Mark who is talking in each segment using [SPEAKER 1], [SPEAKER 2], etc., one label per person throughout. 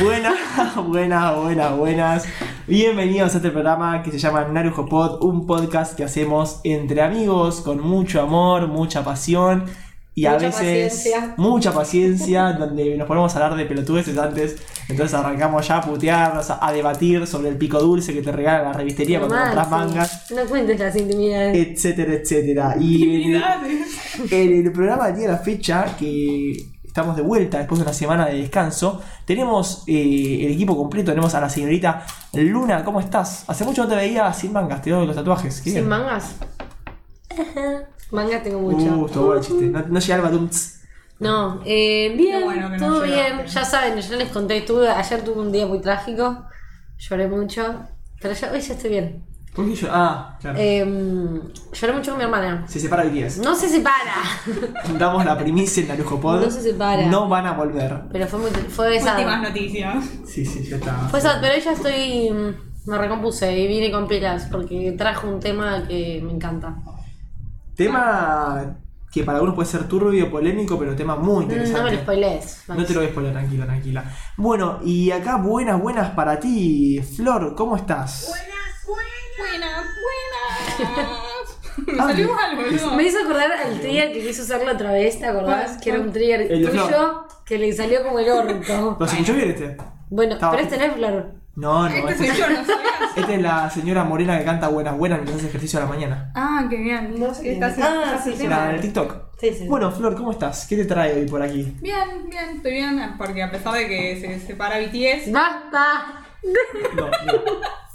[SPEAKER 1] Buenas, buenas, buenas, buenas. Bienvenidos a este programa que se llama Narujo Pod, un podcast que hacemos entre amigos con mucho amor, mucha pasión y a
[SPEAKER 2] Mucha
[SPEAKER 1] veces
[SPEAKER 2] paciencia.
[SPEAKER 1] mucha paciencia, donde nos ponemos a hablar de pelotudeces antes. Entonces arrancamos ya a putearnos, a, a debatir sobre el pico dulce que te regala la revistería cuando
[SPEAKER 2] Normal,
[SPEAKER 1] compras
[SPEAKER 2] sí.
[SPEAKER 1] mangas,
[SPEAKER 2] No cuentes las intimidades.
[SPEAKER 1] etcétera, etcétera. Y en el- en el programa del día de la fecha, que estamos de vuelta después de una semana de descanso, tenemos eh, el equipo completo, tenemos a la señorita Luna, ¿cómo estás? Hace mucho no te veía sin mangas, te doy los tatuajes. qué
[SPEAKER 2] ¿Sin
[SPEAKER 1] bien.
[SPEAKER 2] mangas? Mangas tengo mucho.
[SPEAKER 1] Uh, estuvo bueno el chiste. No, no llega al Badum, tss.
[SPEAKER 2] No, eh, bien,
[SPEAKER 3] Qué bueno que no
[SPEAKER 2] todo
[SPEAKER 3] llegaste.
[SPEAKER 2] bien. Ya saben, yo les conté, estuve, ayer tuve un día muy trágico, lloré mucho, pero ya, hoy ya estoy bien.
[SPEAKER 1] ¿Por qué yo? Ah, claro.
[SPEAKER 2] Eh, lloré mucho con mi hermana.
[SPEAKER 1] Se separa el 10.
[SPEAKER 2] No se separa,
[SPEAKER 1] Damos la primicia en la Lujo Pod.
[SPEAKER 2] No se separa.
[SPEAKER 1] No van a volver.
[SPEAKER 2] pero fue, muy, fue
[SPEAKER 3] Últimas
[SPEAKER 2] esa.
[SPEAKER 3] noticias.
[SPEAKER 1] Sí, sí, ya está.
[SPEAKER 2] Fue esa, pero hoy ya estoy, mm, me recompuse y vine con pilas porque trajo un tema que me encanta.
[SPEAKER 1] Tema que para algunos puede ser turbio, polémico, pero tema muy
[SPEAKER 2] Mm,
[SPEAKER 1] interesante.
[SPEAKER 2] No me lo spoilees.
[SPEAKER 1] No te lo voy a spoiler, tranquila, tranquila. Bueno, y acá buenas, buenas para ti, Flor, ¿cómo estás?
[SPEAKER 3] Buenas, buenas. Me
[SPEAKER 1] Ah,
[SPEAKER 3] salió mal, boludo.
[SPEAKER 2] Me hizo acordar al trigger que quiso usarlo otra vez, ¿te acordás?
[SPEAKER 3] ¿Cuál?
[SPEAKER 2] Que era un trigger
[SPEAKER 1] El de
[SPEAKER 2] tuyo
[SPEAKER 1] Flor.
[SPEAKER 2] que le salió como el orto.
[SPEAKER 1] ¿Lo escuchó bien este?
[SPEAKER 2] Bueno,
[SPEAKER 1] Estaba-
[SPEAKER 2] pero este no es flor.
[SPEAKER 1] No, no,
[SPEAKER 3] Este
[SPEAKER 1] este,
[SPEAKER 3] soy yo, no sabías.
[SPEAKER 1] esta es la señora morena que canta buenas, buenas mientras hace ejercicio a la mañana.
[SPEAKER 3] Ah, qué bien.
[SPEAKER 2] No sé quién
[SPEAKER 3] Estás
[SPEAKER 2] es. Ah,
[SPEAKER 3] estás
[SPEAKER 2] sí,
[SPEAKER 3] el
[SPEAKER 2] sí.
[SPEAKER 3] tema.
[SPEAKER 1] La del TikTok.
[SPEAKER 2] Sí, sí.
[SPEAKER 1] Bueno, Flor, ¿cómo estás? ¿Qué te trae hoy por aquí?
[SPEAKER 3] Bien, bien, estoy bien, porque a pesar de que se separa BTS,
[SPEAKER 2] ¡Basta!
[SPEAKER 1] No, no.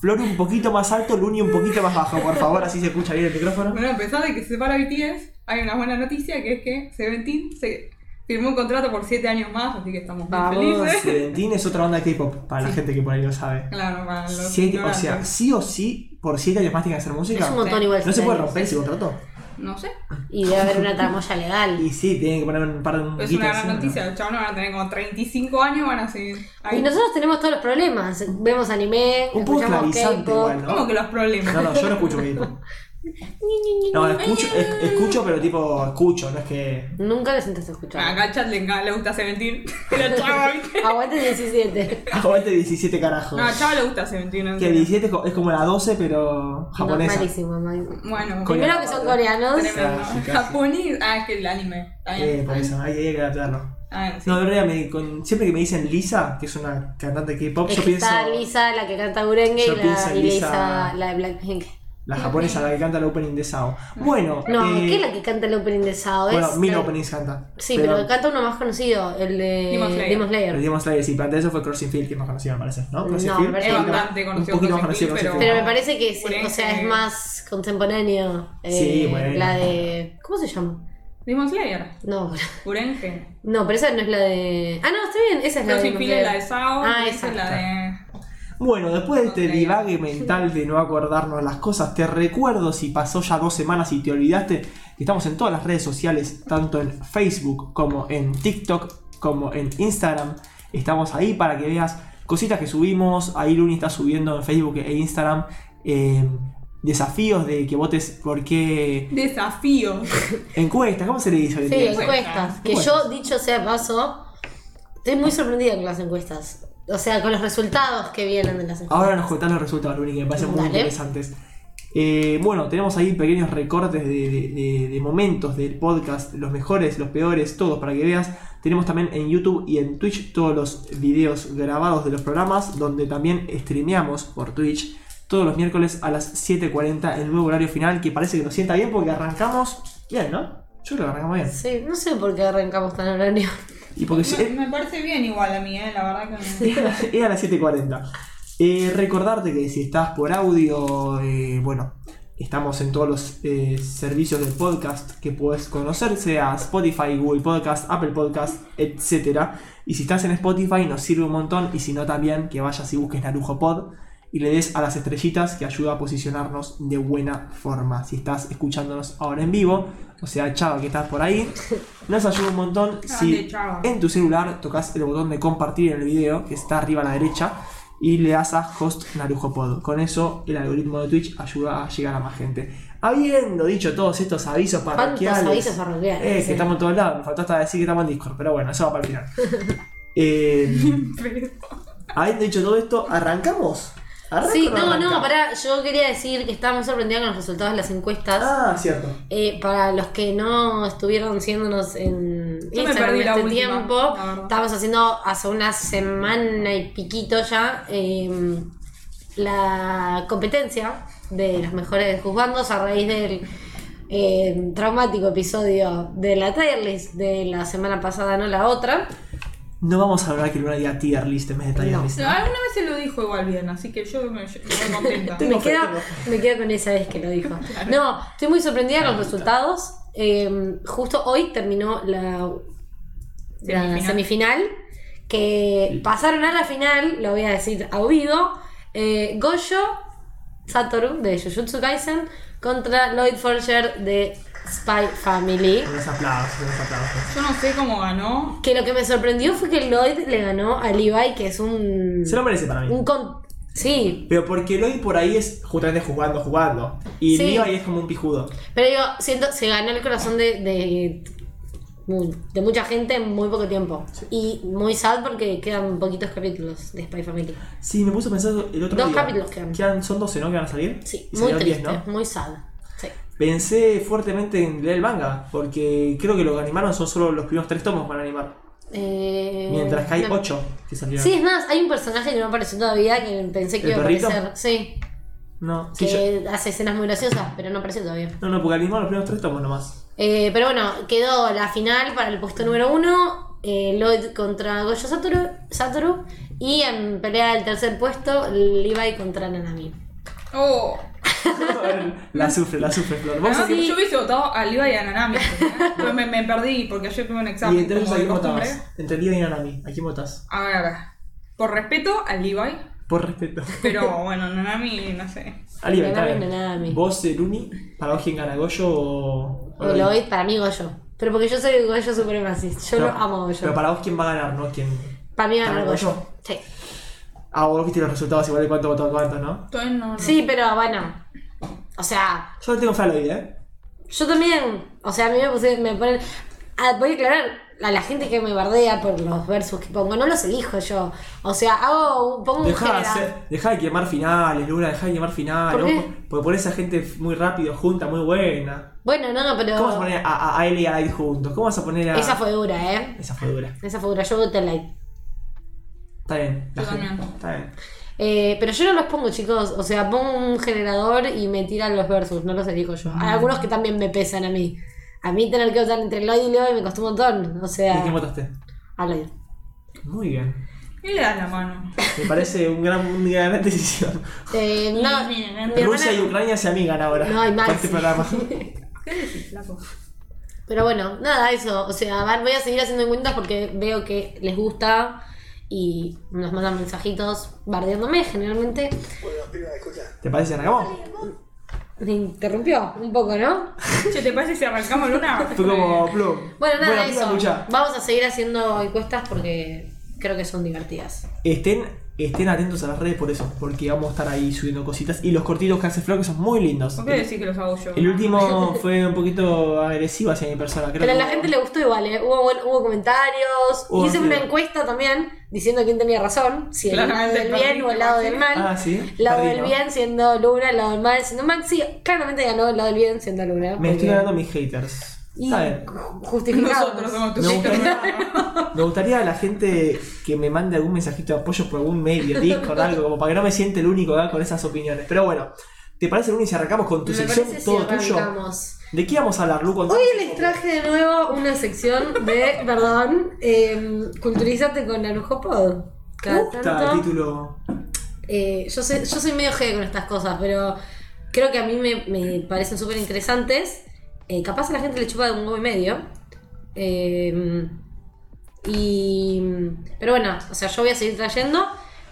[SPEAKER 1] Flor un poquito más alto, Luni un poquito más bajo, por favor, así se escucha bien el micrófono.
[SPEAKER 3] bueno, a pesar de que se separa BTS, hay una buena noticia que es que Seventeen se firmó un contrato por 7 años más, así que estamos muy
[SPEAKER 2] Vamos.
[SPEAKER 3] felices.
[SPEAKER 1] Seventeen es otra banda de K-pop, para la gente que por ahí lo sabe.
[SPEAKER 3] Claro, para los
[SPEAKER 1] Siete- o sea,
[SPEAKER 3] ignorantes.
[SPEAKER 1] sí o sí, por siete años más tienen que hacer música.
[SPEAKER 2] Es un montón igual.
[SPEAKER 1] ¿No se
[SPEAKER 2] siete
[SPEAKER 1] puede
[SPEAKER 2] años.
[SPEAKER 1] romper ese contrato?
[SPEAKER 3] No sé.
[SPEAKER 2] Y debe haber una tramoya legal.
[SPEAKER 1] Y sí, tienen que poner un par de
[SPEAKER 3] Es
[SPEAKER 1] guita
[SPEAKER 3] una gran
[SPEAKER 1] encima, ¿no?
[SPEAKER 3] noticia, los chavales van a tener como 35 años, van a seguir ahí.
[SPEAKER 2] Y nosotros tenemos todos los problemas. Vemos anime,
[SPEAKER 1] Un poco
[SPEAKER 2] escuchamos
[SPEAKER 1] esclavizante
[SPEAKER 2] K-pop.
[SPEAKER 1] igual,
[SPEAKER 3] ¿Cómo
[SPEAKER 1] ¿no?
[SPEAKER 3] que los problemas?
[SPEAKER 1] No, no, yo no escucho K-pop. No, escucho, es- escucho, pero tipo, escucho, no es que.
[SPEAKER 2] Nunca lo sentaste
[SPEAKER 3] Ah,
[SPEAKER 2] escuchar.
[SPEAKER 3] Acá al chat le, enga- le gusta Seventeen. La chava, ¿viste?
[SPEAKER 2] Aguante 17.
[SPEAKER 1] Aguante 17 carajos.
[SPEAKER 3] No, a la chava le gusta Seventeen. no
[SPEAKER 1] que
[SPEAKER 3] sé.
[SPEAKER 1] 17 es co- es como la 12, pero japonesa.
[SPEAKER 2] No, malísimo, mal.
[SPEAKER 3] Bueno,
[SPEAKER 1] Coreano.
[SPEAKER 2] Primero que son coreanos.
[SPEAKER 3] tremendo.
[SPEAKER 1] Casi, casi.
[SPEAKER 3] Japonés. Ah, es que el anime. Está bien,
[SPEAKER 1] eh,
[SPEAKER 3] está
[SPEAKER 1] por
[SPEAKER 3] bien.
[SPEAKER 1] eso, hay, hay que adaptarlo.
[SPEAKER 3] Ah, sí.
[SPEAKER 1] No, de verdad, me- con- siempre que me dicen Lisa, que es una cantante de K-pop,
[SPEAKER 2] Es
[SPEAKER 1] yo
[SPEAKER 2] que
[SPEAKER 1] pienso.
[SPEAKER 2] está Lisa, la que canta Urengue,
[SPEAKER 1] Yo
[SPEAKER 2] y
[SPEAKER 1] pienso
[SPEAKER 2] la,
[SPEAKER 1] en
[SPEAKER 2] y
[SPEAKER 1] Lisa-
[SPEAKER 2] Lisa, la de Blackpink.
[SPEAKER 1] La japonesa, la que canta el opening de Sao. Bueno,
[SPEAKER 2] No,
[SPEAKER 1] eh,
[SPEAKER 2] ¿qué es la que canta el opening de Sao?
[SPEAKER 1] Bueno,
[SPEAKER 2] es
[SPEAKER 1] mil
[SPEAKER 2] la-
[SPEAKER 1] openings canta.
[SPEAKER 2] Sí, pero, canta uno más conocido, el de
[SPEAKER 3] Demon Slayer.
[SPEAKER 2] Demon Slayer.
[SPEAKER 1] Pero Demon Slayer, sí, pero antes de eso fue Crossing Field, que es más conocido, me parece, ¿no? Crossing
[SPEAKER 2] No,
[SPEAKER 1] Field,
[SPEAKER 2] me parece
[SPEAKER 1] un
[SPEAKER 2] que
[SPEAKER 1] poquito
[SPEAKER 3] no.
[SPEAKER 1] más-
[SPEAKER 3] Bastante
[SPEAKER 1] un
[SPEAKER 3] conocido
[SPEAKER 1] poquito más
[SPEAKER 3] Crossing
[SPEAKER 1] conocido
[SPEAKER 3] Field,
[SPEAKER 1] Crossing
[SPEAKER 2] Pero me
[SPEAKER 1] Field.
[SPEAKER 2] parece que es, o sea, es más contemporáneo. eh,
[SPEAKER 1] Sí, bueno.
[SPEAKER 2] La de. ¿Cómo se llama?
[SPEAKER 3] Demon Slayer.
[SPEAKER 2] No, pero-
[SPEAKER 3] Urenge.
[SPEAKER 2] no, pero esa no es la de. Ah, no, está bien, esa es la de.
[SPEAKER 3] Crossing
[SPEAKER 2] Demon
[SPEAKER 3] Field es la de
[SPEAKER 2] Slayer.
[SPEAKER 3] Sao.
[SPEAKER 2] Ah,
[SPEAKER 3] esa es la
[SPEAKER 2] exacto.
[SPEAKER 3] de.
[SPEAKER 1] Bueno, después de este
[SPEAKER 3] Ok.
[SPEAKER 1] divague mental de no acordarnos las cosas, te recuerdo si pasó ya dos semanas y te olvidaste que estamos en todas las redes sociales, tanto en Facebook como en TikTok, como en Instagram. Estamos ahí para que veas cositas que subimos. Ahí Luni está subiendo en Facebook e Instagram eh, desafíos de que votes por qué
[SPEAKER 3] Desafío.
[SPEAKER 1] encuestas. ¿Cómo se le dice? hoy en
[SPEAKER 2] Sí,
[SPEAKER 1] día?
[SPEAKER 2] encuestas. Que yo, dicho sea de paso, estoy muy sorprendida con las encuestas. O sea, con los resultados que vienen de las encuestas.
[SPEAKER 1] Ahora nos contás los resultados, Luni, que me parecen muy
[SPEAKER 2] Dale.
[SPEAKER 1] interesantes. Eh, bueno, tenemos ahí pequeños recortes de, de- de- de momentos del podcast, los mejores, los peores, todos para que veas. Tenemos también en YouTube y en Twitch todos los videos grabados de los programas, donde también streameamos por Twitch todos los miércoles a las 7.40, el nuevo horario final, que parece que nos sienta bien porque arrancamos bien, ¿no? Yo creo que arrancamos bien.
[SPEAKER 2] Sí, no sé por qué arrancamos tan horario.
[SPEAKER 1] Y porque si-
[SPEAKER 3] Me, me parece bien igual a mí, eh, la verdad que.
[SPEAKER 1] Era era las 7.40. Eh, recordarte que si estás por audio, eh, bueno, estamos en todos los eh, servicios del podcast que puedes conocer, sea Spotify, Google Podcast, Apple Podcast, etc. Y si estás en Spotify nos sirve un montón y si no también que vayas y busques Narujo Pod y le des a las estrellitas que ayuda a posicionarnos de buena forma. Si estás escuchándonos ahora en vivo, o sea, chava que estás por ahí, nos ayuda un montón. Si
[SPEAKER 3] Grande, Chava.
[SPEAKER 1] en tu celular tocas el botón de compartir en el video que está arriba a la derecha y le das a host Narujo Pod. Con eso el algoritmo de Twitch ayuda a llegar a más gente. Habiendo dicho todos estos avisos
[SPEAKER 2] ¿Cuántos
[SPEAKER 1] parroquiales,
[SPEAKER 2] avisos parroquiales?
[SPEAKER 1] eh, que estamos en todos lados, me faltó hasta decir que estamos en Discord, pero bueno, eso va para el final. Eh,
[SPEAKER 3] Pero-
[SPEAKER 1] habiendo dicho todo esto, ¿arrancamos? ¿Arranca
[SPEAKER 2] Sí,
[SPEAKER 1] o
[SPEAKER 2] no,
[SPEAKER 1] arranca?
[SPEAKER 2] no, pará, yo quería decir que estaba muy sorprendida con los resultados de las encuestas.
[SPEAKER 1] Ah, cierto.
[SPEAKER 2] Eh, para los que no estuvieron siéndonos en
[SPEAKER 3] me
[SPEAKER 2] Instagram
[SPEAKER 3] perdí
[SPEAKER 2] en
[SPEAKER 3] la
[SPEAKER 2] este
[SPEAKER 3] última,
[SPEAKER 2] tiempo,
[SPEAKER 3] la verdad.
[SPEAKER 2] estábamos haciendo hace una semana y piquito ya eh, la competencia de los mejores juzgandos a raíz del eh, traumático episodio de la tier list de la semana pasada, no la otra.
[SPEAKER 1] No vamos a hablar que Luna diga tier list en vez de tier
[SPEAKER 2] No.
[SPEAKER 1] list.
[SPEAKER 3] No, alguna vez se lo dijo igual bien, así que yo me, yo- me voy contenta.
[SPEAKER 1] Tengo
[SPEAKER 2] Me
[SPEAKER 1] fe,
[SPEAKER 2] quedo,
[SPEAKER 1] tengo.
[SPEAKER 2] me quedo con esa vez que lo dijo. No, estoy muy sorprendida con los resultados. Eh, justo hoy terminó la, la
[SPEAKER 3] Semifinal.
[SPEAKER 2] semifinal. Que pasaron a la final, lo voy a decir a oído. eh, Goyo Satoru de Jujutsu Kaisen contra Lloyd Forger de Spy Family.
[SPEAKER 1] Unos aplausos, unos aplausos.
[SPEAKER 3] Yo no sé cómo ganó.
[SPEAKER 2] Que lo que me sorprendió fue que Lloyd le ganó a Levi, que es un.
[SPEAKER 1] Se lo merece para mí.
[SPEAKER 2] un con- sí,
[SPEAKER 1] Pero porque Lloyd por ahí es justamente jugando, jugando. Y
[SPEAKER 2] Sí.
[SPEAKER 1] Leo ahí es como un pijudo.
[SPEAKER 2] Pero digo, siento, se ganó el corazón de, de, de mucha gente en muy poco tiempo. Y muy sad porque quedan poquitos capítulos de Spy Family.
[SPEAKER 1] Sí, me puse a pensar el otro
[SPEAKER 2] Dos
[SPEAKER 1] día.
[SPEAKER 2] capítulos quedan.
[SPEAKER 1] Son 12, ¿no? Que van a salir.
[SPEAKER 2] Sí,
[SPEAKER 1] Y
[SPEAKER 2] muy
[SPEAKER 1] salieron
[SPEAKER 2] triste,
[SPEAKER 1] 10, ¿no?
[SPEAKER 2] muy sad. Sí.
[SPEAKER 1] Pensé fuertemente en leer el manga, porque creo que lo que animaron son solo los primeros tres tomos para animar.
[SPEAKER 2] Eh,
[SPEAKER 1] Mientras que hay
[SPEAKER 2] no.
[SPEAKER 1] ocho que salieron.
[SPEAKER 2] Sí, es más, hay un personaje que no apareció todavía que pensé que
[SPEAKER 1] ¿El
[SPEAKER 2] iba a
[SPEAKER 1] perrito?
[SPEAKER 2] aparecer. Sí,
[SPEAKER 1] No, sí, yo-
[SPEAKER 2] que hace escenas muy graciosas, pero no apareció todavía.
[SPEAKER 1] no, no, porque animaron los primeros tres tomos nomás.
[SPEAKER 2] Eh, pero bueno, quedó la final para el puesto número uno. eh, Lloyd contra Goyo Satoru, Satoru. Y en pelea del tercer puesto, Levi contra Nanami.
[SPEAKER 3] Oh,
[SPEAKER 1] la sufre, la sufre, Flor. Vos-
[SPEAKER 3] además,
[SPEAKER 2] sí.
[SPEAKER 3] yo hubiese votado a Liva y a Nanami. ¿eh? Pero me, me perdí porque ayer tuve un examen.
[SPEAKER 1] y entre ellos,
[SPEAKER 3] como
[SPEAKER 1] ¿a
[SPEAKER 3] de
[SPEAKER 1] quién
[SPEAKER 3] costumbre.
[SPEAKER 1] votabas? Entre Leo y Nanami, ¿a quién votas?
[SPEAKER 3] A ver, por respeto al Levi,
[SPEAKER 1] Por respeto.
[SPEAKER 3] pero bueno, Nanami, no sé.
[SPEAKER 1] Ali, está
[SPEAKER 2] Nanami,
[SPEAKER 1] bien.
[SPEAKER 2] Nanami.
[SPEAKER 1] Vos, eh, Luni, para vos, ¿quién gana, Goyo o.?
[SPEAKER 2] O lo es para mí Goyo. Pero porque yo soy Goyo supremacista. Yo
[SPEAKER 1] No,
[SPEAKER 2] lo amo a Goyo.
[SPEAKER 1] Pero para vos, ¿quién va a ganar, no? ¿Quién...
[SPEAKER 2] Para mí gana
[SPEAKER 1] ¿Para Goyo?
[SPEAKER 2] Goyo. Sí.
[SPEAKER 1] Ah, vos viste los resultados igual de cuánto votó cuánto, ¿no?
[SPEAKER 3] Todavía no. no-
[SPEAKER 2] sí, pero bueno. O sea,
[SPEAKER 1] Yo no tengo fe a Lloyd, ¿eh?
[SPEAKER 2] yo también. O sea, a mí me, puse- me ponen. Ah, voy a aclarar a la gente que me bardea por los versos que pongo. No los elijo yo. O sea, hago un- pongo un
[SPEAKER 1] Deja de,
[SPEAKER 2] general.
[SPEAKER 1] hacer- dejá de quemar finales, Luna, deja de quemar finales.
[SPEAKER 2] ¿Por qué?
[SPEAKER 1] vos po- Porque pones a gente muy rápido, junta, muy buena.
[SPEAKER 2] Bueno, no, pero.
[SPEAKER 1] ¿Cómo vas a poner a, a, a L y a Light juntos? ¿Cómo vas a poner a.?
[SPEAKER 2] Esa fue dura, ¿eh?
[SPEAKER 1] Esa fue dura.
[SPEAKER 2] Esa fue dura. Yo voté like.
[SPEAKER 1] Está bien. la
[SPEAKER 3] Yo
[SPEAKER 1] gente-
[SPEAKER 3] también.
[SPEAKER 1] Está bien.
[SPEAKER 2] Eh, pero yo no los pongo, chicos. O sea, pongo un generador y me tiran los versus. No los elijo yo. Hay algunos que también me pesan a mí. A mí tener que votar entre Lloyd y Leo me costó un montón. O
[SPEAKER 1] ¿Y quién
[SPEAKER 2] sea,
[SPEAKER 1] votaste?
[SPEAKER 2] a Lloyd.
[SPEAKER 1] Muy bien.
[SPEAKER 3] ¿Qué le das la mano?
[SPEAKER 1] Me parece un gran, una gran decisión.
[SPEAKER 2] Eh, no, mi
[SPEAKER 1] Rusia y
[SPEAKER 2] hermana-
[SPEAKER 1] Ucrania se amigan ahora.
[SPEAKER 2] No, hay más.
[SPEAKER 1] Por este programa.
[SPEAKER 3] ¿Qué decís, flaco?
[SPEAKER 2] Pero bueno, nada, eso. O sea, van- voy a seguir haciendo encuestas porque veo que les gusta y nos mandan mensajitos bardeándome generalmente.
[SPEAKER 1] ¿Te parece que arrancamos?
[SPEAKER 2] Me interrumpió un poco, ¿no?
[SPEAKER 3] Che, ¿te parece si arrancamos Luna?
[SPEAKER 1] Fue como plum.
[SPEAKER 2] Bueno, nada,
[SPEAKER 1] Plum,
[SPEAKER 2] eso.
[SPEAKER 1] escuchá.
[SPEAKER 2] Vamos a seguir haciendo encuestas porque creo que son divertidas.
[SPEAKER 1] Estén, estén atentos a las redes por eso, porque vamos a estar ahí subiendo cositas. Y los cortitos que hace Flor que son muy lindos.
[SPEAKER 3] ¿Por qué decís que los hago yo?
[SPEAKER 1] El último fue un poquito agresivo hacia mi persona, creo.
[SPEAKER 2] Pero a
[SPEAKER 1] que
[SPEAKER 2] la
[SPEAKER 1] hubo-
[SPEAKER 2] gente le gustó igual, ¿eh? Hubo, buen- hubo comentarios.
[SPEAKER 1] Hubo
[SPEAKER 2] Hice una
[SPEAKER 1] actividad.
[SPEAKER 2] encuesta también diciendo quién tenía razón, si el lado
[SPEAKER 3] Claramente
[SPEAKER 2] del
[SPEAKER 3] el
[SPEAKER 2] bien o el
[SPEAKER 3] perrito,
[SPEAKER 2] lado del
[SPEAKER 3] sí.
[SPEAKER 2] mal.
[SPEAKER 1] Ah, sí.
[SPEAKER 2] El lado
[SPEAKER 1] perdí,
[SPEAKER 2] del
[SPEAKER 1] ¿no?
[SPEAKER 2] bien siendo Luna, el lado del mal siendo Maxi. Claramente ganó el lado del bien siendo Luna.
[SPEAKER 1] Me
[SPEAKER 2] porque-
[SPEAKER 1] estoy ganando a mis haters.
[SPEAKER 2] Y
[SPEAKER 1] Está bien.
[SPEAKER 2] ju- justificado.
[SPEAKER 3] Nosotros somos tus
[SPEAKER 1] Me
[SPEAKER 3] hijos.
[SPEAKER 1] Me gustaría a la gente que me mande algún mensajito de apoyo por algún medio, Discord, algo, como para que no me siente el único acá con esas opiniones. Pero bueno, ¿te parece, Luni, si arrancamos con tu
[SPEAKER 2] Me
[SPEAKER 1] sección
[SPEAKER 2] parece si
[SPEAKER 1] todo tuyo?
[SPEAKER 2] arrancamos.
[SPEAKER 1] ¿De qué íbamos a hablar, Lu? Contanos
[SPEAKER 2] Hoy
[SPEAKER 1] un
[SPEAKER 2] les
[SPEAKER 1] poco.
[SPEAKER 2] traje de nuevo una sección de, perdón, eh, Culturízate con Narujo Pod.
[SPEAKER 1] Me
[SPEAKER 2] Cada
[SPEAKER 1] gusta el
[SPEAKER 2] tanto-
[SPEAKER 1] título.
[SPEAKER 2] Eh, yo, sé- yo soy medio G con estas cosas, pero creo que a mí me, me parecen súper interesantes. Eh, capaz a la gente le chupa de un huevo y medio. Eh, y. Pero bueno, o sea, yo voy a seguir trayendo.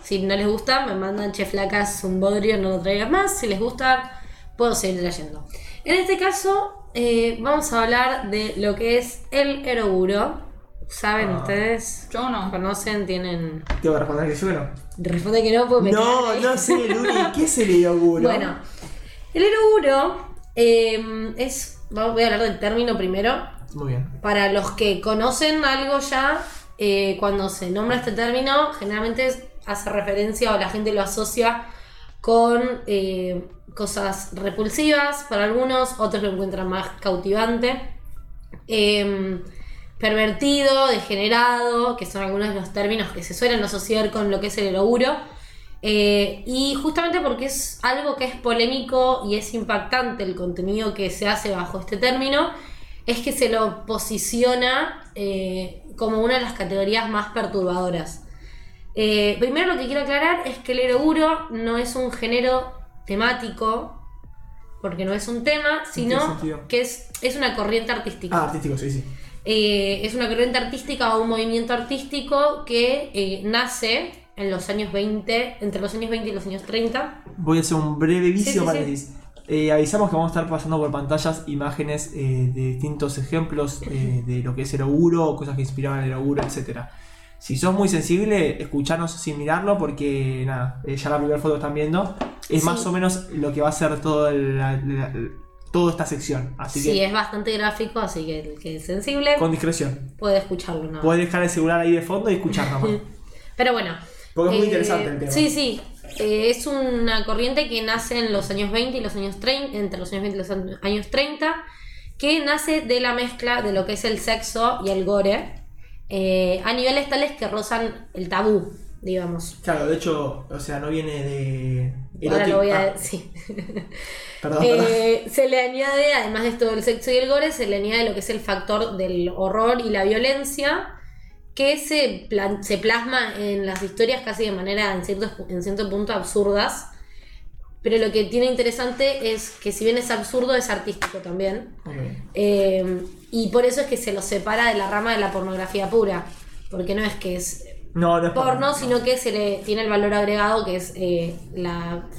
[SPEAKER 2] Si no les gusta, me mandan che flacas un bodrio, no lo traigan más. Si les gusta, puedo seguir trayendo. En este caso, eh, vamos a hablar de lo que es el eroguro. ¿Saben
[SPEAKER 1] Ah.
[SPEAKER 2] ustedes?
[SPEAKER 3] Yo no.
[SPEAKER 2] ¿Conocen? ¿Tienen.?
[SPEAKER 1] Tengo que responder que sí o no.
[SPEAKER 2] Responde que no, porque me
[SPEAKER 1] No,
[SPEAKER 2] cae.
[SPEAKER 1] no sé, Luni, ¿qué se le auguro?
[SPEAKER 2] Bueno, el eroguro eh, es. vamos- Voy a hablar del término primero.
[SPEAKER 1] Muy bien.
[SPEAKER 2] Para los que conocen algo ya, eh, cuando se nombra este término, generalmente es- hace referencia o la gente lo asocia con eh, cosas repulsivas para algunos, otros lo encuentran más cautivante. Em, pervertido, degenerado, que son algunos de los términos que se suelen asociar con lo que es el loguro. Eh, y justamente porque es algo que es polémico y es impactante el contenido que se hace bajo este término, es que se lo posiciona eh, como una de las categorías más perturbadoras. Eh, primero lo que quiero aclarar es que el eroguro no es un género temático, porque no es un tema, sino
[SPEAKER 1] sentido?
[SPEAKER 2] que es, es una corriente artística.
[SPEAKER 1] Ah, artístico, sí, sí.
[SPEAKER 2] Eh, es una corriente artística o un movimiento artístico que eh, nace en los años 20, entre los años 20 y los años 30.
[SPEAKER 1] Voy a hacer un breve
[SPEAKER 2] Sí,
[SPEAKER 1] vicio
[SPEAKER 2] sí,
[SPEAKER 1] para avisamos que vamos a estar pasando por pantallas imágenes eh, de distintos ejemplos eh, de lo que es el auguro, cosas que inspiraban el auguro, etc. Si sos muy sensible, escuchanos sin mirarlo porque nada, eh, ya la primera foto que están viendo es
[SPEAKER 2] Sí.
[SPEAKER 1] más o menos lo que va a ser todo el- la- la- toda esta sección. Así
[SPEAKER 2] Sí,
[SPEAKER 1] que
[SPEAKER 2] es bastante gráfico, así que el que es sensible
[SPEAKER 1] con discreción.
[SPEAKER 2] puede escucharlo. ¿no?
[SPEAKER 1] Podés dejar el celular ahí de fondo y escuchar nomás.
[SPEAKER 2] Pero bueno.
[SPEAKER 1] Porque es muy
[SPEAKER 2] eh,
[SPEAKER 1] interesante el tema.
[SPEAKER 2] Sí, sí. Eh, es una corriente que nace en los años 20 y los años 30, entre los años 20 y los an- años 30, que nace de la mezcla de lo que es el sexo y el gore, eh, a niveles tales que rozan el tabú, digamos.
[SPEAKER 1] Claro, de hecho, o sea, no viene de.
[SPEAKER 2] Ahora
[SPEAKER 1] erotic-
[SPEAKER 2] lo voy a
[SPEAKER 1] ah,
[SPEAKER 2] sí.
[SPEAKER 1] perdón, perdón.
[SPEAKER 2] Eh, se le añade, además de esto del sexo y el gore, se le añade lo que es el factor del horror y la violencia, que se, plan- se plasma en las historias casi de manera, en cierto, en cierto punto, absurdas. Pero lo que tiene interesante es que si bien es absurdo, es artístico también.
[SPEAKER 1] Ok.
[SPEAKER 2] Eh, y por eso es que se lo separa de la rama de la pornografía pura. Porque no es que es
[SPEAKER 1] No, no es
[SPEAKER 2] porno, sino que se le tiene el valor agregado que es eh, la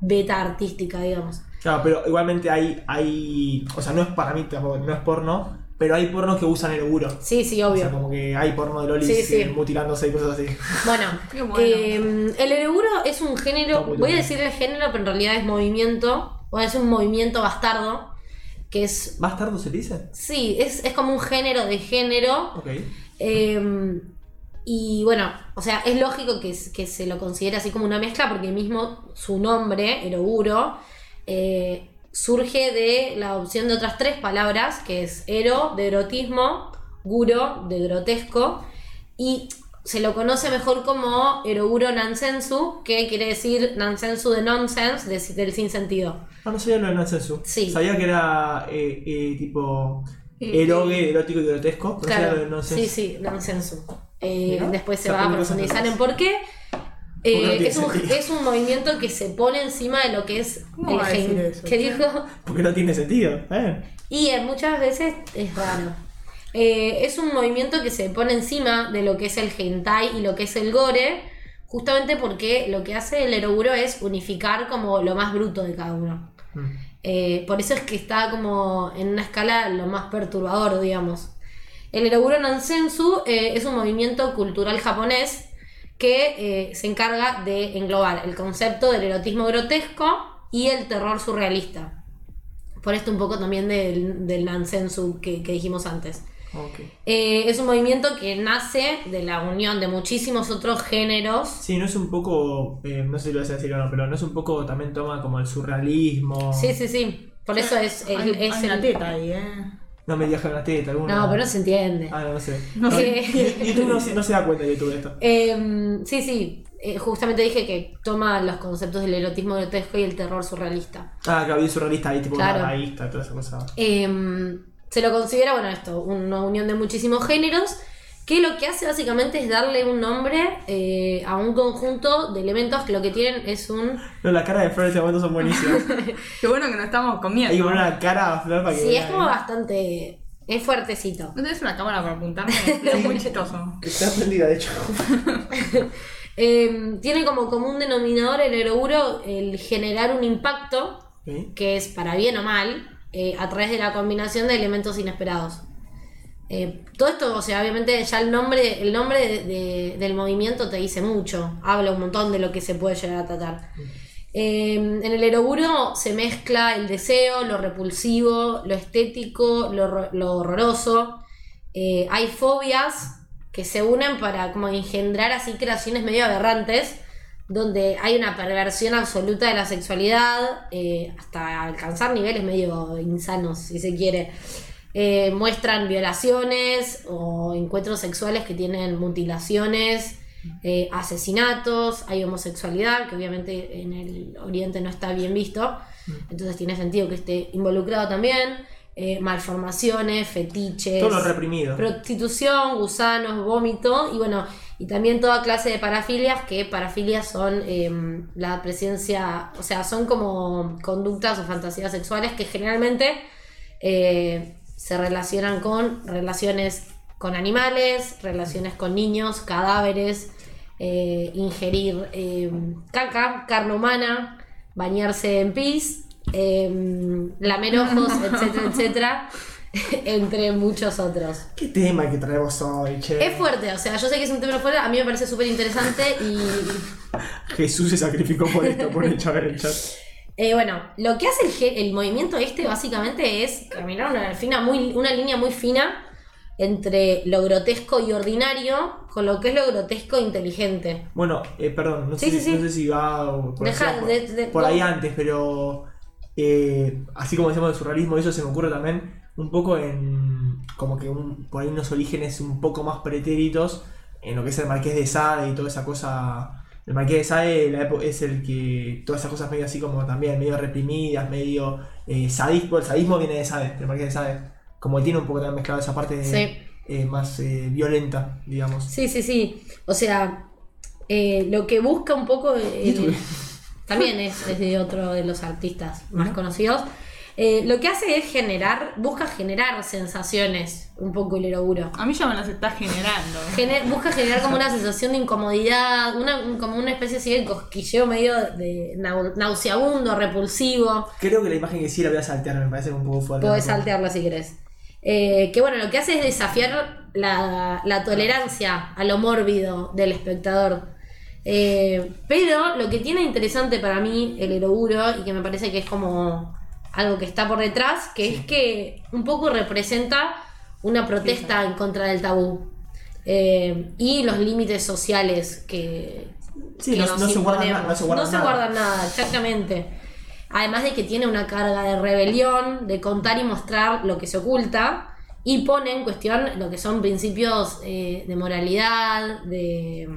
[SPEAKER 2] beta artística, digamos.
[SPEAKER 1] Claro, pero igualmente hay, hay. O sea, no es para mí tampoco, no es porno, pero hay pornos que usan el guro.
[SPEAKER 2] Sí, sí,
[SPEAKER 1] O sea,
[SPEAKER 2] obvio.
[SPEAKER 1] como que hay porno de Lolis
[SPEAKER 2] Sí, sí.
[SPEAKER 1] eh, mutilándose y cosas así.
[SPEAKER 2] Bueno,
[SPEAKER 3] Qué bueno.
[SPEAKER 2] eh, el eroguro es un
[SPEAKER 1] Está
[SPEAKER 2] género,
[SPEAKER 1] muy
[SPEAKER 2] voy a
[SPEAKER 1] bueno.
[SPEAKER 2] decir el género, pero en realidad es movimiento, o es un movimiento bastardo, que es,
[SPEAKER 1] ¿Bastardo se dice?
[SPEAKER 2] sí, es, es como un género de género.
[SPEAKER 1] Ok.
[SPEAKER 2] eh, y bueno, o sea, es lógico que, es- que se lo considere así como una mezcla, porque mismo su nombre, eroguro, eh, surge de la opción de otras tres palabras, que es ero, de erotismo, guro, de grotesco, y se lo conoce mejor como eroguro nansensu, que quiere decir nansensu de nonsense, de- del sinsentido.
[SPEAKER 1] Ah, no sabía lo de Nansensu.
[SPEAKER 2] Sí.
[SPEAKER 1] Sabía que era eh, eh, tipo.
[SPEAKER 3] Eh,
[SPEAKER 1] Erogue,
[SPEAKER 3] eh.
[SPEAKER 1] erótico y grotesco. Pero sabía lo de
[SPEAKER 2] Claro,
[SPEAKER 1] Nansensu.
[SPEAKER 2] sí, sí, nonsensu. Eh,
[SPEAKER 1] Mirá,
[SPEAKER 2] después se
[SPEAKER 1] se
[SPEAKER 2] va a
[SPEAKER 1] aprende cosas
[SPEAKER 2] profundizar en
[SPEAKER 1] nuevas.
[SPEAKER 2] por qué. Eh,
[SPEAKER 1] Porque no tiene
[SPEAKER 2] es, un,
[SPEAKER 1] sentido.
[SPEAKER 2] es un movimiento que se pone encima de lo que es
[SPEAKER 3] ¿Cómo
[SPEAKER 2] el
[SPEAKER 3] va a decir
[SPEAKER 2] gen-
[SPEAKER 3] eso,
[SPEAKER 2] que
[SPEAKER 3] che?
[SPEAKER 2] dijo.
[SPEAKER 1] Porque no tiene sentido. ¿eh?
[SPEAKER 2] Y eh, muchas veces es raro. Eh, es un movimiento que se pone encima de lo que es el hentai y lo que es el gore, justamente porque lo que hace el eroguro es unificar como lo más bruto de cada uno.
[SPEAKER 1] Mm.
[SPEAKER 2] Eh, por eso es que está como en una escala lo más perturbador, digamos. El eroguro nansensu eh, es un movimiento cultural japonés que eh, se encarga de englobar el concepto del erotismo grotesco y el terror surrealista. Por esto un poco también del, del nansensu que- que dijimos antes.
[SPEAKER 1] Ok.
[SPEAKER 2] Eh, es un movimiento que nace de la unión de muchísimos otros géneros
[SPEAKER 1] Sí, no es un poco. eh, no sé si lo vas a decir o no, pero no es un poco. También toma como el surrealismo.
[SPEAKER 2] Sí, sí, sí. Por eso es, el-
[SPEAKER 3] Hay-
[SPEAKER 2] es
[SPEAKER 3] hay una
[SPEAKER 2] el-
[SPEAKER 3] teta ahí, eh.
[SPEAKER 1] No me viaja la teta, alguna.
[SPEAKER 2] No, pero no se entiende.
[SPEAKER 1] Ah, no, no sé.
[SPEAKER 3] No
[SPEAKER 2] sé.
[SPEAKER 1] Y- YouTube no, se- no se da cuenta de YouTube de esto.
[SPEAKER 2] Em, sí, sí. Eh, justamente dije que toma los conceptos del erotismo grotesco y el terror surrealista.
[SPEAKER 1] Ah, claro, bien surrealista, ahí tipo
[SPEAKER 2] Claro.
[SPEAKER 1] una raísta, toda esa cosa.
[SPEAKER 2] Em, se lo considera, bueno, esto, una unión de muchísimos géneros que lo que hace básicamente es darle un nombre eh, a un conjunto de elementos que lo que tienen es un...
[SPEAKER 1] No, la cara de Flor en este momento son buenísimas.
[SPEAKER 3] Qué bueno que no estamos comiendo.
[SPEAKER 1] Hay que poner una cara a Flor para que.
[SPEAKER 2] Sí,
[SPEAKER 1] vea,
[SPEAKER 2] es como
[SPEAKER 1] eh.
[SPEAKER 2] bastante... Es fuertecito.
[SPEAKER 3] ¿No tenés una cámara para apuntarme? Es muy chistoso.
[SPEAKER 1] Está prendida, de hecho.
[SPEAKER 2] Eh, tiene como común denominador el eroguro el generar un impacto,
[SPEAKER 1] ¿Sí?
[SPEAKER 2] que es para bien o mal, eh, a través de la combinación de elementos inesperados. Eh, todo esto, o sea, obviamente ya el nombre, el nombre de- de- del movimiento te dice mucho, habla un montón de lo que se puede llegar a tratar. Eh, en el eroguro se mezcla el deseo, lo repulsivo, lo estético, lo, horro- lo horroroso. Eh, hay fobias, que se unen para como engendrar así creaciones medio aberrantes, donde hay una perversión absoluta de la sexualidad, eh, hasta alcanzar niveles medio insanos, si se quiere. Eh, muestran violaciones o encuentros sexuales que tienen mutilaciones, eh, asesinatos, hay homosexualidad, que obviamente en el Oriente no está bien visto, entonces tiene sentido que esté involucrado también, eh, malformaciones, fetiches,
[SPEAKER 1] Todo lo reprimido.
[SPEAKER 2] prostitución, gusanos, vómito y bueno, y también toda clase de parafilias, que parafilias son eh, la presencia, o sea, son como conductas o fantasías sexuales que generalmente eh, se relacionan con relaciones con animales, relaciones con niños, cadáveres, eh, ingerir eh, caca, carne humana, bañarse en pis, eh, lamer ojos, etcétera, etcétera, entre muchos otros.
[SPEAKER 1] ¿Qué tema que traemos hoy, che?
[SPEAKER 2] Es fuerte, o sea, yo sé que es un tema fuerte, a mí me parece súper interesante y
[SPEAKER 1] Jesús se sacrificó por esto, por el chat. El chat.
[SPEAKER 2] Eh, bueno, lo que hace el, ge- el movimiento este básicamente es caminar una, fina muy, una línea muy fina entre lo grotesco y ordinario con lo que es lo grotesco e inteligente.
[SPEAKER 1] Bueno, eh, perdón, no,
[SPEAKER 2] Sí,
[SPEAKER 1] sé,
[SPEAKER 2] sí, sí.
[SPEAKER 1] no sé si va o por,
[SPEAKER 2] Deja-
[SPEAKER 1] allá, por-
[SPEAKER 2] de- de-
[SPEAKER 1] por ahí
[SPEAKER 2] no.
[SPEAKER 1] antes, pero eh, así como decíamos de surrealismo, eso se me ocurre también un poco en como que un, por ahí unos orígenes un poco más pretéritos en lo que es el Marqués de Sade y toda esa cosa. El Marqués de Sade la epo- es el que todas esas cosas medio así como también, medio reprimidas, medio eh, sadismo. El sadismo viene de Sade, del Marqués de Sade. Como tiene un poco también mezclado esa parte de-
[SPEAKER 2] Sí.
[SPEAKER 1] eh, más eh, violenta, digamos.
[SPEAKER 2] Sí, sí, sí. O sea, eh, lo que busca un poco eh,
[SPEAKER 1] YouTube.
[SPEAKER 2] también es, es de otro de los artistas más
[SPEAKER 1] Ujú.
[SPEAKER 2] conocidos. Eh, lo que hace es generar, busca generar sensaciones, un poco el eroguro.
[SPEAKER 3] A mí ya me las está generando.
[SPEAKER 2] Gener- busca generar como una sensación de incomodidad, una, un- como una especie así de cosquilleo medio de nau- nauseabundo, repulsivo.
[SPEAKER 1] Creo que la imagen que sí la voy a saltear, me parece un poco fuerte.
[SPEAKER 2] Podés saltearla si querés. Eh, que bueno, lo que hace es desafiar la, la tolerancia a lo mórbido del espectador. Eh, pero lo que tiene interesante para mí el eroguro, y que me parece que es como algo que está por detrás, que es que un poco representa una protesta en contra del tabú. Eh, y los límites sociales que,
[SPEAKER 1] Sí,
[SPEAKER 2] que
[SPEAKER 1] no,
[SPEAKER 2] nos
[SPEAKER 1] no se guardan
[SPEAKER 2] imponemos.
[SPEAKER 1] nada. No se guardan nada.
[SPEAKER 2] guardan nada, exactamente. Además de que tiene una carga de rebelión, de contar y mostrar lo que se oculta, y pone en cuestión lo que son principios eh, de moralidad, de,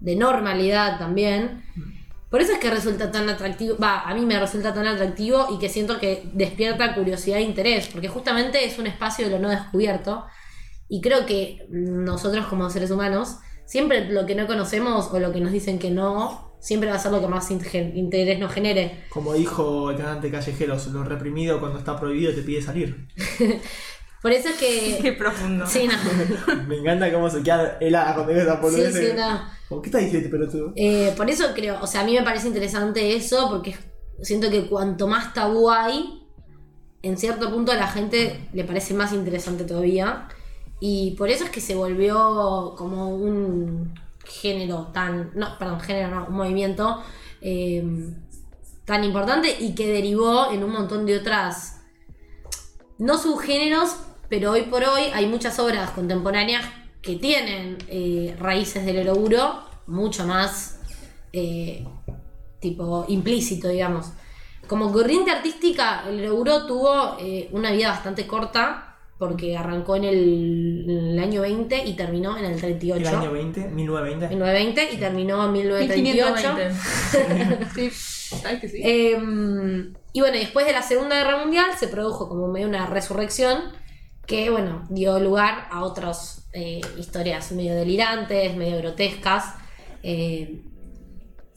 [SPEAKER 2] de normalidad también. Por eso es que resulta tan atractivo, va, a mí me resulta tan atractivo y que siento que despierta curiosidad e interés, porque justamente es un espacio de lo no descubierto. Y creo que nosotros como seres humanos, siempre lo que no conocemos o lo que nos dicen que no, siempre va a ser lo que más inge- interés nos genere.
[SPEAKER 1] Como dijo el cantante Callejeros, lo reprimido cuando está prohibido te pide salir.
[SPEAKER 2] Por eso es que...
[SPEAKER 3] Qué profundo.
[SPEAKER 2] sí, no.
[SPEAKER 1] Me encanta cómo se queda helada cuando digo esa
[SPEAKER 2] Sí,
[SPEAKER 1] boludez.
[SPEAKER 2] sí, no.
[SPEAKER 1] Como, ¿Qué estás diciendo, pelotudo?
[SPEAKER 2] Eh, por eso creo, o sea, a mí me parece interesante eso, porque siento que cuanto más tabú hay, en cierto punto a la gente le parece más interesante todavía. Y por eso es que se volvió como un género tan. No, perdón, género no, un movimiento eh, tan importante y que derivó en un montón de otras. No subgéneros, pero hoy por hoy hay muchas obras contemporáneas que tienen eh, raíces del eroguro mucho más eh, tipo implícito, digamos. Como corriente artística, el Euro tuvo eh, una vida bastante corta porque arrancó en el, en el año 20 y terminó en el 38.
[SPEAKER 1] El año 20, 1920.
[SPEAKER 2] 1920 y terminó en 1938.
[SPEAKER 3] 1520. sí, ¿sabes que sí?
[SPEAKER 2] Eh, y bueno, después de la Segunda Guerra Mundial se produjo como medio una resurrección que, bueno, dio lugar a otras eh, historias medio delirantes, medio grotescas. eh,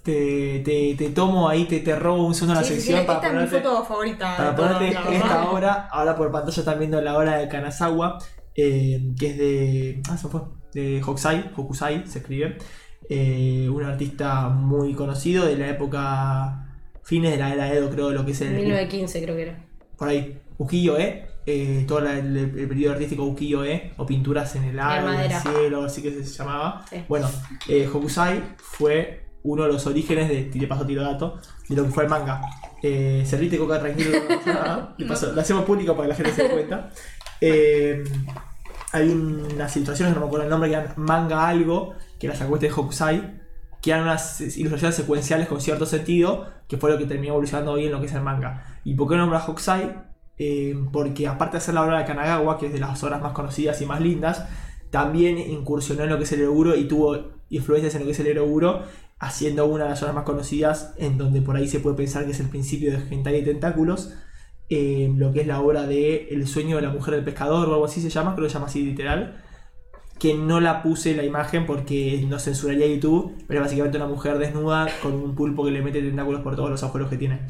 [SPEAKER 1] Te, te, te tomo ahí, te, te robo un segundo la
[SPEAKER 2] Sí, sí, sí,
[SPEAKER 1] sección para
[SPEAKER 3] Esta es mi
[SPEAKER 1] ponerte,
[SPEAKER 3] foto favorita.
[SPEAKER 1] para
[SPEAKER 3] de toda
[SPEAKER 1] ponerte
[SPEAKER 3] la
[SPEAKER 1] esta
[SPEAKER 3] obra.
[SPEAKER 1] obra. Ahora por pantalla están viendo la obra de Kanazawa, eh, que es de. Ah, se fue. De Hokusai, Hokusai se escribe. eh, un artista muy conocido de la época. Fines de la era Edo, creo, lo que es el,
[SPEAKER 2] 1915 creo que era.
[SPEAKER 1] por ahí, ukiyo-e, eh, todo la- el, el periodo artístico ukiyo-e, o pinturas en el aire, en el
[SPEAKER 2] madera.
[SPEAKER 1] cielo, así que se llamaba.
[SPEAKER 2] Sí.
[SPEAKER 1] Bueno, eh, Hokusai fue uno de los orígenes de, y de paso tiro dato, de lo que fue el manga. Eh, servite coca tranquilo, no pasa nada. De paso, lo hacemos público para que la gente se dé cuenta. Eh, hay unas ilustraciones, no me acuerdo el nombre, que eran manga algo, que las sacó este de Hokusai, que eran unas ilustraciones secuenciales con cierto sentido, que fue lo que terminó evolucionando hoy en lo que es el manga. ¿Y por qué nombra a Hokusai? Eh, porque aparte de hacer la obra de Kanagawa, que es de las obras más conocidas y más lindas, también incursionó en lo que es el Euroguro y tuvo influencias en lo que es el Euroguro, haciendo una de las obras más conocidas, en donde por ahí se puede pensar que es el principio de Hentai y Tentáculos, eh, lo que es la obra de El sueño de la mujer del pescador o algo así se llama, creo que se llama así literal, que no la puse la imagen porque no censuraría YouTube, pero es básicamente una mujer desnuda con un pulpo que le mete tentáculos por todos los agujeros que tiene.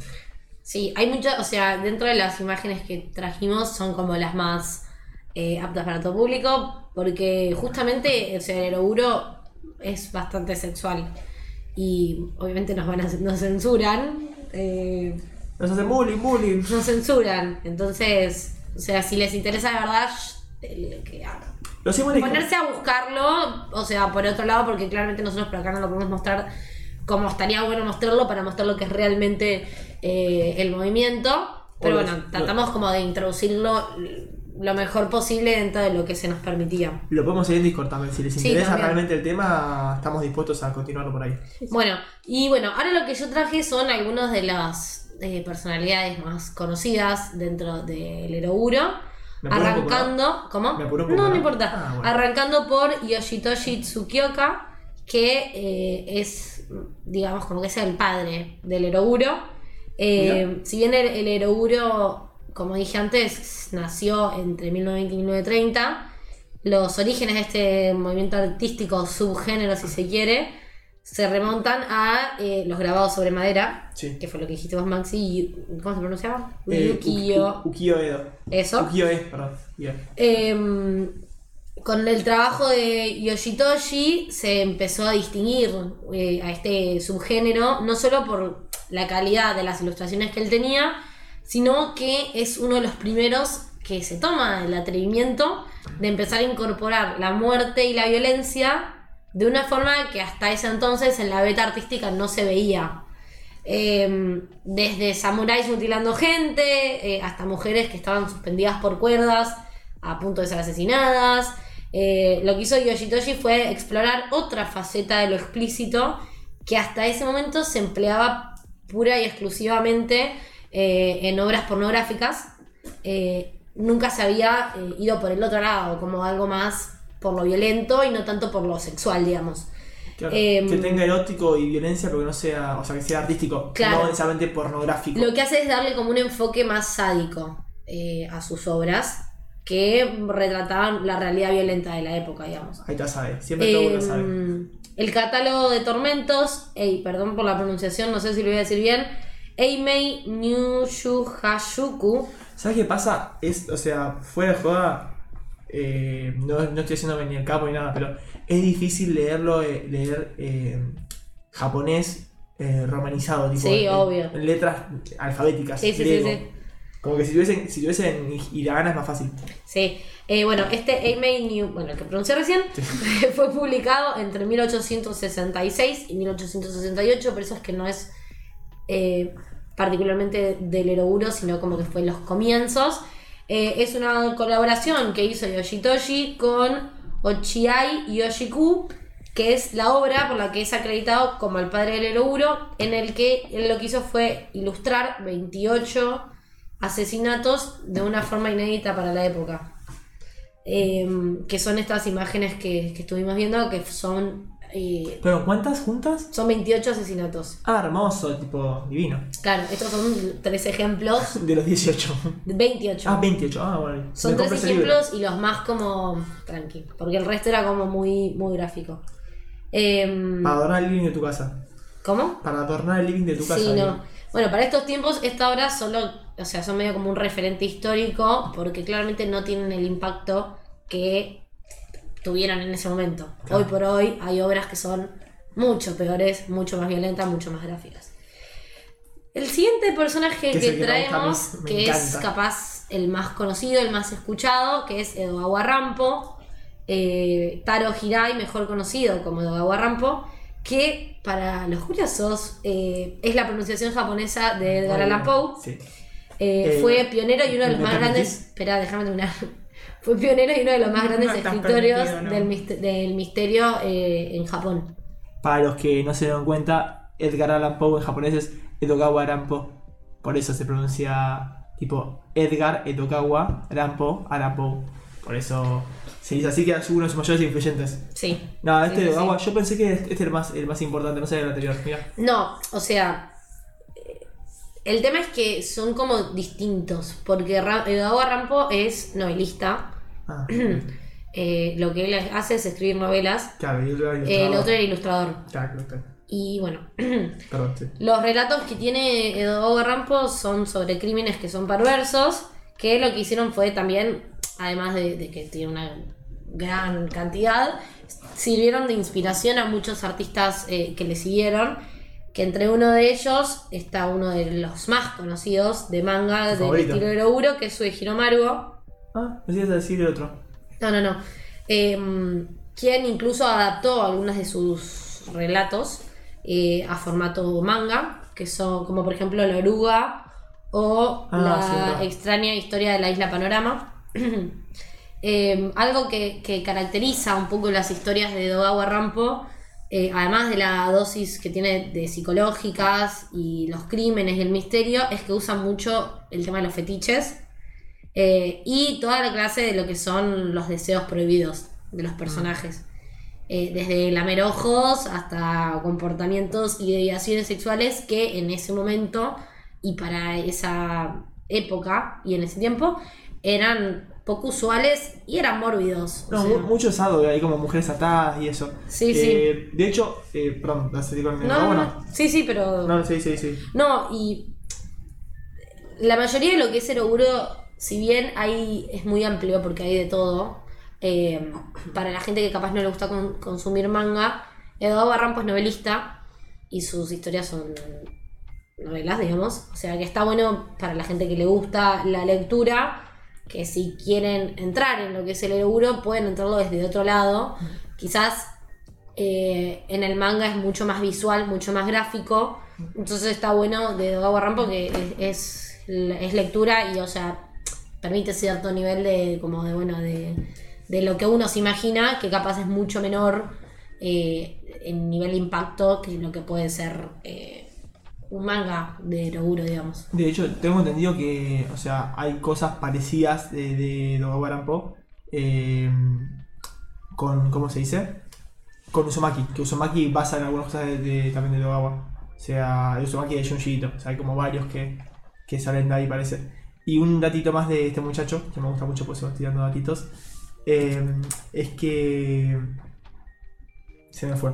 [SPEAKER 2] Sí, hay muchas, o sea, dentro de las imágenes que trajimos son como las más eh, aptas para todo público, porque justamente, o sea, el oguro es bastante sexual y obviamente nos van a, nos censuran, eh,
[SPEAKER 1] Nos hacen bullying, bullying.
[SPEAKER 2] nos censuran, entonces, o sea, si les interesa de verdad, sh- el que hagan.
[SPEAKER 1] Los Simones-
[SPEAKER 2] Ponerse a buscarlo, o sea, por otro lado, porque claramente nosotros por acá no lo podemos mostrar como estaría bueno mostrarlo para mostrar lo que es realmente eh, el movimiento. Pero
[SPEAKER 1] O los-
[SPEAKER 2] bueno, tratamos como de introducirlo lo mejor posible dentro de lo que se nos permitía.
[SPEAKER 1] Lo podemos seguir en Discord también. Si les
[SPEAKER 2] Sí,
[SPEAKER 1] interesa
[SPEAKER 2] también.
[SPEAKER 1] realmente el tema, estamos dispuestos a continuarlo por ahí.
[SPEAKER 2] Bueno, y bueno, ahora lo que yo traje son algunas de las eh, personalidades más conocidas dentro del Eroguro.
[SPEAKER 1] Me apuro un poco,
[SPEAKER 2] Arrancando, ¿cómo?
[SPEAKER 1] Me apuro un poco,
[SPEAKER 2] no, no
[SPEAKER 1] ¿no?
[SPEAKER 2] importa.
[SPEAKER 1] Ah, bueno.
[SPEAKER 2] Arrancando por Yoshitoshi Tsukioka, que eh, es, digamos, como que es el padre del Eroguro. Eh, si bien el, el Eroguro, como dije antes, nació entre 1920 y 1930, los orígenes de este movimiento artístico, subgénero si se quiere, se remontan a eh, los grabados sobre madera,
[SPEAKER 1] Sí.
[SPEAKER 2] que fue lo que dijiste vos, Maxi, y- ¿cómo se pronunciaba?
[SPEAKER 1] Eh,
[SPEAKER 2] Ukiyo.
[SPEAKER 1] U- U- Ukiyo Edo.
[SPEAKER 2] Eso.
[SPEAKER 1] Ukiyo E, perdón. Ukiyo E.
[SPEAKER 2] Em, con el trabajo de Yoshitoshi se empezó a distinguir eh, a este subgénero, no solo por la calidad de las ilustraciones que él tenía, sino que es uno de los primeros que se toma el atrevimiento de empezar a incorporar la muerte y la violencia de una forma que hasta ese entonces en la beta artística no se veía. Eh, desde samuráis mutilando gente, eh, hasta mujeres que estaban suspendidas por cuerdas a punto de ser asesinadas. Eh, lo que hizo Yoshitoshi fue explorar otra faceta de lo explícito que hasta ese momento se empleaba pura y exclusivamente eh, en obras pornográficas. Eh, nunca se había eh, ido por el otro lado, como algo más por lo violento y no tanto por lo sexual, digamos.
[SPEAKER 1] Claro,
[SPEAKER 2] Em,
[SPEAKER 1] que tenga erótico y violencia, pero que no sea, o sea, que sea artístico,
[SPEAKER 2] Claro.
[SPEAKER 1] no necesariamente pornográfico.
[SPEAKER 2] Lo que hace es darle como un enfoque más sádico eh, a sus obras que retrataban la realidad violenta de la época, digamos.
[SPEAKER 1] Ahí te sabe, siempre todo uno sabe.
[SPEAKER 2] Eh, el catálogo de tormentos, ey, perdón por la pronunciación, no sé si lo voy a decir bien. Eimei Nyushu Hashuku.
[SPEAKER 1] ¿Sabes qué pasa? Es, o sea, fuera de joda, eh, no, no estoy haciéndome ni el capo ni nada, pero es difícil leerlo, eh, leer eh, japonés eh, romanizado, tipo.
[SPEAKER 2] Sí,
[SPEAKER 1] en-
[SPEAKER 2] obvio.
[SPEAKER 1] En letras alfabéticas.
[SPEAKER 2] Sí, sí, sí,
[SPEAKER 1] griego.
[SPEAKER 2] sí.
[SPEAKER 1] Como que si tuviesen, si tuviesen hiragana es más fácil.
[SPEAKER 2] Sí. Eh, bueno, este Eimei New, bueno, el que pronuncié recién, fue publicado entre 1866 y 1868, por eso es que no es eh, particularmente del Eroguro, sino como que fue en los comienzos. Eh, es una colaboración que hizo Yoshitoshi con Ochiai Yoshiku, que es la obra por la que es acreditado como el padre del Eroguro, en el que él lo que hizo fue ilustrar 28 asesinatos de una forma inédita para la época. Eh, que son estas imágenes que, que estuvimos viendo, que son, eh,
[SPEAKER 1] Pero ¿cuántas juntas?
[SPEAKER 2] son 28 asesinatos.
[SPEAKER 1] Ah, hermoso, tipo, divino.
[SPEAKER 2] Claro, estos son tres ejemplos.
[SPEAKER 1] De los 18.
[SPEAKER 2] 28.
[SPEAKER 1] Ah, 28. Ah, bueno.
[SPEAKER 2] Son
[SPEAKER 1] Me
[SPEAKER 2] tres
[SPEAKER 1] compro ese libro.
[SPEAKER 2] ejemplos y los más como tranqui, porque el resto era como muy, muy gráfico. Em,
[SPEAKER 1] Para adornar el living de tu casa.
[SPEAKER 2] ¿Cómo?
[SPEAKER 1] Para adornar el living de tu casa. ¿eh?
[SPEAKER 2] Sí,
[SPEAKER 1] digo.
[SPEAKER 2] no. Bueno, para estos tiempos, esta obra solo, o sea, son medio como un referente histórico, porque claramente no tienen el impacto que tuvieron en ese momento.
[SPEAKER 1] Claro.
[SPEAKER 2] Hoy por hoy hay obras que son mucho peores, mucho más violentas, mucho más gráficas. El siguiente personaje
[SPEAKER 1] Que
[SPEAKER 2] que,
[SPEAKER 1] es el que me gusta a mí,
[SPEAKER 2] traemos,
[SPEAKER 1] me
[SPEAKER 2] que es
[SPEAKER 1] encanta.
[SPEAKER 2] capaz el más conocido, el más escuchado, que es Edogawa Rampo, eh, Taro Hirai, mejor conocido como Edogawa Rampo, que para los curiosos eh, es la pronunciación japonesa de Edgar Allan Poe.
[SPEAKER 1] Sí.
[SPEAKER 2] Eh,
[SPEAKER 1] Eh,
[SPEAKER 2] fue pionero y uno de los
[SPEAKER 1] ¿me
[SPEAKER 2] más
[SPEAKER 1] permitís?
[SPEAKER 2] grandes. Espera, déjame terminar. Fue pionero y uno de los más
[SPEAKER 3] No
[SPEAKER 2] grandes
[SPEAKER 3] está
[SPEAKER 2] escritorios
[SPEAKER 3] permitido, ¿no?
[SPEAKER 2] del, mist- del misterio eh, en Japón.
[SPEAKER 1] Para los que no se dieron cuenta, Edgar Allan Poe en japonés es Edogawa Arampo. Por eso se pronuncia tipo Edgar Edogawa Arampo Arampo. Por eso se dice así que es uno de sus mayores influyentes.
[SPEAKER 2] Sí.
[SPEAKER 1] No,
[SPEAKER 2] Sí,
[SPEAKER 1] este
[SPEAKER 2] sí, sí.
[SPEAKER 1] Edogawa, yo pensé que este era el más, el más importante, no sabía el anterior. Mira.
[SPEAKER 2] No, o sea, eh, el tema es que son como distintos, porque Ra- Edogawa Rampo es novelista,
[SPEAKER 1] Ah,
[SPEAKER 2] eh, lo que él hace es escribir novelas,
[SPEAKER 1] claro, y otro
[SPEAKER 2] eh,
[SPEAKER 1] era
[SPEAKER 2] el
[SPEAKER 1] ilustrador.
[SPEAKER 2] otro era ilustrador.
[SPEAKER 1] Claro, claro,
[SPEAKER 2] Y bueno,
[SPEAKER 1] perdón, sí.
[SPEAKER 2] los relatos que tiene Edogawa Rampo son sobre crímenes que son perversos, que lo que hicieron fue también, además de, de que tiene una gran cantidad, sirvieron de inspiración a muchos artistas eh, que le siguieron, que entre uno de ellos está uno de los más conocidos de manga del
[SPEAKER 1] favorito.
[SPEAKER 2] estilo Eroguro, que es Suihiro Maruo.
[SPEAKER 1] Ah, me ibas a decir el otro.
[SPEAKER 2] No, no, no. Eh, quien incluso adaptó algunos de sus relatos eh, a formato manga, que son como por ejemplo La oruga o
[SPEAKER 1] Ah,
[SPEAKER 2] La
[SPEAKER 1] cierto.
[SPEAKER 2] extraña historia de la isla Panorama. Eh, algo que, que caracteriza un poco las historias de Dogawa Rampo, eh, además de la dosis que tiene de psicológicas y los crímenes y el misterio, es que usa mucho el tema de los fetiches. Eh, y toda la clase de lo que son los deseos prohibidos de los personajes. Eh, desde lamer ojos hasta comportamientos y deviaciones sexuales que en ese momento y para esa época y en ese tiempo eran poco usuales y eran mórbidos. o
[SPEAKER 1] No,
[SPEAKER 2] sea,
[SPEAKER 1] mu- mucho asado, hay como mujeres atadas y eso.
[SPEAKER 2] Sí,
[SPEAKER 1] Eh, De hecho, eh, perdón, la serie con el
[SPEAKER 2] no,
[SPEAKER 1] no,
[SPEAKER 2] no, sí, sí, pero...
[SPEAKER 1] No, sí, sí, sí.
[SPEAKER 2] No, y la mayoría de lo que es Eroguro, si bien ahí es muy amplio porque hay de todo, eh, para la gente que capaz no le gusta con- consumir manga, Eduardo Barrampo es novelista y sus historias son novelas, digamos. O sea que está bueno para la gente que le gusta la lectura, que si quieren entrar en lo que es el Eroguro, pueden entrarlo desde otro lado. Quizás eh, en el manga es mucho más visual, mucho más gráfico. Entonces está bueno de Dogawa Rampo que es, es, es lectura y, o sea, permite cierto nivel de, como de, bueno, de, de lo que uno se imagina, que capaz es mucho menor eh, en nivel de impacto que lo que puede ser eh, un manga de Roguro, digamos.
[SPEAKER 1] De hecho, tengo entendido que, o sea, hay cosas parecidas de, de Dogawarampo eh, con, ¿cómo se dice? Con Usomaki, que Usomaki basa en algunas cosas de, de- también de Dogawa. O sea, de Usomaki y de Junjiito, o sea, hay como varios que, que salen de ahí, parece. Y un datito más de este muchacho, que me gusta mucho, pues se va tirando datitos, eh, es que... Se me fue.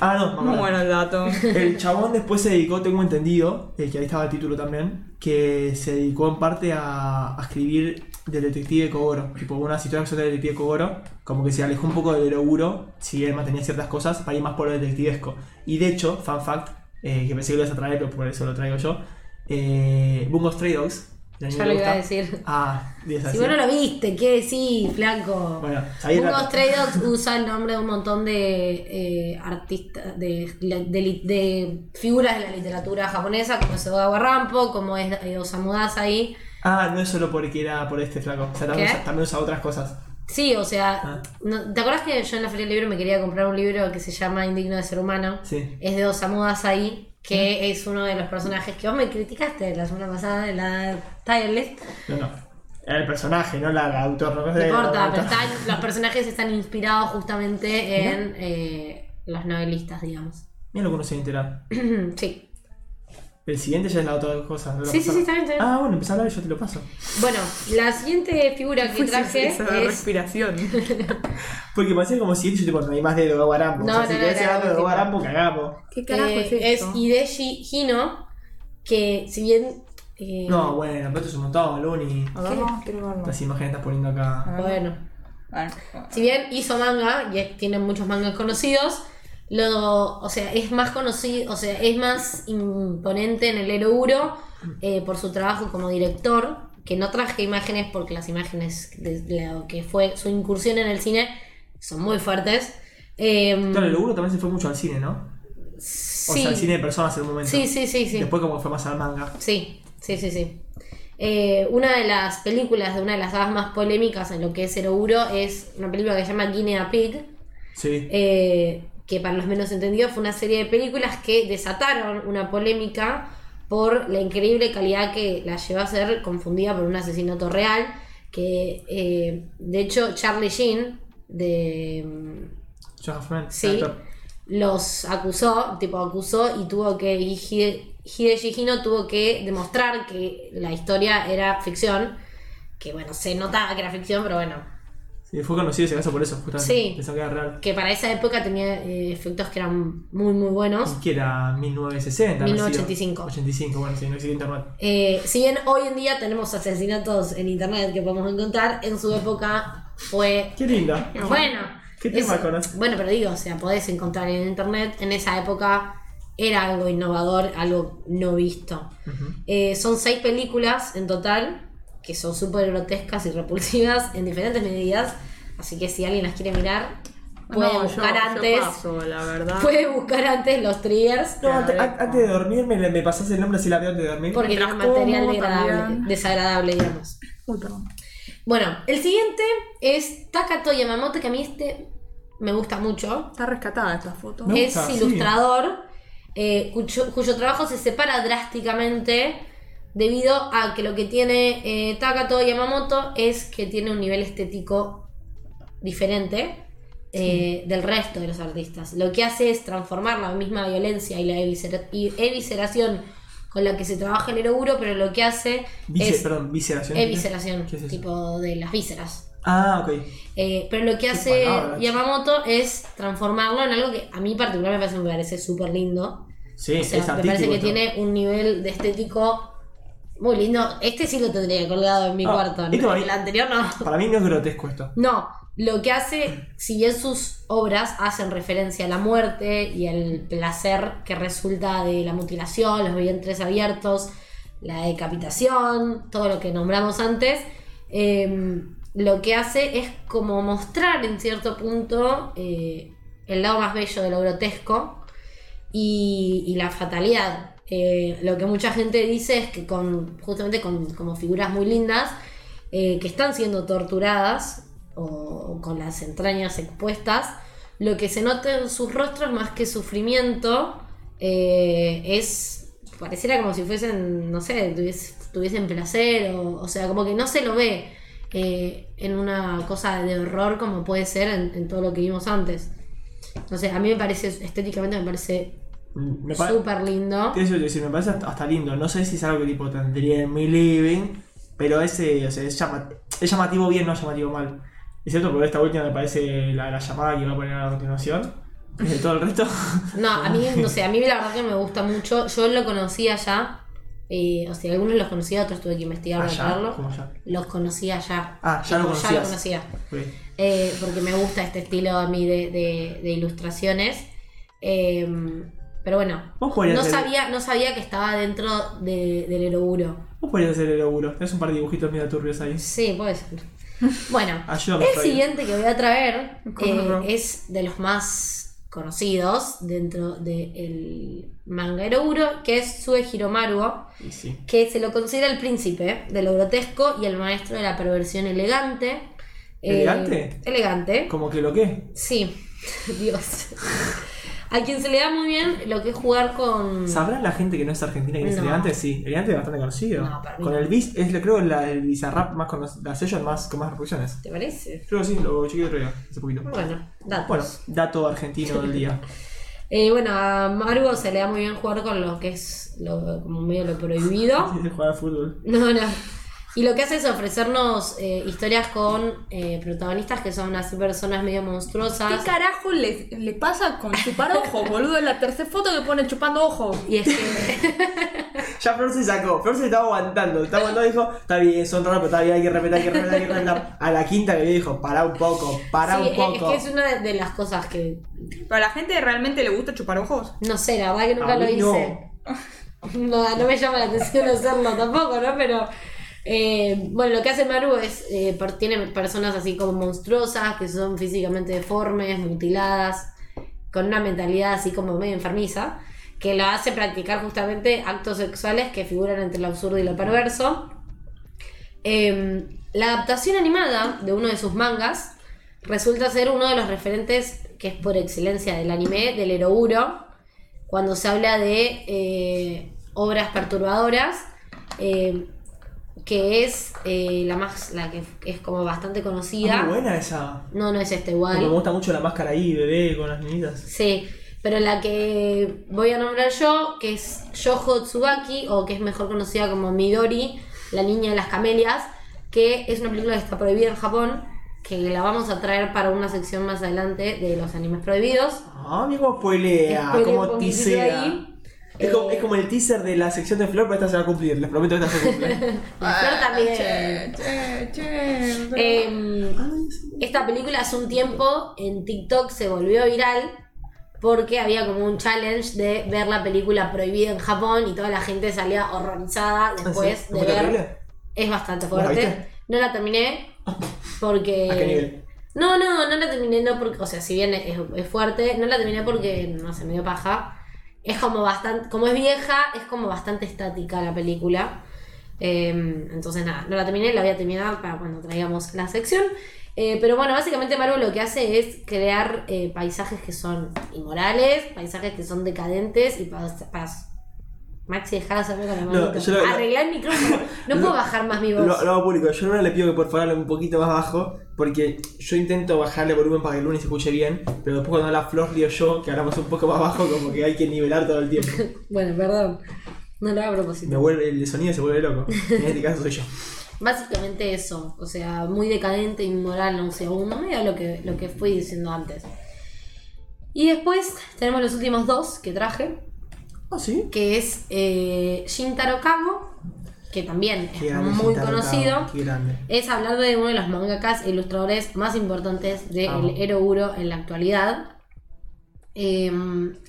[SPEAKER 1] Ah, no, me
[SPEAKER 3] Muy
[SPEAKER 1] acordé.
[SPEAKER 3] bueno el dato.
[SPEAKER 1] El chabón después se dedicó, tengo entendido, eh, que ahí estaba el título también, que se dedicó en parte a, a escribir del detective Kogoro. Tipo, una situación que son del detective Kogoro, como que se alejó un poco del Eroguro, si él mantenía ciertas cosas, para ir más por lo detectivesco. Y de hecho, fan fact, eh, que pensé que lo ibas a traer, pero por eso lo traigo yo, eh, Bungo Stray Dogs. el anime
[SPEAKER 2] Ya
[SPEAKER 1] que
[SPEAKER 2] lo
[SPEAKER 1] me
[SPEAKER 2] iba a
[SPEAKER 1] gusta.
[SPEAKER 2] decir.
[SPEAKER 1] Ah, y es
[SPEAKER 2] Si
[SPEAKER 1] así.
[SPEAKER 2] vos no lo viste, ¿qué decís, flaco?
[SPEAKER 1] Bueno, sabía
[SPEAKER 2] Bungo
[SPEAKER 1] la-
[SPEAKER 2] Stray Dogs usa el nombre de un montón de eh, artistas, de, de li- de figuras de la literatura japonesa, como es Ogawa Rampo, como es eh, Osamu Dazai.
[SPEAKER 1] Ah, no es solo porque era por este flaco. O sea, también,
[SPEAKER 2] ¿Qué?
[SPEAKER 1] usa- también usa otras cosas.
[SPEAKER 2] Sí, o sea,
[SPEAKER 1] Ah.
[SPEAKER 2] no- ¿te acordás que yo en la Feria del Libro me quería comprar un libro que se llama Indigno de Ser Humano?
[SPEAKER 1] Sí.
[SPEAKER 2] Es de Osamu Dazai, que es uno de los personajes que vos me criticaste la semana pasada en la Tier List.
[SPEAKER 1] No, no. Era el personaje, no la, la autor. No,
[SPEAKER 2] No
[SPEAKER 1] sé, la-
[SPEAKER 2] importa,
[SPEAKER 1] la-
[SPEAKER 2] pero están- los personajes están inspirados justamente en eh, los novelistas, digamos.
[SPEAKER 1] Mira lo que uno se entera.
[SPEAKER 2] sí.
[SPEAKER 1] El siguiente ya es la otra cosa. no la
[SPEAKER 2] Sí, sí,
[SPEAKER 1] pasada.
[SPEAKER 2] sí, está bien, está bien.
[SPEAKER 1] Ah, bueno, empezá a hablar y yo te lo paso.
[SPEAKER 2] Bueno, la siguiente figura que
[SPEAKER 3] Uy,
[SPEAKER 2] traje
[SPEAKER 3] esa
[SPEAKER 2] es.
[SPEAKER 3] respiración.
[SPEAKER 1] Porque parecía como si yo te pongo, no hay más de Dogawarampo.
[SPEAKER 2] No,
[SPEAKER 1] o sea,
[SPEAKER 2] no,
[SPEAKER 1] si
[SPEAKER 2] no,
[SPEAKER 1] querés
[SPEAKER 2] no,
[SPEAKER 1] hacer
[SPEAKER 2] no,
[SPEAKER 1] algo de
[SPEAKER 2] no,
[SPEAKER 1] Dogawarampo, cagamos.
[SPEAKER 3] ¿Qué carajo
[SPEAKER 2] eh,
[SPEAKER 3] es
[SPEAKER 2] es
[SPEAKER 3] esto?
[SPEAKER 2] Hideshi Hino, que si bien. eh,
[SPEAKER 1] No, bueno, pero esto es un montón, Luni.
[SPEAKER 3] A ver, no, quiero verlo.
[SPEAKER 1] Las imágenes estás poniendo acá.
[SPEAKER 2] Bueno,
[SPEAKER 3] Ah, ah.
[SPEAKER 2] si bien hizo manga, y es- tiene muchos mangas conocidos, lo, o sea, es más conocido, o sea, es más imponente en el Eroguro eh, por su trabajo como director, que no traje imágenes porque las imágenes de lo que fue su incursión en el cine son muy fuertes. Em,
[SPEAKER 1] Claro, el logro también se fue mucho al cine, ¿no? O
[SPEAKER 2] sí,
[SPEAKER 1] sea, al cine de personas en un momento.
[SPEAKER 2] sí, sí, sí, sí.
[SPEAKER 1] Después como fue más al manga.
[SPEAKER 2] Sí, sí, sí, sí. Eh, una de las películas de una de las sagas más polémicas en lo que es el Oguro es una película que se llama Guinea Pig,
[SPEAKER 1] Sí.
[SPEAKER 2] eh, que para los menos entendidos fue una serie de películas que desataron una polémica por la increíble calidad que la llevó a ser confundida por un asesinato real, que eh, de hecho Charlie Sheen de... mm,
[SPEAKER 1] John Frank,
[SPEAKER 2] Sí. Los acusó, tipo acusó y tuvo que Hide- Hideji Hino tuvo que demostrar que la historia era ficción, que bueno, se notaba que era ficción, pero bueno,
[SPEAKER 1] Sí, fue conocido ese caso por eso, justamente.
[SPEAKER 2] Sí.
[SPEAKER 1] Pensaba que era real.
[SPEAKER 2] que para esa época tenía eh, efectos que eran muy muy buenos.
[SPEAKER 1] Y que era 1960. nacido.
[SPEAKER 2] 1985.
[SPEAKER 1] 85, bueno, sí, no existía internet.
[SPEAKER 2] Eh, si bien hoy en día tenemos asesinatos en internet que podemos encontrar, en su época fue
[SPEAKER 1] Qué linda.
[SPEAKER 2] Bueno.
[SPEAKER 1] ¿Qué tema
[SPEAKER 2] eso-
[SPEAKER 1] conoces?
[SPEAKER 2] Bueno, pero digo, o sea, podés encontrar en internet, en esa época era algo innovador, algo no visto.
[SPEAKER 1] Ujú.
[SPEAKER 2] Eh, son seis películas en total, que son súper grotescas y repulsivas en diferentes medidas, así que si alguien las quiere mirar, puede
[SPEAKER 4] No, yo-
[SPEAKER 2] buscar
[SPEAKER 4] yo
[SPEAKER 2] antes.
[SPEAKER 4] paso, la verdad.
[SPEAKER 2] puede buscar antes los triggers.
[SPEAKER 1] No, ante- an- antes de dormir, me, me pasás el nombre así la veo antes de dormir.
[SPEAKER 2] Porque es
[SPEAKER 4] Mientras
[SPEAKER 2] un
[SPEAKER 4] como
[SPEAKER 2] material degradable,
[SPEAKER 4] también.
[SPEAKER 2] desagradable, digamos.
[SPEAKER 4] Uy, perdón.
[SPEAKER 2] Bueno, el siguiente es Takato Yamamoto, que a mí este me gusta mucho.
[SPEAKER 4] Está rescatada esta foto. Eh,
[SPEAKER 1] Me
[SPEAKER 2] es
[SPEAKER 1] gusta, sí.
[SPEAKER 2] ilustrador, eh, cuyo, cuyo trabajo se separa drásticamente debido a que lo que tiene eh, Takato Yamamoto es que tiene un nivel estético diferente eh, del resto de los artistas. Lo que hace es transformar la misma violencia y la eviscera- y evisceración con la que se trabaja el eroguro, pero lo que hace
[SPEAKER 1] Vice,
[SPEAKER 2] es
[SPEAKER 1] perdón, visceración.
[SPEAKER 2] evisceración,
[SPEAKER 1] ¿Qué es eso?
[SPEAKER 2] tipo de las vísceras.
[SPEAKER 1] Ah, ok.
[SPEAKER 2] Eh, pero lo que hace
[SPEAKER 1] palabras.
[SPEAKER 2] Yamamoto es transformarlo en algo que a mí particular me parece, me parece súper lindo.
[SPEAKER 1] Sí,
[SPEAKER 2] O sea,
[SPEAKER 1] es
[SPEAKER 2] me
[SPEAKER 1] artístico.
[SPEAKER 2] parece que
[SPEAKER 1] esto.
[SPEAKER 2] tiene un nivel de estético muy lindo. Este sí lo tendría colgado en mi
[SPEAKER 1] Ah,
[SPEAKER 2] cuarto.
[SPEAKER 1] este
[SPEAKER 2] ¿no?
[SPEAKER 1] bonito.
[SPEAKER 2] El anterior no.
[SPEAKER 1] Para mí no es grotesco esto.
[SPEAKER 2] No, lo que hace, si bien sus obras hacen referencia a la muerte y al placer que resulta de la mutilación, los vientres abiertos, la decapitación, todo lo que nombramos antes, eh, lo que hace es como mostrar en cierto punto eh, el lado más bello de lo grotesco y, y la fatalidad. Eh, lo que mucha gente dice es que con justamente con como figuras muy lindas eh, que están siendo torturadas o con las entrañas expuestas, lo que se nota en sus rostros más que sufrimiento eh, es pareciera como si fuesen, no sé, tuvies- tuviesen placer o, o sea, como que no se lo ve eh, en una cosa de horror como puede ser en, en todo lo que vimos antes. No sé, a mí me parece, estéticamente me parece
[SPEAKER 1] Mm, Me pare-
[SPEAKER 2] súper lindo.
[SPEAKER 1] Eso es decir, me parece hasta hasta lindo. No sé si es algo que tipo tendría en mi living, pero ese, o sea, es, llama- es llamativo bien, no es llamativo mal. Es cierto, porque esta última me parece la, la llamada que va a poner a continuación. De todo el resto.
[SPEAKER 2] No, a mí, no sé, a mí la verdad que me gusta mucho. Yo lo conocía allá. eh, o sea, algunos los conocía, otros tuve que investigar para
[SPEAKER 1] allá,
[SPEAKER 2] traerlo.
[SPEAKER 1] como allá.
[SPEAKER 2] Los conocía allá.
[SPEAKER 1] Ah, ya lo
[SPEAKER 2] Tipo,
[SPEAKER 1] conocías.
[SPEAKER 2] conocía.
[SPEAKER 1] Ok.
[SPEAKER 2] Eh, porque me gusta este estilo a mí de, de- de ilustraciones. Eh, pero bueno,
[SPEAKER 1] Vos podrías,
[SPEAKER 2] no
[SPEAKER 1] hacer,
[SPEAKER 2] sabía, no sabía que estaba dentro de- del eroguro.
[SPEAKER 1] vos podrías hacer el laburo. Tenés un par de dibujitos medio turbios ahí.
[SPEAKER 2] Sí, puede ser. Bueno,
[SPEAKER 1] Ayúdame.
[SPEAKER 2] el
[SPEAKER 1] Flavio.
[SPEAKER 2] siguiente que voy a traer eh,
[SPEAKER 4] Corro.
[SPEAKER 2] es de los más conocidos dentro del manga Eroguro, que es Sue Hiromaruo,
[SPEAKER 1] Y sí.
[SPEAKER 2] que se lo considera el príncipe de lo grotesco y el maestro de la perversión elegante. Eh,
[SPEAKER 1] ¿Elegante?
[SPEAKER 2] elegante.
[SPEAKER 1] Como que lo que.
[SPEAKER 2] Sí, Dios. A quien se le da muy bien lo que es jugar con...
[SPEAKER 1] ¿Sabrá la gente que no es argentina que es
[SPEAKER 2] Mm. No.
[SPEAKER 1] elegante? Sí, elegante es bastante conocido.
[SPEAKER 2] No, para mí
[SPEAKER 1] Con
[SPEAKER 2] no.
[SPEAKER 1] el Beast es, creo, la, el bizarrap más conocido, la session más, con más reproducciones.
[SPEAKER 2] ¿Te parece?
[SPEAKER 1] Creo que sí, lo chequeé otro día, hace poquito.
[SPEAKER 2] Bueno, datos.
[SPEAKER 1] Bueno, dato argentino del día.
[SPEAKER 2] Eh, bueno, a Maruo se le da muy bien jugar con lo que es lo, como medio lo prohibido.
[SPEAKER 1] Sí, Jugar al fútbol.
[SPEAKER 2] No, no. Y lo que hace es ofrecernos eh, historias con eh, protagonistas que son así personas medio
[SPEAKER 4] ¿Qué
[SPEAKER 2] monstruosas.
[SPEAKER 4] carajo le, le pasa con chupar ojos, boludo? Es la tercera foto que pone chupando ojos.
[SPEAKER 2] Y es que,
[SPEAKER 1] Ya Flor se sacó, Flor se estaba aguantando, estaba aguantando y dijo, está bien, son raros, pero está bien, hay que respetar, hay que respetar, hay que respetar. A la quinta que le dijo, pará un poco, pará
[SPEAKER 2] Sí,
[SPEAKER 1] un
[SPEAKER 2] es-
[SPEAKER 1] poco.
[SPEAKER 2] es que es una de- de las cosas que,
[SPEAKER 3] ¿Pero a la gente realmente le gusta chupar ojos?
[SPEAKER 2] no sé, la verdad que nunca
[SPEAKER 1] A
[SPEAKER 2] lo
[SPEAKER 1] mí no.
[SPEAKER 2] hice. No, no me llama la atención hacerlo tampoco, ¿no? Pero eh, bueno, lo que hace Maru es, eh, per- tiene personas así como monstruosas, que son físicamente deformes, mutiladas, con una mentalidad así como medio enfermiza, que la hace practicar justamente actos sexuales que figuran entre lo absurdo y lo perverso. Em, la adaptación animada de uno de sus mangas resulta ser uno de los referentes que es por excelencia del anime, del Erouro, cuando se habla de eh, obras perturbadoras, eh, que es eh, la más, la que es como bastante conocida.
[SPEAKER 1] Ah, Muy buena esa.
[SPEAKER 2] No, no es este
[SPEAKER 1] Porque me
[SPEAKER 2] igual.
[SPEAKER 1] gusta mucho la máscara ahí, bebé, con las niñitas.
[SPEAKER 2] Sí, pero la que voy a nombrar yo, que es Yoho Tsubaki, o que es mejor conocida como Midori, la niña de las camelias, que es una película que está prohibida en Japón, que la vamos a traer para una sección más adelante de los animes prohibidos.
[SPEAKER 1] Ah, amigo, spoilea,
[SPEAKER 2] Spoilea un
[SPEAKER 1] como
[SPEAKER 2] poquitito
[SPEAKER 1] tisea.
[SPEAKER 2] ahí.
[SPEAKER 1] Es, como,
[SPEAKER 2] Eh.
[SPEAKER 1] es como el teaser de la sección de Flor, pero esta se va a cumplir, les prometo que esta se cumple.
[SPEAKER 2] Flor también.
[SPEAKER 3] Che, che, che. pero-
[SPEAKER 2] Em,
[SPEAKER 1] Ah,
[SPEAKER 2] Esta película hace un tiempo en TikTok se volvió viral porque había como un challenge de ver la película prohibida en Japón y toda la gente salía horrorizada
[SPEAKER 1] ¿Ah,
[SPEAKER 2] después
[SPEAKER 1] sí?
[SPEAKER 2] de
[SPEAKER 1] ¿Es muy
[SPEAKER 2] ver.
[SPEAKER 1] terrible?
[SPEAKER 2] Es bastante
[SPEAKER 1] ¿Vos la
[SPEAKER 2] fuerte.
[SPEAKER 1] viste?
[SPEAKER 2] No la terminé porque.
[SPEAKER 1] ¿A qué nivel?
[SPEAKER 2] No, no, no la terminé, no porque, o sea, si bien es, es fuerte, no la terminé porque, no sé, me dio paja. Es como bastante, como es vieja, es como bastante estática la película. Eh, entonces, nada, no la terminé, la voy a terminar para cuando traigamos la sección. Eh, pero bueno, básicamente Maru lo que hace es crear eh, paisajes que son inmorales, paisajes que son decadentes y pas, pas- Maxi, dejá de hacerme con la
[SPEAKER 1] No,
[SPEAKER 2] manito.
[SPEAKER 1] yo lo-
[SPEAKER 2] Arreglá el micrófono. No
[SPEAKER 1] Lo-
[SPEAKER 2] puedo bajar más mi voz.
[SPEAKER 1] Lo, lo hago público, yo ahora le pido que por favor hable un poquito más bajo, porque yo intento bajarle volumen para que el lunes se escuche bien, pero después cuando habla Flor, digo yo, que hablamos un poco más bajo, como que hay que nivelar todo el tiempo.
[SPEAKER 2] Bueno, perdón. No lo hago a propósito.
[SPEAKER 1] Me vuelve, el sonido se vuelve loco. En este caso soy yo.
[SPEAKER 2] Básicamente eso, o sea, muy decadente, inmoral, no sé, uno medio lo que, lo que fui diciendo antes. Y después tenemos los últimos dos que traje,
[SPEAKER 1] ¿Ah, sí?
[SPEAKER 2] que es eh, Shintaro Kago, que también es
[SPEAKER 1] Qué grande
[SPEAKER 2] muy
[SPEAKER 1] Shintaro
[SPEAKER 2] conocido.
[SPEAKER 1] Kawa, Qué grande.
[SPEAKER 2] Es hablar de uno de los mangakas e ilustradores más importantes del
[SPEAKER 1] Amo.
[SPEAKER 2] Erouro en la actualidad. Eh,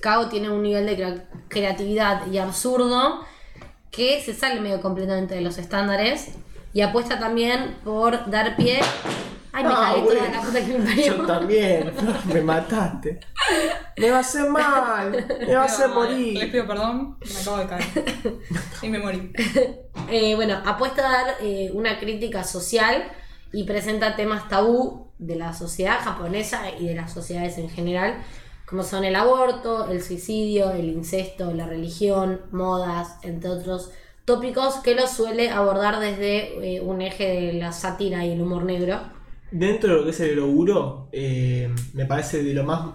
[SPEAKER 2] Kao tiene un nivel de crea- creatividad y absurdo que se sale medio completamente de los estándares y apuesta también por dar pie. Ay, me
[SPEAKER 1] Ah,
[SPEAKER 2] cagué toda
[SPEAKER 1] bueno.
[SPEAKER 2] la puta que me
[SPEAKER 1] Yo
[SPEAKER 2] parió.
[SPEAKER 1] también, Flor, me mataste. Me va a hacer mal, me va a hacer
[SPEAKER 3] Les
[SPEAKER 1] morir.
[SPEAKER 3] pido perdón, me acabo de caer. y me morí.
[SPEAKER 2] Eh, bueno, apuesta a dar eh, una crítica social y presenta temas tabú de la sociedad japonesa y de las sociedades en general, como son el aborto, el suicidio, el incesto, la religión, modas, entre otros tópicos que lo suele abordar desde eh, un eje de la sátira y el humor negro.
[SPEAKER 1] Dentro de lo que es el loguro, eh, me parece de lo más.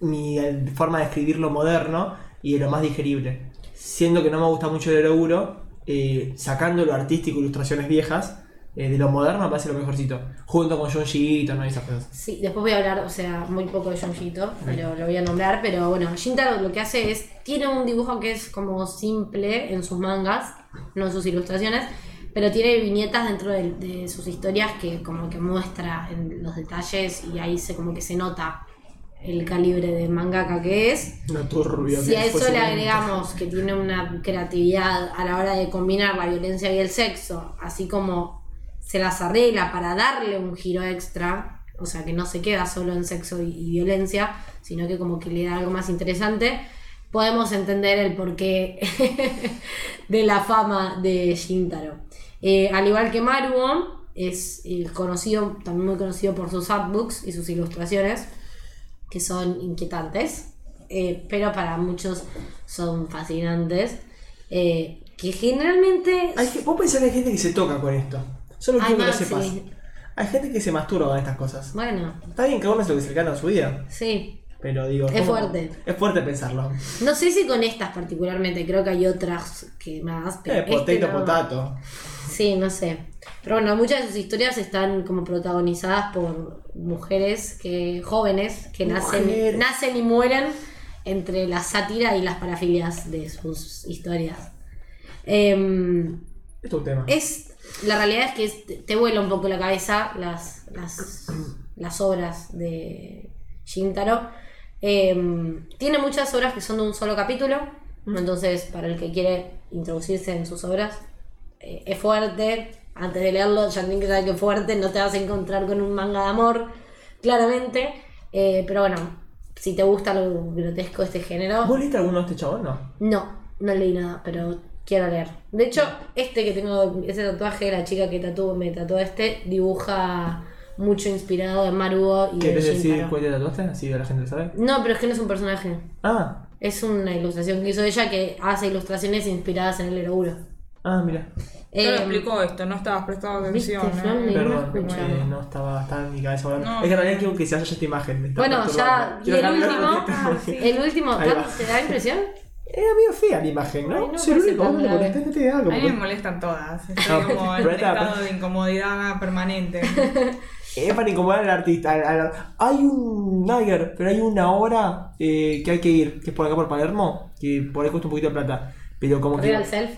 [SPEAKER 1] mi eh, forma de escribirlo moderno y de lo más digerible. Siendo que no me gusta mucho el loguro, eh, sacando lo artístico, ilustraciones viejas, eh, de lo moderno me parece lo mejorcito. Junto con John Gito, ¿no? Y esas cosas.
[SPEAKER 2] Sí, después voy a hablar, o sea, muy poco de Junjito, pero lo voy a nombrar. Pero bueno, Shintaro lo que hace es, tiene un dibujo que es como simple en sus mangas, no en sus ilustraciones, pero tiene viñetas dentro de, de sus historias que como que muestra en los detalles y ahí se como que se nota el calibre de mangaka que es.
[SPEAKER 1] No turbio.
[SPEAKER 2] Si
[SPEAKER 1] que
[SPEAKER 2] a
[SPEAKER 1] después
[SPEAKER 2] eso le
[SPEAKER 1] se me-
[SPEAKER 2] agregamos que tiene una creatividad a la hora de combinar la violencia y el sexo, así como se las arregla para darle un giro extra, o sea que no se queda solo en sexo y, y violencia, sino que como que le da algo más interesante, podemos entender el porqué de la fama de Shintaro. Eh, al igual que Maruo, es eh, conocido, también muy conocido por sus artbooks y sus ilustraciones que son inquietantes, eh, pero para muchos son fascinantes, eh, que generalmente...
[SPEAKER 1] Hay, ge- vos pensás que hay gente que se toca con esto. Solo
[SPEAKER 2] Ay,
[SPEAKER 1] quiero que lo
[SPEAKER 2] Maxi.
[SPEAKER 1] sepas. Hay gente que se masturba con estas cosas.
[SPEAKER 2] Bueno,
[SPEAKER 1] Está bien que uno es lo que se gana en su vida.
[SPEAKER 2] sí.
[SPEAKER 1] Pero digo.
[SPEAKER 2] Es fuerte.
[SPEAKER 1] Es fuerte pensarlo.
[SPEAKER 2] No sé si con estas particularmente, creo que hay otras que más... pero
[SPEAKER 1] Eh, potato,
[SPEAKER 2] este no.
[SPEAKER 1] potato.
[SPEAKER 2] Sí, no sé. Pero bueno, muchas de sus historias están como protagonizadas por mujeres que jóvenes que
[SPEAKER 1] Mujeres.
[SPEAKER 2] nacen, nacen y mueren entre la sátira y las parafilias de sus historias. Em,
[SPEAKER 1] Esto es un tema.
[SPEAKER 2] Es. La realidad es que es- te- te vuela un poco la cabeza las, las, las obras de Shintaro. Em, tiene muchas obras que son de un solo capítulo. Entonces, para el que quiere introducirse en sus obras, eh, es fuerte. Antes de leerlo, ya tienen que saber que es fuerte. No te vas a encontrar con un manga de amor, claramente. Eh, pero bueno, si te gusta lo grotesco de este género.
[SPEAKER 1] ¿Vos leíste alguno de este chabón? No.
[SPEAKER 2] No, no leí nada, pero quiero leer. De hecho, este que tengo, ese tatuaje, la chica que tatuó, me tatuó este, dibuja mucho inspirado de Maruo y de
[SPEAKER 1] ¿Quieres decir
[SPEAKER 2] Shinparo.
[SPEAKER 1] cuál te tatuaste? Así la gente lo sabe.
[SPEAKER 2] No, pero es que no es un personaje.
[SPEAKER 1] Ah,
[SPEAKER 2] Es una ilustración que hizo ella que hace ilustraciones inspiradas en el eroguro.
[SPEAKER 1] ah, mira.
[SPEAKER 3] Yo
[SPEAKER 2] Eh,
[SPEAKER 3] lo explico esto, no estabas prestando
[SPEAKER 2] ¿viste,
[SPEAKER 3] atención. ¿eh?
[SPEAKER 2] Flor? Ni-
[SPEAKER 1] Perdón,
[SPEAKER 2] no
[SPEAKER 1] es
[SPEAKER 2] escuchaba.
[SPEAKER 1] que no estaba, estaba en mi cabeza volando.
[SPEAKER 3] No.
[SPEAKER 1] es que en realidad quiero que se haya esta imagen. me está
[SPEAKER 2] Bueno, ya,
[SPEAKER 1] perturbando.
[SPEAKER 2] y el
[SPEAKER 1] Quiero cambiar de
[SPEAKER 2] último,
[SPEAKER 1] tema porque-
[SPEAKER 2] el último,
[SPEAKER 1] Ahí va.
[SPEAKER 2] Carlos, ¿te da impresión?
[SPEAKER 1] Era medio Eh, fea la imagen,
[SPEAKER 2] Ay,
[SPEAKER 1] ¿no?
[SPEAKER 2] no me
[SPEAKER 1] Soy el
[SPEAKER 2] parece
[SPEAKER 1] único
[SPEAKER 2] tan
[SPEAKER 1] hombre con
[SPEAKER 2] grave.
[SPEAKER 1] el que te da
[SPEAKER 3] A
[SPEAKER 1] algo.
[SPEAKER 3] mí me
[SPEAKER 1] porque-
[SPEAKER 3] molestan todas.
[SPEAKER 1] No,
[SPEAKER 3] Estoy como en
[SPEAKER 1] pero
[SPEAKER 3] un
[SPEAKER 1] esta-
[SPEAKER 3] estado de incomodidad permanente.
[SPEAKER 1] Es para incomodar al artista. al- al- Hay un Niger, pero hay una hora eh, que hay que ir, que es por acá por Palermo, que por ahí cuesta un poquito de plata. Pero como que.
[SPEAKER 2] Real Self.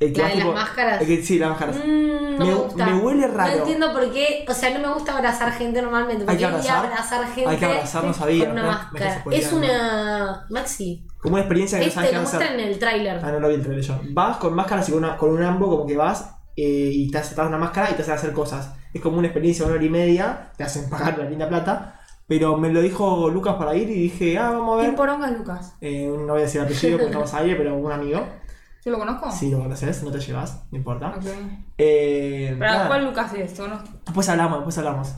[SPEAKER 1] el que
[SPEAKER 2] la
[SPEAKER 1] va
[SPEAKER 2] de las máscaras.
[SPEAKER 1] el que- sí, las máscaras.
[SPEAKER 2] Mm, no me,
[SPEAKER 1] Me-
[SPEAKER 2] gusta.
[SPEAKER 1] me huele raro.
[SPEAKER 2] No entiendo por qué. O sea, no me gusta abrazar gente normalmente.
[SPEAKER 1] Hay
[SPEAKER 2] Porque
[SPEAKER 1] que
[SPEAKER 2] voy a
[SPEAKER 1] abrazar.
[SPEAKER 2] abrazar gente
[SPEAKER 1] Hay que abrazar, no sabía.
[SPEAKER 2] con una
[SPEAKER 1] ¿no? Me estás
[SPEAKER 2] máscara.
[SPEAKER 1] spoileando.
[SPEAKER 2] Es una. Maxi.
[SPEAKER 1] Como una experiencia que no sabes
[SPEAKER 2] Este
[SPEAKER 1] qué
[SPEAKER 2] lo
[SPEAKER 1] va a hacer.
[SPEAKER 2] muestran en el tráiler.
[SPEAKER 1] Ah, no lo vi el trailer yo. Vas con máscaras y con, una- con un ambo, como que vas eh, y te atas una máscara y te hacen hacer cosas. Es como una experiencia de una hora y media, te hacen pagar la linda plata. Pero me lo dijo Lucas para ir y dije, ah, vamos a
[SPEAKER 4] ¿Quién
[SPEAKER 1] ver.
[SPEAKER 4] poronga es Lucas?
[SPEAKER 1] Eh, no voy a decir el apellido porque estamos aire, pero un amigo.
[SPEAKER 3] ¿Yo lo conozco?
[SPEAKER 1] Si lo conoces, no te llevas, no importa.
[SPEAKER 3] Ok.
[SPEAKER 1] Eh,
[SPEAKER 3] ¿Para
[SPEAKER 1] nada.
[SPEAKER 3] cuál Lucas es? Conozco.
[SPEAKER 1] Después hablamos, después hablamos.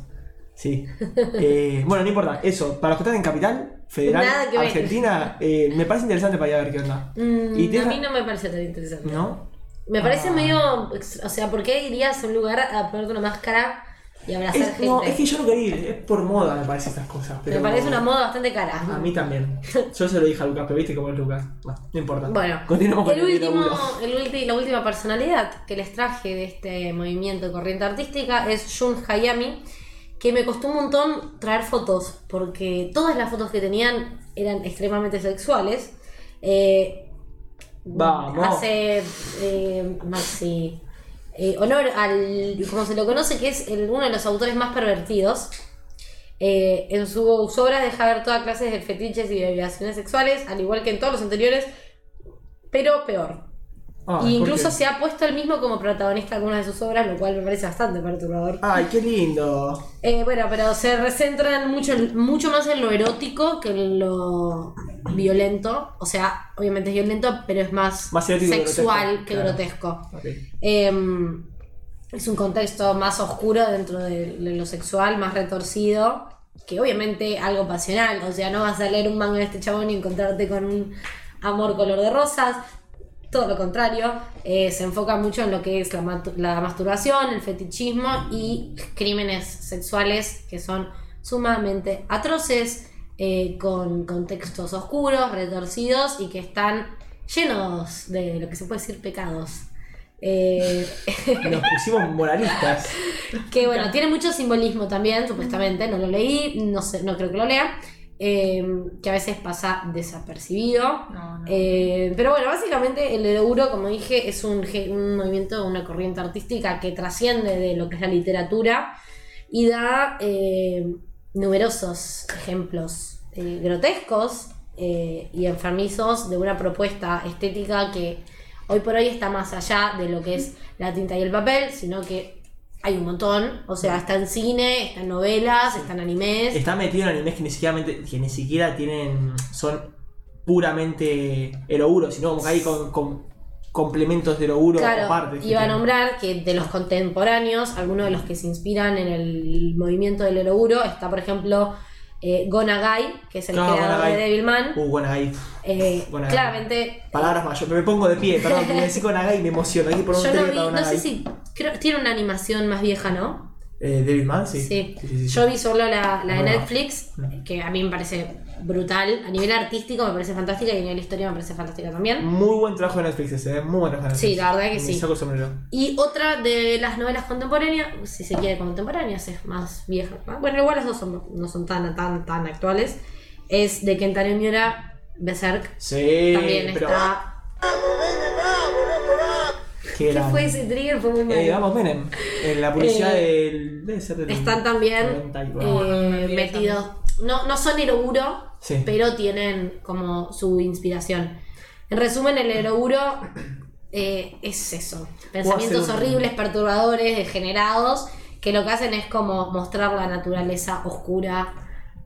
[SPEAKER 1] Sí. Eh, bueno, no importa. Eso, para los que están en Capital Federal
[SPEAKER 2] Nada que ver.
[SPEAKER 1] Argentina, eh, me parece interesante para ir a ver qué onda.
[SPEAKER 2] Mm,
[SPEAKER 1] Y tiene-
[SPEAKER 2] a mí no me parece tan interesante.
[SPEAKER 1] ¿No?
[SPEAKER 2] Me parece
[SPEAKER 1] Ah.
[SPEAKER 2] medio. ex- O sea, ¿por qué irías a un lugar a ponerte una máscara y abrazar
[SPEAKER 1] Es,
[SPEAKER 2] gente?
[SPEAKER 1] no, es que yo no quería ir, es por moda me parece estas cosas. Pero
[SPEAKER 2] Me parece una moda bastante cara.
[SPEAKER 1] A mí también. Yo se lo dije a Lucas, pero viste cómo es Lucas. No, no importa.
[SPEAKER 2] Bueno,
[SPEAKER 1] continuamos con
[SPEAKER 2] el último, el ulti- la última personalidad que les traje de este movimiento de corriente artística es Jun Hayami, que me costó un montón traer fotos, porque todas las fotos que tenían eran extremadamente sexuales. Eh,
[SPEAKER 1] Vamos.
[SPEAKER 2] Hace eh, Maxi eh, honor al, como se lo conoce, que es el- uno de los autores más pervertidos. Eh, en su- sus obras deja ver toda clase de fetiches y violaciones sexuales, al igual que en todos los anteriores, pero peor.
[SPEAKER 1] Ah,
[SPEAKER 2] Y
[SPEAKER 1] ¿por
[SPEAKER 2] incluso
[SPEAKER 1] qué?
[SPEAKER 2] se ha puesto él mismo como protagonista de algunas de sus obras, lo cual me parece bastante perturbador.
[SPEAKER 1] Ay, qué lindo.
[SPEAKER 2] Eh, bueno, pero se recentran mucho, mucho más en lo erótico que en lo violento. O sea, obviamente es violento, pero es más,
[SPEAKER 1] Más erótico que
[SPEAKER 2] sexual
[SPEAKER 1] grotesco,
[SPEAKER 2] que
[SPEAKER 1] claro.
[SPEAKER 2] grotesco.
[SPEAKER 1] Ok.
[SPEAKER 2] Eh, es un contexto más oscuro dentro de, de lo sexual, más retorcido, que obviamente algo pasional. O sea, no vas a leer un manga de este chabón y encontrarte con un amor color de rosas. Todo lo contrario, eh, se enfoca mucho en lo que es la, matu- la masturbación, el fetichismo y crímenes sexuales que son sumamente atroces, eh, con contextos oscuros, retorcidos y que están llenos de lo que se puede decir pecados. Eh,
[SPEAKER 1] Nos pusimos moralistas.
[SPEAKER 2] que bueno, tiene mucho simbolismo también, supuestamente, no lo leí, no sé, no creo que lo lea, eh, que a veces pasa desapercibido.
[SPEAKER 3] No, no.
[SPEAKER 2] Eh, pero bueno, básicamente el euro, como dije, es un, ge- un movimiento, una corriente artística que trasciende de lo que es la literatura y da eh, numerosos ejemplos eh, grotescos eh, y enfermizos de una propuesta estética que hoy por hoy está más allá de lo que es la tinta y el papel, sino que hay un montón, o sea, está en cine, está en novelas, está en animes.
[SPEAKER 1] Está metido en animes que ni siquiera, mente- que ni siquiera tienen. son puramente eroguro, sino como que hay con, con complementos de eroguro
[SPEAKER 2] Claro,
[SPEAKER 1] o partes. que
[SPEAKER 2] iba a
[SPEAKER 1] tienen.
[SPEAKER 2] nombrar que de los contemporáneos, algunos de los que se inspiran en el movimiento del eroguro, está por ejemplo eh, Gonagai, que es el
[SPEAKER 1] No,
[SPEAKER 2] creador
[SPEAKER 1] Gonagai.
[SPEAKER 2] de Devilman.
[SPEAKER 1] Uh, bueno, ahí.
[SPEAKER 2] Eh,
[SPEAKER 1] Gonagai.
[SPEAKER 2] claramente,
[SPEAKER 1] Palabras mayores. Me pongo de pie, perdón, me decís con Nagai y me emociono. Hay que poner
[SPEAKER 2] yo
[SPEAKER 1] un
[SPEAKER 2] no
[SPEAKER 1] trigger
[SPEAKER 2] vi,
[SPEAKER 1] para
[SPEAKER 2] no sé
[SPEAKER 1] Nagai.
[SPEAKER 2] si, creo, tiene una animación más vieja, ¿no?
[SPEAKER 1] Eh, David Mann, sí.
[SPEAKER 2] Sí.
[SPEAKER 1] Sí, sí, sí, sí.
[SPEAKER 2] Yo vi solo la, la de
[SPEAKER 1] Nueva.
[SPEAKER 2] Netflix, que a mí me parece brutal. A nivel artístico me parece fantástica y a nivel historia me parece fantástica también.
[SPEAKER 1] Muy buen trabajo de Netflix ese, eh, muy buen trabajo de
[SPEAKER 2] Sí,
[SPEAKER 1] Netflix.
[SPEAKER 2] la verdad que
[SPEAKER 1] Me
[SPEAKER 2] sí.
[SPEAKER 1] saco el sombrero.
[SPEAKER 2] Y otra de las novelas contemporáneas, si se quiere contemporáneas, es más vieja. ¿no? Bueno, igual las dos son- no son tan, tan, tan actuales. Es de Kentaro Miura, Berserk.
[SPEAKER 1] Sí,
[SPEAKER 2] También
[SPEAKER 1] Eh, pero.
[SPEAKER 2] está.
[SPEAKER 1] ¿Qué
[SPEAKER 2] ¿Qué
[SPEAKER 1] era?
[SPEAKER 2] fue ese trigger? Fue muy malo.
[SPEAKER 1] Eh, vamos, Menem. En la publicidad
[SPEAKER 2] Eh,
[SPEAKER 1] del. Debe ser del.
[SPEAKER 2] Están también
[SPEAKER 1] 90 y-
[SPEAKER 2] eh,
[SPEAKER 3] Mira,
[SPEAKER 2] metidos. No, no son eroguro,
[SPEAKER 1] Sí.
[SPEAKER 2] pero tienen como su inspiración. En resumen, el eroguro eh, es eso: pensamientos
[SPEAKER 1] hacer un-
[SPEAKER 2] horribles, perturbadores, degenerados, que lo que hacen es como mostrar la naturaleza oscura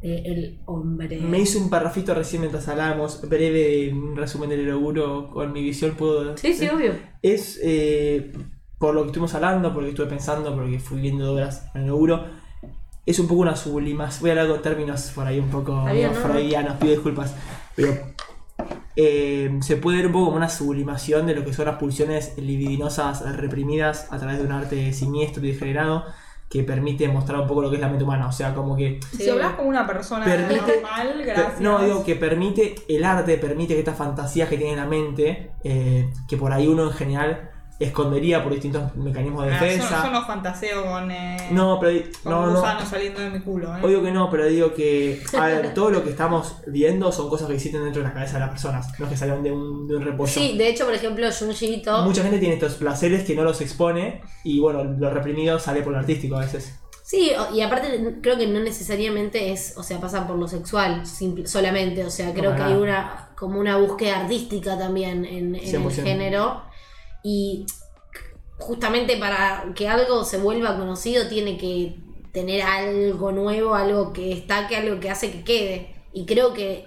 [SPEAKER 2] de El Hombre.
[SPEAKER 1] Me hice un parrafito recién mientras hablábamos, breve, un resumen del laburo con mi visión puedo...
[SPEAKER 2] Sí, sí, obvio.
[SPEAKER 1] Es, eh, por lo que estuvimos hablando, por lo que estuve pensando, por lo que fui viendo obras en el laburo, es un poco una sublimación, voy a hablar con términos por ahí un poco
[SPEAKER 2] Está bien,
[SPEAKER 1] medio
[SPEAKER 2] ¿no?
[SPEAKER 1] freudianos, pido disculpas, pero eh, se puede ver un poco como una sublimación de lo que son las pulsiones libidinosas reprimidas a través de un arte siniestro y degenerado que permite mostrar un poco lo que es la mente humana, o sea, como que...
[SPEAKER 2] Sí.
[SPEAKER 3] Si hablas con una persona
[SPEAKER 1] Permite-
[SPEAKER 3] normal,
[SPEAKER 1] Pe-
[SPEAKER 3] gracias.
[SPEAKER 1] No, digo que permite, el arte permite que estas fantasías que tiene en la mente, eh, que por ahí uno en general escondería por distintos mecanismos de
[SPEAKER 3] Ah, yo,
[SPEAKER 1] defensa.
[SPEAKER 3] no- yo no fantaseo con, eh,
[SPEAKER 1] No, pero
[SPEAKER 3] con
[SPEAKER 1] no, no.
[SPEAKER 3] gusanos saliendo de mi culo. ¿eh?
[SPEAKER 1] Obvio que no, pero digo que a ver, todo lo que estamos viendo son cosas que existen dentro de la cabeza de las personas, no es que salgan de un, de un repollo.
[SPEAKER 2] Sí, de hecho, por ejemplo, Junji Ito-
[SPEAKER 1] Mucha gente tiene estos placeres que no los expone y bueno, lo reprimido sale por lo artístico a veces.
[SPEAKER 2] Sí, o- y aparte creo que no necesariamente es, o sea, pasan por lo sexual simple- solamente, o sea, creo
[SPEAKER 1] para
[SPEAKER 2] que hay
[SPEAKER 1] nada.
[SPEAKER 2] una como una búsqueda artística también en, en el
[SPEAKER 1] 100%.
[SPEAKER 2] género y justamente para que algo se vuelva conocido tiene que tener algo nuevo, algo que destaque, algo que hace que quede y creo que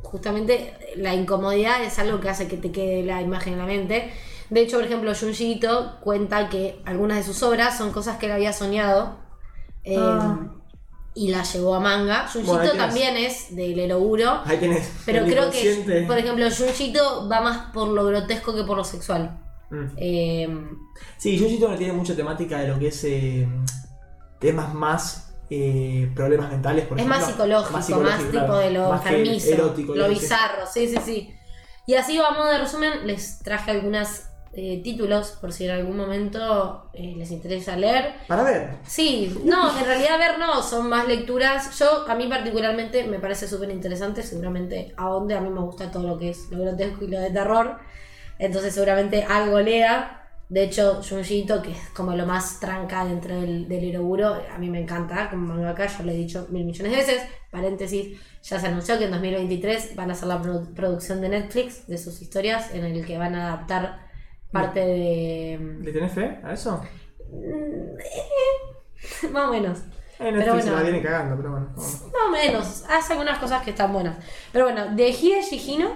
[SPEAKER 2] justamente la incomodidad es algo que hace que te quede la imagen en la mente. De hecho, por ejemplo, Junji Ito cuenta que algunas de sus obras son cosas que él había soñado eh,
[SPEAKER 4] Ah.
[SPEAKER 2] y la llevó a manga. Junji
[SPEAKER 1] Bueno, ahí
[SPEAKER 2] Ito
[SPEAKER 1] tenés.
[SPEAKER 2] también es del Eroguro,
[SPEAKER 1] Ahí tenés.
[SPEAKER 2] pero
[SPEAKER 1] el
[SPEAKER 2] creo
[SPEAKER 1] inconsciente.
[SPEAKER 2] que, por ejemplo, Junji Ito va más por lo grotesco que por lo sexual.
[SPEAKER 1] Mm.
[SPEAKER 2] Eh,
[SPEAKER 1] Sí, Jujutsu no tiene mucha temática de lo que es eh, temas más eh, problemas mentales, por
[SPEAKER 2] es
[SPEAKER 1] ejemplo.
[SPEAKER 2] más psicológico, más, tipo
[SPEAKER 1] claro.
[SPEAKER 2] de lo
[SPEAKER 1] Más que
[SPEAKER 2] enfermizo,
[SPEAKER 1] erótico,
[SPEAKER 2] lo
[SPEAKER 1] digamos, sí.
[SPEAKER 2] bizarro, sí, sí, sí. Y así, a modo de resumen, les traje algunos títulos por si en algún momento eh, les interesa leer.
[SPEAKER 1] Para ver,
[SPEAKER 2] Sí, no, en realidad a ver no, son más lecturas. Yo, a mí particularmente, me parece súper interesante, seguramente a a mí me gusta todo lo que es lo grotesco y lo de terror. Entonces seguramente algo lea. De hecho, Junjito, que es como lo más tranca dentro del, del Eroburo, a mí me encanta, como mangaka, ya lo he dicho mil millones de veces. Paréntesis, ya se anunció que en 2023 van a hacer la produ- producción de Netflix de sus historias, en el que van a adaptar parte de... mm,
[SPEAKER 1] ¿le tenés fe a eso?
[SPEAKER 2] más o menos.
[SPEAKER 1] Eh,
[SPEAKER 2] Pero
[SPEAKER 1] Netflix se
[SPEAKER 2] bueno.
[SPEAKER 1] la viene cagando, pero bueno. vamos.
[SPEAKER 2] Más o menos, hace algunas cosas que están buenas. Pero bueno, de Hide Shihino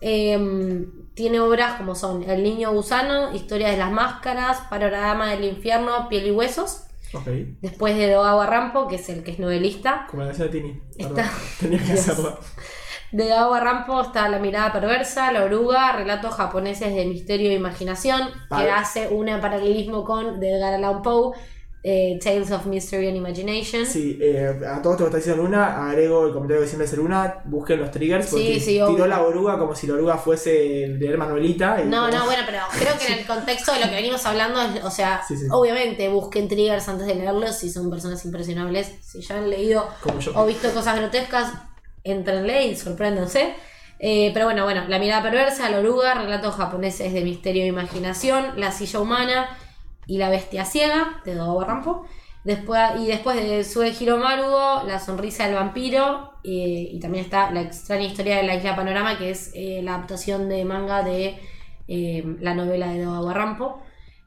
[SPEAKER 2] eh, tiene obras como son El niño gusano, Historia de las máscaras, Panorama del infierno, Piel y huesos.
[SPEAKER 1] Ok.
[SPEAKER 2] Después de Dogawa Rampo, que es el que es novelista.
[SPEAKER 1] Como la canción de Tini. perdón.
[SPEAKER 2] Está-
[SPEAKER 1] Tenía que
[SPEAKER 2] Dios.
[SPEAKER 1] hacerlo.
[SPEAKER 2] De Dogawa Rampo está La mirada perversa, La oruga, Relatos japoneses de misterio e imaginación,
[SPEAKER 1] Vale.
[SPEAKER 2] que hace un paralelismo con de Edgar Allan Poe, eh, Tales of Mystery and Imagination.
[SPEAKER 1] Sí, eh, a todos los que está diciendo Luna, agrego el comentario que siempre hace Luna, busquen los triggers,
[SPEAKER 2] Sí,
[SPEAKER 1] porque
[SPEAKER 2] sí, obvio.
[SPEAKER 1] tiró la oruga como si la oruga fuese el leer Manuelita. y-
[SPEAKER 2] No, no, bueno, pero creo que en el contexto de lo que venimos hablando, es- o sea,
[SPEAKER 1] Sí, sí.
[SPEAKER 2] obviamente busquen triggers antes de leerlos si son personas impresionables, si ya han leído
[SPEAKER 1] Como yo.
[SPEAKER 2] o visto cosas grotescas, entrenle y sorpréndanse. Eh, pero bueno, bueno, La mirada perversa, La oruga, Relatos japoneses de misterio e imaginación, La silla humana y La bestia ciega, de Dogo Rampo. Después, y después de Sue Hiro Marugo, La sonrisa del vampiro, eh, y también está La extraña historia de la isla Panorama, que es eh, la adaptación de manga de eh, la novela de Dogo Rampo.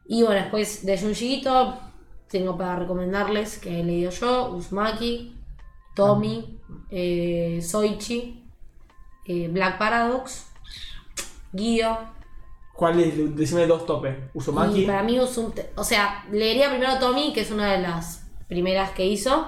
[SPEAKER 2] Y bueno, después de Junji Ito, tengo para recomendarles que he leído yo, Uzumaki, Tommy, eh, Soichi, eh, Black Paradox, Guido.
[SPEAKER 1] ¿Cuál es? Decime dos tope. Usumaki.
[SPEAKER 2] Y para mí, Uzum- o sea, leería primero Tommy, que es una de las primeras que hizo.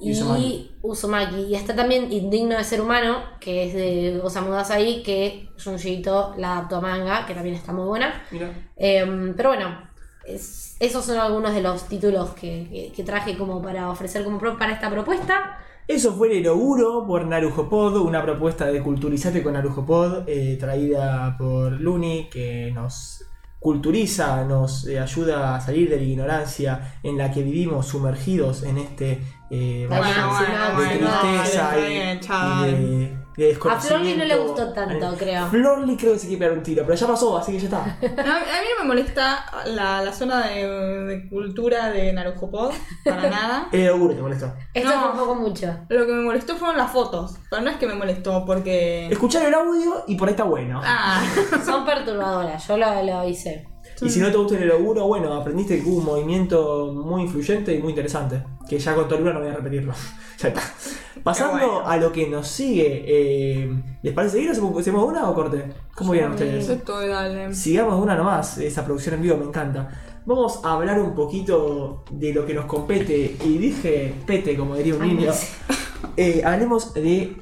[SPEAKER 1] y
[SPEAKER 2] Y
[SPEAKER 1] Uzumaki.
[SPEAKER 2] Uzumaki. Y está también Indigno de Ser Humano, que es de Osamu Dazai, que Junji Ito la adaptó a manga, que también está muy buena.
[SPEAKER 1] Mira.
[SPEAKER 2] Eh, pero bueno, es- esos son algunos de los títulos que, que- que traje como para ofrecer como pro- para esta propuesta.
[SPEAKER 1] Eso fue el Eroguro por Narujo Pod, una propuesta de Culturizate con Narujo Pod, eh, traída por Luni, que nos culturiza, nos eh, ayuda a salir de la ignorancia en la que vivimos sumergidos en este eh,
[SPEAKER 2] Bueno,
[SPEAKER 1] valle
[SPEAKER 2] bueno,
[SPEAKER 1] de
[SPEAKER 2] bueno,
[SPEAKER 1] tristeza
[SPEAKER 3] está
[SPEAKER 1] y-
[SPEAKER 3] bien,
[SPEAKER 1] y,
[SPEAKER 3] chaval.
[SPEAKER 1] de, de
[SPEAKER 2] A Florly no le
[SPEAKER 1] desconocimiento.
[SPEAKER 2] gustó tanto, creo.
[SPEAKER 1] Florly creo que se quiere pegar un tiro, pero ya pasó, así que ya está.
[SPEAKER 3] No, A, a mí no me molesta la, la zona de, de cultura de Narujopod, para nada.
[SPEAKER 1] El Eroguro te molestó.
[SPEAKER 2] Esto
[SPEAKER 3] No.
[SPEAKER 2] fue un poco mucho.
[SPEAKER 3] Lo que me molestó fueron las fotos, pero no es que me molestó porque...
[SPEAKER 1] Escuchar el audio y por ahí está bueno.
[SPEAKER 3] Ah,
[SPEAKER 2] Son perturbadoras, yo lo, lo hice.
[SPEAKER 1] Y si no te gusta el laburo, bueno, aprendiste que hubo un movimiento muy influyente y muy interesante. Que ya con Tolura no voy a repetirlo. ya está. Pasando
[SPEAKER 3] Qué bueno.
[SPEAKER 1] a lo que nos sigue, eh, ¿les parece seguir o hacemos hacemos una o corte? ¿Cómo vieron ustedes?
[SPEAKER 3] estoy, dale.
[SPEAKER 1] Sigamos una nomás, esa producción en vivo me encanta. Vamos a hablar un poquito de lo que nos compete y dije pete, como diría un
[SPEAKER 2] Ay,
[SPEAKER 1] niño.
[SPEAKER 2] no sé.
[SPEAKER 1] Eh, hablemos de.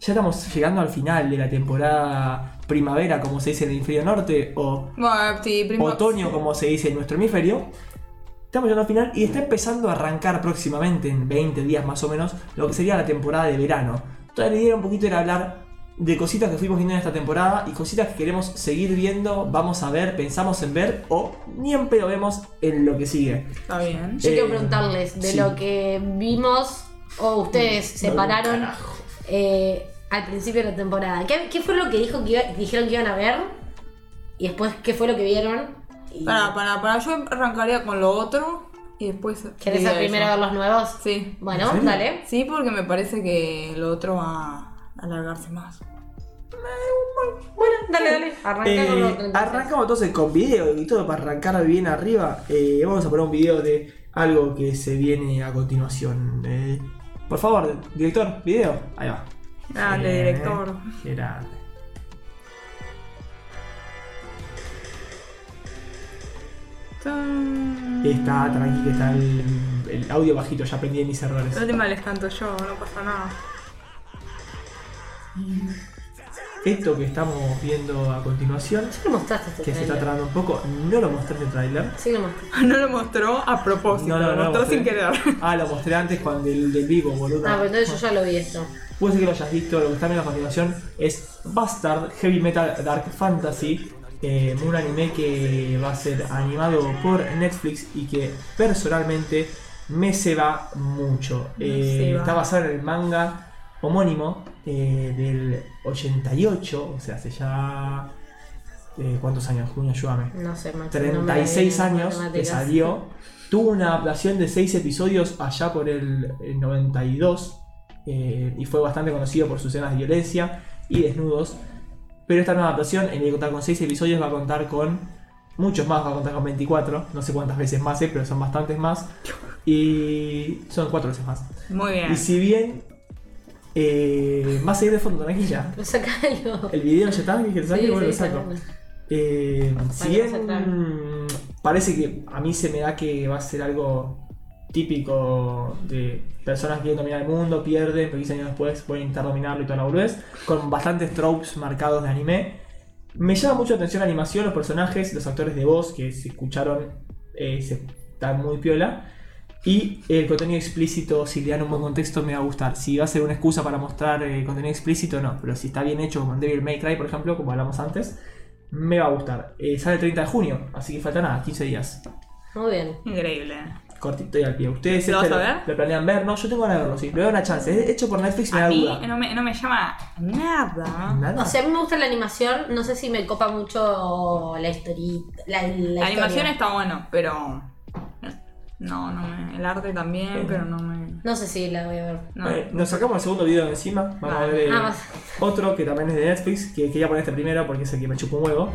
[SPEAKER 1] Ya estamos llegando al final de la temporada primavera, como se dice en el hemisferio norte, o
[SPEAKER 3] Bueno, sí, primo.
[SPEAKER 1] otoño, como se dice en nuestro hemisferio. Estamos llegando al final y está empezando a arrancar próximamente, en 20 días más o menos, lo que sería la temporada de verano. Toda la idea era un poquito era hablar de cositas que fuimos viendo en esta temporada y cositas que queremos seguir viendo, vamos a ver, pensamos en ver o ni en pedo vemos en lo que sigue.
[SPEAKER 4] Está bien.
[SPEAKER 2] Yo
[SPEAKER 1] Eh,
[SPEAKER 2] quiero preguntarles de
[SPEAKER 1] sí. Mm.
[SPEAKER 2] lo que vimos o ustedes separaron
[SPEAKER 1] carajo.
[SPEAKER 2] eh, al principio de la temporada. ¿Qué, qué fue lo que dijo que iba- dijeron que iban a ver? Y después, ¿qué fue lo que vieron? Y-
[SPEAKER 4] Para, para, para, yo arrancaría con lo otro y después.
[SPEAKER 2] ¿Querés
[SPEAKER 4] digo
[SPEAKER 2] al primero
[SPEAKER 4] eso.
[SPEAKER 2] ver los nuevos?
[SPEAKER 4] Sí.
[SPEAKER 2] Bueno,
[SPEAKER 1] ¿En serio?
[SPEAKER 2] dale.
[SPEAKER 4] Sí, porque me parece que lo otro va a alargarse más.
[SPEAKER 2] Bueno, dale, dale. Arranca con los
[SPEAKER 1] Eh,
[SPEAKER 2] 36.
[SPEAKER 1] arrancamos entonces con video y todo para arrancar bien arriba. Eh, vamos a poner un video de algo que se viene a continuación. Eh, por favor, director, video. Ahí va.
[SPEAKER 4] Dale,
[SPEAKER 1] Eh,
[SPEAKER 4] director.
[SPEAKER 1] qué grande.
[SPEAKER 4] Tum.
[SPEAKER 1] Está tranqui, que está el, el audio bajito. Ya aprendí de mis errores.
[SPEAKER 4] La última les canto yo, no pasa nada.
[SPEAKER 1] Esto que estamos viendo a continuación,
[SPEAKER 2] Ya lo mostraste este
[SPEAKER 1] que se está
[SPEAKER 2] tráiler.
[SPEAKER 1] tardando un poco, no lo mostré en el trailer.
[SPEAKER 2] Sí, lo mostraste.
[SPEAKER 4] No lo mostró a propósito,
[SPEAKER 1] No, no, no
[SPEAKER 4] lo
[SPEAKER 1] lo
[SPEAKER 4] mostró
[SPEAKER 1] mostré.
[SPEAKER 4] sin querer.
[SPEAKER 1] Ah, lo mostré antes cuando el del vivo, boludo.
[SPEAKER 2] Ah, pero entonces yo ya lo vi esto.
[SPEAKER 1] Puede ser que lo hayas visto, lo que está viendo a continuación es Bastard Heavy Metal Dark Fantasy, eh, un anime que va a ser animado por Netflix y que personalmente me se va mucho.
[SPEAKER 4] Me
[SPEAKER 1] Eh,
[SPEAKER 4] ceba.
[SPEAKER 1] está basado en el manga homónimo eh, del 88, o sea, hace ya... eh, ¿Cuántos años? Junio, ayúdame.
[SPEAKER 2] No sé, Max. no me la vi
[SPEAKER 1] 36
[SPEAKER 2] en
[SPEAKER 1] años que
[SPEAKER 2] matemáticas.
[SPEAKER 1] salió. Tuvo una adaptación de 6 episodios allá por el, el 92 eh, y fue bastante conocido por sus escenas de violencia y desnudos. Pero esta nueva adaptación, en vez de contar con 6 episodios, va a contar con muchos más, va a contar con 24. No sé cuántas veces más, es, pero son bastantes más. Y son 4 veces más.
[SPEAKER 4] Muy bien.
[SPEAKER 1] Y si bien eh, va a seguir de fondo, tranquila.
[SPEAKER 2] Pero sacalo.
[SPEAKER 1] El video ya está, que
[SPEAKER 2] Sí,
[SPEAKER 1] bueno, lo
[SPEAKER 2] sí,
[SPEAKER 1] saco.
[SPEAKER 2] sacalo.
[SPEAKER 1] Eh, si bien
[SPEAKER 2] no sacar.
[SPEAKER 1] mm, parece que a mí se me da que va a ser algo típico de personas que quieren dominar el mundo, pierden, pero 15 años después pueden intentar dominarlo y toda la boludez, con bastantes tropes marcados de anime. Me llama mucho la atención la animación, los personajes, los actores de voz que se escucharon, eh, se, están muy piola. Y el contenido explícito, si le dan un buen contexto, me va a gustar. Si va a ser una excusa para mostrar eh, contenido explícito, no. Pero si está bien hecho, como en Devil May Cry, por ejemplo, como hablamos antes, me va a gustar. Eh, sale el 30 de junio, así que falta nada, 15 días.
[SPEAKER 2] Muy bien.
[SPEAKER 4] Increíble.
[SPEAKER 1] Cortito y al pie. ¿Ustedes
[SPEAKER 4] ¿Lo
[SPEAKER 1] este
[SPEAKER 4] vas a ver?
[SPEAKER 1] lo planean ver? No, yo tengo ganas de verlo, sí. Le doy una chance. Es hecho por Netflix, me
[SPEAKER 4] A
[SPEAKER 1] da
[SPEAKER 4] mí
[SPEAKER 1] duda.
[SPEAKER 4] no me, no me llama nada.
[SPEAKER 1] ¿Nada?
[SPEAKER 2] O sea, a mí me gusta la animación, no sé si me copa mucho la historita. La, la
[SPEAKER 4] La animación
[SPEAKER 2] historia.
[SPEAKER 4] está bueno, pero. No, no me. El arte también, pero no me.
[SPEAKER 2] No sé si la voy a ver.
[SPEAKER 4] No.
[SPEAKER 1] Eh, nos sacamos el segundo video de encima. Vamos a
[SPEAKER 4] Vale.
[SPEAKER 1] ver eh,
[SPEAKER 2] Ah, vas-
[SPEAKER 1] otro que también es de Netflix, que quería poner este primero porque es el que me chupa un huevo.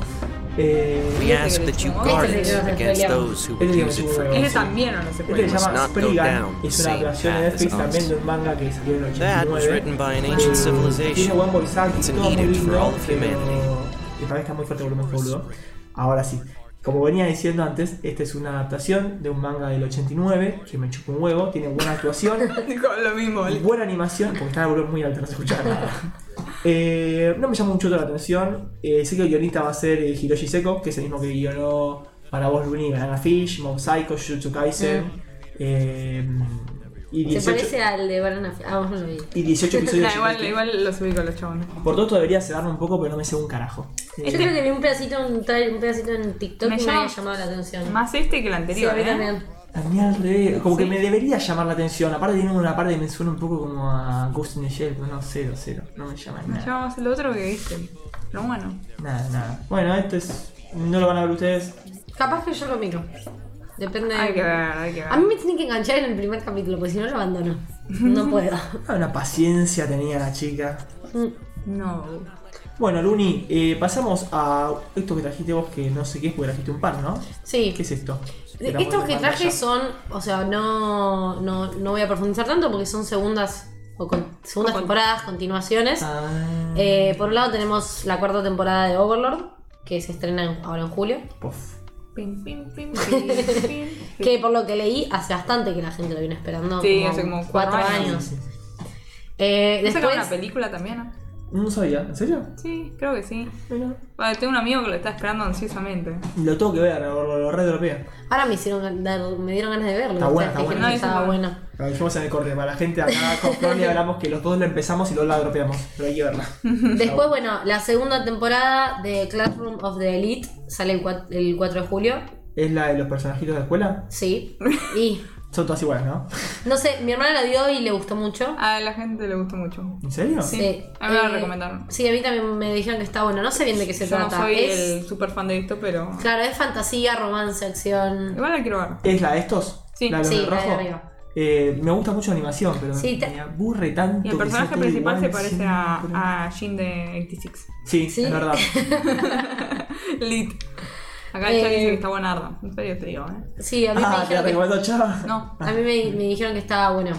[SPEAKER 1] Eh,
[SPEAKER 5] We ask that you guard
[SPEAKER 2] Este
[SPEAKER 5] it
[SPEAKER 2] es el que nos
[SPEAKER 5] against
[SPEAKER 2] spoileamos.
[SPEAKER 5] those
[SPEAKER 1] Este
[SPEAKER 5] who would
[SPEAKER 1] es el que
[SPEAKER 5] use it
[SPEAKER 1] nos
[SPEAKER 5] for
[SPEAKER 1] spoileamos.
[SPEAKER 4] Ese
[SPEAKER 5] evil.
[SPEAKER 4] también no se
[SPEAKER 1] Este
[SPEAKER 4] puede.
[SPEAKER 1] se
[SPEAKER 5] Must
[SPEAKER 1] llama
[SPEAKER 5] not go
[SPEAKER 1] Spree Gun,
[SPEAKER 5] down the
[SPEAKER 1] es una
[SPEAKER 5] same
[SPEAKER 4] ah,
[SPEAKER 1] adaptación de
[SPEAKER 5] path as
[SPEAKER 1] Netflix también
[SPEAKER 5] others.
[SPEAKER 1] de un manga que salió en el
[SPEAKER 5] That was
[SPEAKER 1] 89.
[SPEAKER 5] written by an
[SPEAKER 1] Eh,
[SPEAKER 5] ancient
[SPEAKER 1] Tiene buen
[SPEAKER 5] civilization.
[SPEAKER 1] voice
[SPEAKER 5] It's
[SPEAKER 1] acting,
[SPEAKER 5] an
[SPEAKER 1] todo muy
[SPEAKER 5] edict for
[SPEAKER 1] lindo,
[SPEAKER 5] all of
[SPEAKER 1] pero
[SPEAKER 5] humanity.
[SPEAKER 1] que para mí está muy fuerte el volumen, boludo. Ahora sí. Como venía diciendo antes, esta es una adaptación de un manga del 89, que me chupa un huevo, tiene buena actuación,
[SPEAKER 4] Dijo lo mismo.
[SPEAKER 1] y buena animación, porque está el volumen muy alto, no se escucha nada. Eh, no me llama mucho la atención. Eh, sé que el guionista va a ser eh, Hiroshi Seko, que es el mismo que guionó para vos Looney, Banana Fish, Mob Psycho, Jujutsu Kaisen. eh, y,
[SPEAKER 2] Mm. Se
[SPEAKER 1] 18,
[SPEAKER 2] parece al de Banana Fi- Ah, vos no lo vi.
[SPEAKER 1] y 18 episodios.
[SPEAKER 4] Nah, igual,
[SPEAKER 1] de-
[SPEAKER 4] igual los ubico a los chabones.
[SPEAKER 1] Por todo esto debería sedarme un poco, pero no me sé un carajo. Eh,
[SPEAKER 2] Yo creo que vi un pedacito, un, tra- un pedacito en TikTok
[SPEAKER 4] Me
[SPEAKER 2] y me
[SPEAKER 4] llama-
[SPEAKER 2] había llamado la atención.
[SPEAKER 4] Más este que el
[SPEAKER 2] sí, a
[SPEAKER 4] anterior.
[SPEAKER 2] mí
[SPEAKER 4] ¿eh?
[SPEAKER 2] también.
[SPEAKER 1] A mí al revés, como que me debería llamar la atención. Aparte tiene una parte que me suena un poco como a Ghost in the Shell, pero no, cero, cero. No me llama
[SPEAKER 4] Me
[SPEAKER 1] nada.
[SPEAKER 4] llama más el otro que viste. Pero bueno.
[SPEAKER 1] Nada, nada. Bueno, este es... No lo van a ver ustedes.
[SPEAKER 2] Capaz que yo lo miro. Depende.
[SPEAKER 4] Hay que ver, hay que ver.
[SPEAKER 2] A mí me tienen que enganchar en el primer capítulo, porque si no lo abandono. No puedo.
[SPEAKER 1] Ah, Una paciencia tenía la chica.
[SPEAKER 2] Mm.
[SPEAKER 4] No.
[SPEAKER 1] Bueno, Luni, eh, pasamos a esto que trajiste vos, que no sé qué es, porque trajiste un par, ¿no?
[SPEAKER 2] Sí.
[SPEAKER 1] ¿Qué es esto?
[SPEAKER 2] Estos que traje son, o sea, no, no, no voy a profundizar tanto porque son segundas o con- segundas
[SPEAKER 3] O con-
[SPEAKER 2] temporadas, continuaciones.
[SPEAKER 1] Ah,
[SPEAKER 2] Eh, por un lado tenemos la cuarta temporada de Overlord, que se estrena en- ahora en julio.
[SPEAKER 1] puff.
[SPEAKER 4] Pim, pim, pim, pim, pim.
[SPEAKER 2] Que por lo que leí, hace bastante que la gente lo viene esperando.
[SPEAKER 3] Sí, hace como
[SPEAKER 2] cuatro
[SPEAKER 3] cuatro
[SPEAKER 2] años.
[SPEAKER 3] años.
[SPEAKER 1] Sí, sí.
[SPEAKER 2] Eh,
[SPEAKER 3] ¿No sacaron una
[SPEAKER 2] después,
[SPEAKER 3] película también? no?
[SPEAKER 1] No sabía, ¿en serio?
[SPEAKER 3] Sí, creo que sí.
[SPEAKER 1] Bueno,
[SPEAKER 3] Vale, tengo un amigo que lo está esperando ansiosamente.
[SPEAKER 1] lo tengo que ver, lo, lo, lo redropeo.
[SPEAKER 2] ahora me hicieron gan- dar- me dieron ganas de verlo.
[SPEAKER 1] Está
[SPEAKER 2] o sea,
[SPEAKER 1] buena, está
[SPEAKER 2] dije,
[SPEAKER 1] buena.
[SPEAKER 2] no, estaba
[SPEAKER 3] No, es una-
[SPEAKER 2] buena.
[SPEAKER 1] Lo dijimos en el corte, para la gente acá con Flor y hablamos que los dos lo empezamos y los la dropeamos, pero hay que verla.
[SPEAKER 2] Después, bueno, la segunda temporada de Classroom of the Elite sale el cua- el 4 de julio.
[SPEAKER 1] ¿Es la de los personajitos de la escuela?
[SPEAKER 2] Sí. Y
[SPEAKER 1] Son todas iguales, ¿no?
[SPEAKER 2] no sé, mi hermana la vio y le gustó mucho. Eh,
[SPEAKER 3] A la gente le gustó mucho.
[SPEAKER 1] ¿En serio?
[SPEAKER 3] Ah, Sí. a mí me la recomendaron.
[SPEAKER 2] Sí, a mí también me dijeron que está bueno. No sé bien de qué se
[SPEAKER 3] Yo no
[SPEAKER 2] trata.
[SPEAKER 3] soy
[SPEAKER 2] es,
[SPEAKER 3] el super fan de esto, pero.
[SPEAKER 2] Claro, es fantasía, romance, acción.
[SPEAKER 3] Igual la quiero ver.
[SPEAKER 1] ¿Es la de estos?
[SPEAKER 3] Sí.
[SPEAKER 1] ¿La de los
[SPEAKER 2] Sí,
[SPEAKER 1] de
[SPEAKER 2] la de
[SPEAKER 1] rojo?
[SPEAKER 2] arriba.
[SPEAKER 1] Eh, me gusta mucho la animación, pero
[SPEAKER 2] Sí, te-
[SPEAKER 1] me aburre tanto.
[SPEAKER 3] Y
[SPEAKER 1] que
[SPEAKER 3] el personaje
[SPEAKER 1] sea todo
[SPEAKER 3] principal se
[SPEAKER 1] igual
[SPEAKER 3] parece
[SPEAKER 1] siempre.
[SPEAKER 3] a, a Jin de 86.
[SPEAKER 1] Sí,
[SPEAKER 2] Sí.
[SPEAKER 1] es verdad.
[SPEAKER 3] Lit. Acá
[SPEAKER 2] Eh.
[SPEAKER 3] ya dice que está buenarda. En serio te digo, ¿eh?
[SPEAKER 2] Sí, a mí me
[SPEAKER 1] ah, te la
[SPEAKER 2] dijeron que
[SPEAKER 1] recomiendo, chava.
[SPEAKER 3] No.
[SPEAKER 2] A mí me, me dijeron que estaba bueno.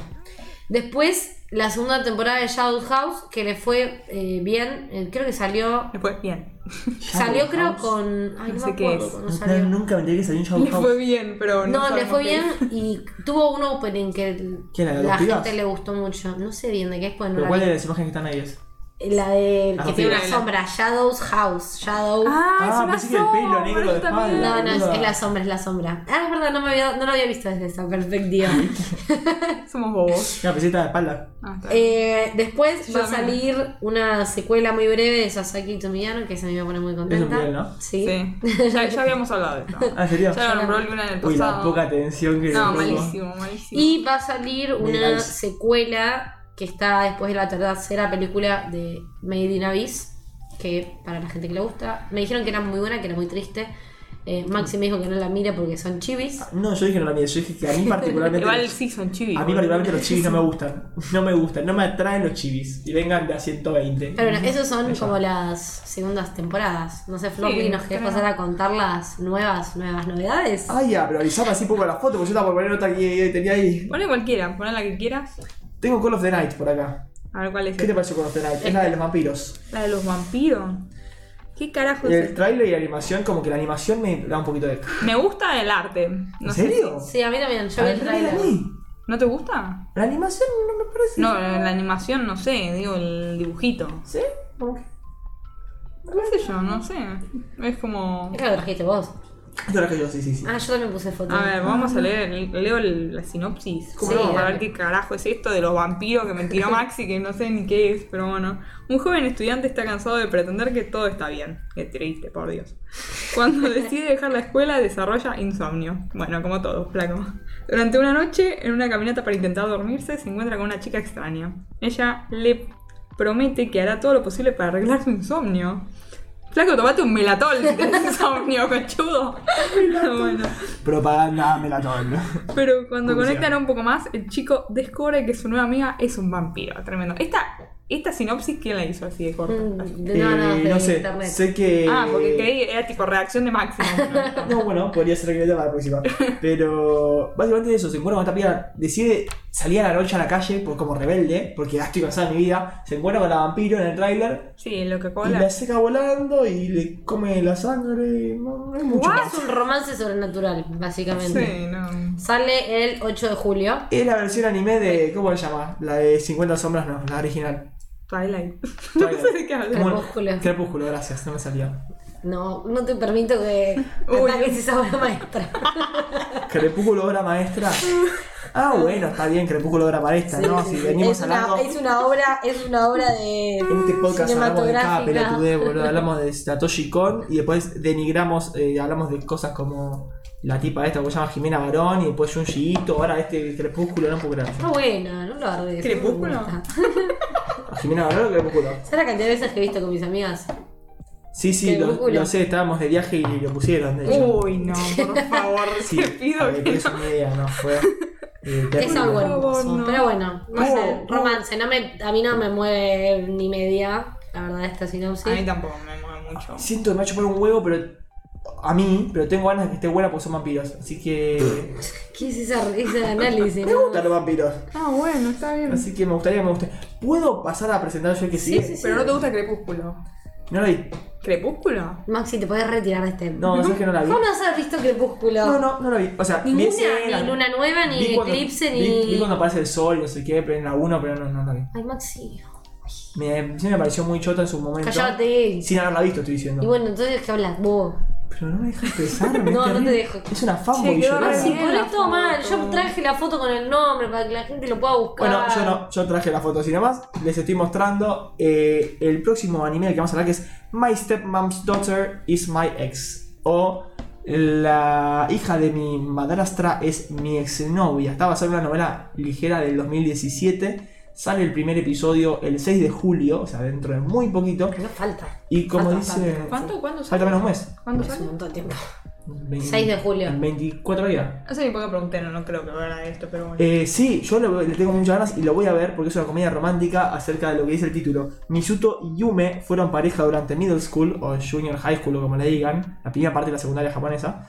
[SPEAKER 2] Después, la segunda temporada de Shadow House, que le fue eh, bien, eh, creo que salió.
[SPEAKER 3] Le fue bien.
[SPEAKER 2] salió, creo,
[SPEAKER 1] House.
[SPEAKER 2] con. Ay, no,
[SPEAKER 3] No
[SPEAKER 2] me
[SPEAKER 3] sé qué
[SPEAKER 2] acuerdo
[SPEAKER 3] es.
[SPEAKER 2] cuándo
[SPEAKER 1] No,
[SPEAKER 2] salió.
[SPEAKER 1] nunca me enteré que salió un Shadow
[SPEAKER 3] Le fue
[SPEAKER 1] House.
[SPEAKER 3] bien, pero no.
[SPEAKER 2] No, le
[SPEAKER 3] sabemos
[SPEAKER 2] fue
[SPEAKER 3] qué
[SPEAKER 2] bien
[SPEAKER 3] es.
[SPEAKER 2] y tuvo un opening que
[SPEAKER 1] ¿Quién era, de
[SPEAKER 2] la
[SPEAKER 1] los pibas?
[SPEAKER 2] gente le gustó mucho. No sé bien de qué es, pues no
[SPEAKER 1] Pero
[SPEAKER 2] la
[SPEAKER 1] ¿cuál
[SPEAKER 2] vi.
[SPEAKER 1] de las imágenes que están ahí es?
[SPEAKER 2] La de
[SPEAKER 1] Ah,
[SPEAKER 2] que
[SPEAKER 1] sí,
[SPEAKER 2] tiene
[SPEAKER 3] la
[SPEAKER 2] una
[SPEAKER 3] de la-
[SPEAKER 2] sombra, Shadow's House. Shadow.
[SPEAKER 1] Ah,
[SPEAKER 3] Ah,
[SPEAKER 1] pensé
[SPEAKER 3] es
[SPEAKER 1] que
[SPEAKER 3] una
[SPEAKER 1] el pelo
[SPEAKER 3] sombra,
[SPEAKER 1] negro de
[SPEAKER 3] yo también.
[SPEAKER 1] espalda.
[SPEAKER 2] no, no, es,
[SPEAKER 1] boluda.
[SPEAKER 2] es la sombra, es la sombra. Ah, es verdad, no, me había- no lo había visto desde esa perspectiva.
[SPEAKER 3] Somos bobos.
[SPEAKER 1] Una peseta de espalda.
[SPEAKER 3] Ah, está bien.
[SPEAKER 2] Eh, después
[SPEAKER 3] Yo
[SPEAKER 2] va a
[SPEAKER 3] también.
[SPEAKER 2] salir una secuela muy breve de Sasaki Tomiyano, que se me pone muy
[SPEAKER 1] Es un
[SPEAKER 2] contenta.
[SPEAKER 1] piel, ¿no?
[SPEAKER 2] Sí.
[SPEAKER 3] Sí. Ya, ya habíamos hablado de esto.
[SPEAKER 1] Ah, ¿en serio?
[SPEAKER 3] Ya lo nombró Luna en el pasado.
[SPEAKER 1] Uy, la poca atención que
[SPEAKER 3] No,
[SPEAKER 1] le pongo.
[SPEAKER 3] malísimo, malísimo.
[SPEAKER 2] Y va a salir una
[SPEAKER 1] Mirá, es-
[SPEAKER 2] secuela que está después de la tercera película de Made in Abyss, que para la gente que le gusta, me dijeron que era muy buena, que era muy triste. Eh, Maxi me dijo que no la mire porque son chivis.
[SPEAKER 1] No, yo dije que no la mía, yo dije que a mí particularmente.
[SPEAKER 3] Igual sí son chivis.
[SPEAKER 1] A mí particularmente los chivis no me gustan. No me gustan, no me atraen los chivis. Y vengan de a 120.
[SPEAKER 2] Pero bueno, esas son
[SPEAKER 1] Ella.
[SPEAKER 2] como las segundas temporadas. No sé, Floppy,
[SPEAKER 3] Sí,
[SPEAKER 2] ¿nos querés
[SPEAKER 3] creo.
[SPEAKER 2] pasar a contar las nuevas, nuevas novedades?
[SPEAKER 1] Ay, ya, pero avisame así poco la foto, porque yo estaba por poner otra que eh, tenía ahí.
[SPEAKER 3] Ponle cualquiera, ponle la que quieras.
[SPEAKER 1] Tengo Call of the Night por acá.
[SPEAKER 3] A ver cuál es.
[SPEAKER 1] ¿Qué te pareció Call of the Night? Es la de los vampiros.
[SPEAKER 3] La de los vampiros. ¿Qué carajo es
[SPEAKER 1] El
[SPEAKER 3] esto?
[SPEAKER 1] trailer y la animación, como que la animación me da un poquito de.
[SPEAKER 3] Me gusta el arte.
[SPEAKER 1] ¿En
[SPEAKER 3] No sé
[SPEAKER 1] serio?
[SPEAKER 2] Sí, a mí también. Yo vi
[SPEAKER 1] Al
[SPEAKER 2] el
[SPEAKER 1] revés de
[SPEAKER 2] trailer.
[SPEAKER 1] mí.
[SPEAKER 3] si- ¿No te gusta?
[SPEAKER 1] La animación no me parece.
[SPEAKER 3] No, la animación, no sé, digo, el dibujito.
[SPEAKER 1] ¿Sí? Como que.
[SPEAKER 3] ¿Qué sé yo? No sé. Es como.
[SPEAKER 2] Creo que lo trajiste vos.
[SPEAKER 1] Esto era que yo, sí, sí, sí.
[SPEAKER 2] Ah, yo también puse foto.
[SPEAKER 3] A ver, vamos a leer, leo el- la sinopsis.
[SPEAKER 1] ¿Cómo
[SPEAKER 2] Sí,
[SPEAKER 1] no?
[SPEAKER 3] A
[SPEAKER 2] dale.
[SPEAKER 3] ver qué carajo es esto de los vampiros que me tiró Maxi, que no sé ni qué es, pero bueno. Un joven estudiante está cansado de pretender que todo está bien. Qué triste, por Dios. Cuando decide dejar la escuela, desarrolla insomnio. Bueno, como todos, flaco. Durante una noche, en una caminata para intentar dormirse, se encuentra con una chica extraña. Ella le promete que hará todo lo posible para arreglar su insomnio. Flaco, tomate un melatol si tenés insomnio, conchudo. bueno.
[SPEAKER 1] Propaganda melatón.
[SPEAKER 3] Pero cuando
[SPEAKER 1] Publicidad.
[SPEAKER 3] conectan un poco más, el chico descubre que su nueva amiga es un vampiro. Tremendo. Esta, esta sinopsis, ¿quién la hizo así de corta?
[SPEAKER 2] Mm, de-
[SPEAKER 1] Eh,
[SPEAKER 2] No, no, de
[SPEAKER 1] no sé.
[SPEAKER 2] internet.
[SPEAKER 1] Sé que.
[SPEAKER 3] Ah, porque creí era tipo reacción de Máximo.
[SPEAKER 1] No, bueno, podría ser que para la próxima. Pero básicamente eso, se encuentra con esta piba, decide salir a la noche a la calle por, como rebelde, porque ya estoy cansada de mi vida, se encuentra con la vampiro en el tráiler
[SPEAKER 3] Sí, lo que
[SPEAKER 1] y la
[SPEAKER 3] cola.
[SPEAKER 1] seca volando y le come la sangre, no, no es mucho
[SPEAKER 3] ¿What?
[SPEAKER 1] más.
[SPEAKER 2] Es un romance sobrenatural, básicamente.
[SPEAKER 3] Sí, no.
[SPEAKER 2] Sale el 8 de julio.
[SPEAKER 1] Es la versión anime de, ¿cómo se llama? La de 50 sombras, no, la original.
[SPEAKER 3] Twilight. no
[SPEAKER 1] Twilight.
[SPEAKER 3] sé de qué hablas.
[SPEAKER 1] Bueno,
[SPEAKER 2] Crepúsculo.
[SPEAKER 1] Crepúsculo, gracias, no me salía.
[SPEAKER 2] No, no te permito que
[SPEAKER 3] Uy.
[SPEAKER 2] ataques esa obra maestra.
[SPEAKER 1] Crepúsculo, obra maestra. Ah, bueno, está bien, Crepúsculo, obra maestra, ¿no? Si venimos
[SPEAKER 2] es, una,
[SPEAKER 1] hablando...
[SPEAKER 2] es una obra, es una obra de
[SPEAKER 1] En este podcast hablamos de cada
[SPEAKER 2] cinematográfica.
[SPEAKER 1] pelotudez, boludo. Hablamos de Satoshi Kon y después denigramos, eh, hablamos de cosas como la tipa esta, que se llama Jimena Barón y después Junji Ito, ahora este crepúsculo, no puedo creer.
[SPEAKER 2] Está buena, no lo ardes.
[SPEAKER 3] ¿Crepúsculo?
[SPEAKER 1] ¿A Jimena Barón o crepúsculo?
[SPEAKER 2] ¿Sabes la cantidad de veces que he visto con mis amigas?
[SPEAKER 1] Sí, sí, lo,
[SPEAKER 2] Crepúsculo.
[SPEAKER 1] lo sé, estábamos de viaje y lo pusieron, de hecho.
[SPEAKER 3] Uy, no, por favor,
[SPEAKER 1] sí,
[SPEAKER 3] te pido
[SPEAKER 1] de
[SPEAKER 3] que
[SPEAKER 1] tres y media, no, fue. eh, terrible.
[SPEAKER 2] Esa buena.
[SPEAKER 3] favor, no.
[SPEAKER 2] Pero bueno, no
[SPEAKER 1] No,
[SPEAKER 2] sé,
[SPEAKER 1] no.
[SPEAKER 2] romance, no me, a mí no me mueve ni media. la verdad, esta sinopsis.
[SPEAKER 3] A mí tampoco me mueve mucho.
[SPEAKER 1] Siento que me ha chupado un huevo, pero. A mí, pero tengo ganas de que esté buena porque son vampiros. Así que.
[SPEAKER 2] ¿Qué es esa- ese análisis?
[SPEAKER 1] me
[SPEAKER 2] no?
[SPEAKER 1] gustan los vampiros.
[SPEAKER 3] Ah, bueno, está bien.
[SPEAKER 1] Así que me gustaría que me guste. ¿Puedo pasar a presentar yo el que
[SPEAKER 2] Sí,
[SPEAKER 1] sigue?
[SPEAKER 2] sí, sí.
[SPEAKER 3] Pero no te gusta Crepúsculo.
[SPEAKER 1] No la vi.
[SPEAKER 3] ¿Crepúsculo?
[SPEAKER 2] Maxi, te podés retirar de este.
[SPEAKER 1] No, es que no la vi.
[SPEAKER 2] ¿Cómo no has visto Crepúsculo?
[SPEAKER 1] No, no, no la vi. O sea, vi
[SPEAKER 2] Ninguna,
[SPEAKER 1] escenas,
[SPEAKER 2] ni Luna Nueva, ni
[SPEAKER 1] vi cuando-
[SPEAKER 2] Eclipse,
[SPEAKER 1] vi-
[SPEAKER 2] ni-
[SPEAKER 1] Vi cuando aparece el sol, no sé qué, pero en la 1, pero no, no la vi.
[SPEAKER 2] Ay, Maxi,
[SPEAKER 1] Me, sí me pareció muy chota en su momento.
[SPEAKER 2] cállate.
[SPEAKER 1] Sin haberla visto, estoy
[SPEAKER 2] Y
[SPEAKER 1] diciendo.
[SPEAKER 2] bueno, entonces, ¿qué hablas vos?
[SPEAKER 1] Pero no me deja expresarme.
[SPEAKER 2] No,
[SPEAKER 1] es
[SPEAKER 2] no te
[SPEAKER 1] terrible.
[SPEAKER 2] dejo.
[SPEAKER 1] Es una fanboy
[SPEAKER 3] Che, quedó
[SPEAKER 1] llorona.
[SPEAKER 3] re
[SPEAKER 2] Maxi,
[SPEAKER 3] bien la
[SPEAKER 2] ponés todo
[SPEAKER 3] foto.
[SPEAKER 2] mal. Yo traje la foto con el nombre para que la gente lo pueda buscar.
[SPEAKER 1] Bueno, yo no, yo traje las fotos y demás. Les estoy mostrando eh, el próximo anime del que vamos a hablar, que es My Stepmom's Daughter is My Ex. O La hija de mi madrastra es mi exnovia. Está basada en una novela ligera del 2017. Sale el primer episodio el 6 de julio, o sea, dentro de muy poquito.
[SPEAKER 2] No falta.
[SPEAKER 1] Y como
[SPEAKER 2] Falta
[SPEAKER 1] dice.
[SPEAKER 3] ¿Cuánto? ¿Cuándo
[SPEAKER 1] Falta
[SPEAKER 3] sale?
[SPEAKER 1] menos un mes.
[SPEAKER 3] ¿Cuándo
[SPEAKER 2] Es un
[SPEAKER 3] sale?
[SPEAKER 2] montón de tiempo.
[SPEAKER 1] Vein-
[SPEAKER 2] 6 de julio.
[SPEAKER 1] En 24 días.
[SPEAKER 3] No sé ni por qué pregunté, no, no creo que verá esto, pero bueno.
[SPEAKER 1] Eh, sí, yo lo- le tengo muchas ganas y lo voy a ver porque es una comedia romántica acerca de lo que dice el título. Miyuto y Yume fueron pareja durante middle school o junior high school o como le digan, la primera parte de la secundaria japonesa,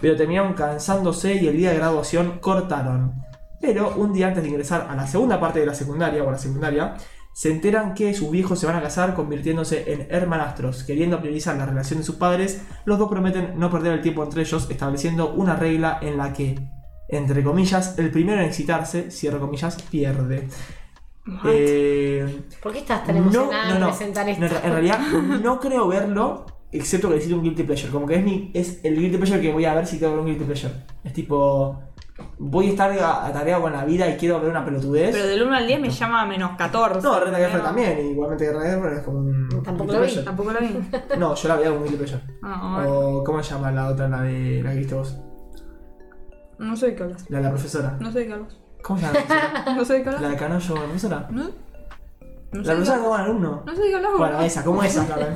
[SPEAKER 1] pero terminaron cansándose y el día de graduación cortaron. Pero un día antes de ingresar a la segunda parte de la secundaria o a la secundaria, se enteran que sus viejos se van a casar convirtiéndose en hermanastros. Queriendo priorizar la relación de sus padres, los dos prometen no perder el tiempo entre ellos, estableciendo una regla en la que, entre comillas, el primero en excitarse, cierro comillas, pierde. Eh,
[SPEAKER 2] ¿Por qué estás tan
[SPEAKER 1] no,
[SPEAKER 2] emocionada
[SPEAKER 1] no,
[SPEAKER 2] en
[SPEAKER 1] no.
[SPEAKER 2] presentar
[SPEAKER 1] No,
[SPEAKER 2] esto?
[SPEAKER 1] en realidad no creo verlo, excepto que necesito un guilty pleasure. Como que es, mi, es el guilty pleasure que voy a ver si quiero ver un guilty pleasure. Es tipo, voy a estar a- atareado con la vida y quiero ver una pelotudez.
[SPEAKER 3] Pero del 1 al 10 me llama a menos 14.
[SPEAKER 1] No, Renta Gaffer
[SPEAKER 3] pero-
[SPEAKER 1] también, igualmente que Renta Gaffer es como un.
[SPEAKER 2] Tampoco
[SPEAKER 1] guilty
[SPEAKER 2] lo vi.
[SPEAKER 1] pleasure.
[SPEAKER 3] Tampoco lo vi.
[SPEAKER 1] No, yo la veía como un guilty pleasure.
[SPEAKER 3] Ah, bueno.
[SPEAKER 1] O, ¿cómo se llama la otra, la de la que viste vos?
[SPEAKER 3] No sé de qué hablas.
[SPEAKER 1] La de la profesora.
[SPEAKER 3] No sé de qué hablas.
[SPEAKER 1] ¿Cómo se llama la profesora?
[SPEAKER 3] No sé de qué
[SPEAKER 1] la
[SPEAKER 3] hablas.
[SPEAKER 1] de Canoyo, ¿la profesora?
[SPEAKER 3] No. No
[SPEAKER 1] La
[SPEAKER 3] sé de qué
[SPEAKER 1] profesora que
[SPEAKER 3] hablas.
[SPEAKER 1] buen alumno.
[SPEAKER 3] No sé de qué hablas.
[SPEAKER 1] Bueno,
[SPEAKER 3] boludo.
[SPEAKER 1] esa, como esa, claro.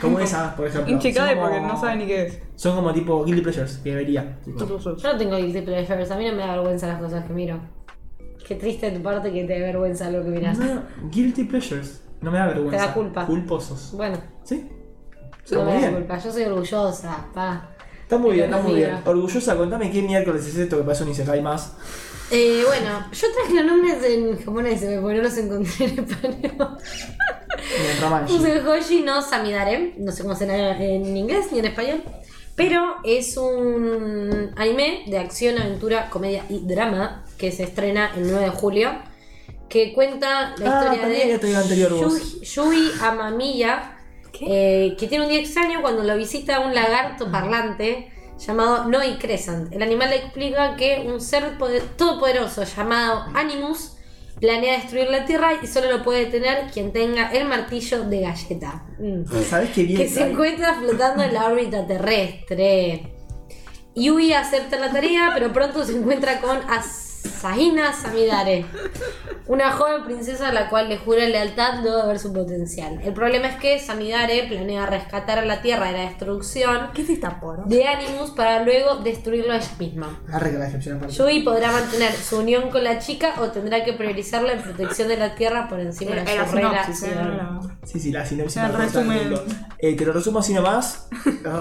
[SPEAKER 1] Como esa, por ejemplo.
[SPEAKER 3] Inchecable
[SPEAKER 1] Son como-
[SPEAKER 3] porque no sabe ni qué es.
[SPEAKER 1] Son como tipo guilty pleasures, que debería. tipo.
[SPEAKER 2] Yo no tengo guilty pleasures, a mí no me da vergüenza las cosas que miro. Qué triste de tu parte que te dé vergüenza lo que miras.
[SPEAKER 1] No, guilty pleasures. No me da vergüenza.
[SPEAKER 2] Te da culpa.
[SPEAKER 1] Culposos.
[SPEAKER 2] Bueno,
[SPEAKER 1] ¿Sí? Está
[SPEAKER 2] no
[SPEAKER 1] muy
[SPEAKER 2] me da
[SPEAKER 1] bien.
[SPEAKER 2] culpa, yo soy orgullosa, pa.
[SPEAKER 1] Está muy bien, está muy
[SPEAKER 2] Mira.
[SPEAKER 1] bien. Orgullosa, contame qué miércoles es esto que pasó ni se cae más.
[SPEAKER 2] Eh, bueno, yo traje los nombres en japonés, porque no los encontré en español.
[SPEAKER 1] En el Ramanji.
[SPEAKER 2] Puse Hoshi no Samidare, no sé cómo será en inglés ni en español, pero es un anime de acción, aventura, comedia y drama que se estrena el 9 de julio, que cuenta la
[SPEAKER 1] Ah,
[SPEAKER 2] historia
[SPEAKER 1] también
[SPEAKER 2] de
[SPEAKER 1] ya te digo anterior vos.
[SPEAKER 2] Yui, Yui Amamiya, eh, que tiene un día extraño cuando lo visita un lagarto parlante llamado Noi Crescent. El animal le explica que un ser poder- todopoderoso llamado Animus planea destruir la Tierra y solo lo puede detener quien tenga el martillo de galleta. Mm.
[SPEAKER 1] ¿Sabes qué bien?
[SPEAKER 2] Que se
[SPEAKER 1] cae?
[SPEAKER 2] encuentra flotando en la órbita terrestre. Yui acepta la tarea, pero pronto se encuentra con Asahina Samidare, una joven princesa a la cual le jura lealtad luego de ver su potencial. El problema es que Samidare planea rescatar a la Tierra de la destrucción
[SPEAKER 4] ¿Qué es esta poro?
[SPEAKER 2] de Animus para luego destruirlo a ella misma.
[SPEAKER 1] Arre que la decepción aparte.
[SPEAKER 2] Yui podrá mantener su unión con la chica o tendrá que priorizar la protección de la Tierra por encima de
[SPEAKER 3] Era
[SPEAKER 2] su
[SPEAKER 3] sinopsis, eh,
[SPEAKER 2] relación.
[SPEAKER 3] no
[SPEAKER 1] Sí, sí, la sinopsis.
[SPEAKER 3] El
[SPEAKER 1] me corta el
[SPEAKER 3] resumen.
[SPEAKER 1] mundo. Eh, te lo resumo así nomás.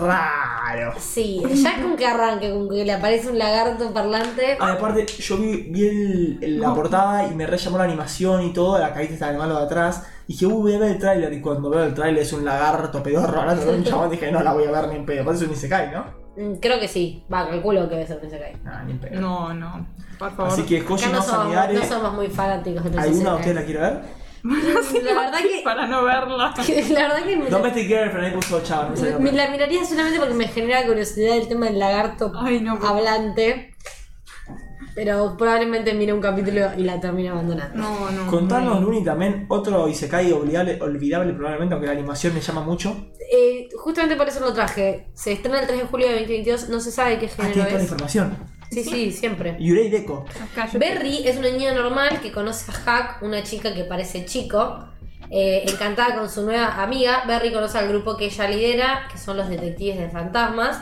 [SPEAKER 1] Raro.
[SPEAKER 2] Sí, ya con que arranque, con que le aparece un lagarto parlante.
[SPEAKER 1] Ah, aparte, yo vi, vi el- el- la portada y me re llamó la animación y todo, la carita está de malo de atrás. Y dije, uh, voy a ver el tráiler. Y cuando veo el tráiler es un lagarto pedorro hablando con un chabón, dije, no la voy a ver ni en pedo. Por eso ni se cae, ¿no?
[SPEAKER 2] Mm, Creo que sí, va, calculo que eso no se cae.
[SPEAKER 1] Ah, ni en
[SPEAKER 3] la-
[SPEAKER 1] pedo.
[SPEAKER 3] No, no. Por favor.
[SPEAKER 1] Así que Koji
[SPEAKER 2] Acá
[SPEAKER 1] no
[SPEAKER 2] no somos,
[SPEAKER 1] Samidare.
[SPEAKER 2] no somos muy fanáticos de los
[SPEAKER 1] ¿eh? ¿Alguna de
[SPEAKER 2] SNK.
[SPEAKER 1] ustedes la quiere ver?
[SPEAKER 2] La verdad que.
[SPEAKER 3] Para no verla.
[SPEAKER 2] que- La verdad que me,
[SPEAKER 1] Domestic Girlfriend, ahí puso chavo, no sé
[SPEAKER 2] me- me la miraría solamente porque me genera curiosidad el tema del lagarto
[SPEAKER 3] Ay, no, por-
[SPEAKER 2] hablante. Pero probablemente mire un capítulo y la termine abandonando.
[SPEAKER 3] No, no.
[SPEAKER 1] Contanos, Luni, también otro Isekai olvidable, olvidable probablemente, aunque la animación me llama mucho.
[SPEAKER 2] Eh, justamente por eso lo traje. Se estrena el 3 de julio de 2022, no se sabe qué
[SPEAKER 1] Ah, tiene
[SPEAKER 2] género
[SPEAKER 1] toda la
[SPEAKER 2] es.
[SPEAKER 1] información.
[SPEAKER 2] Sí, sí, siempre.
[SPEAKER 1] Yurei Deko.
[SPEAKER 3] Ah, Cállate.
[SPEAKER 2] Berry es una niña normal que conoce a Hack, una chica que parece chico. Eh, encantada con su nueva amiga, Berry conoce al grupo que ella lidera, que son los detectives de fantasmas.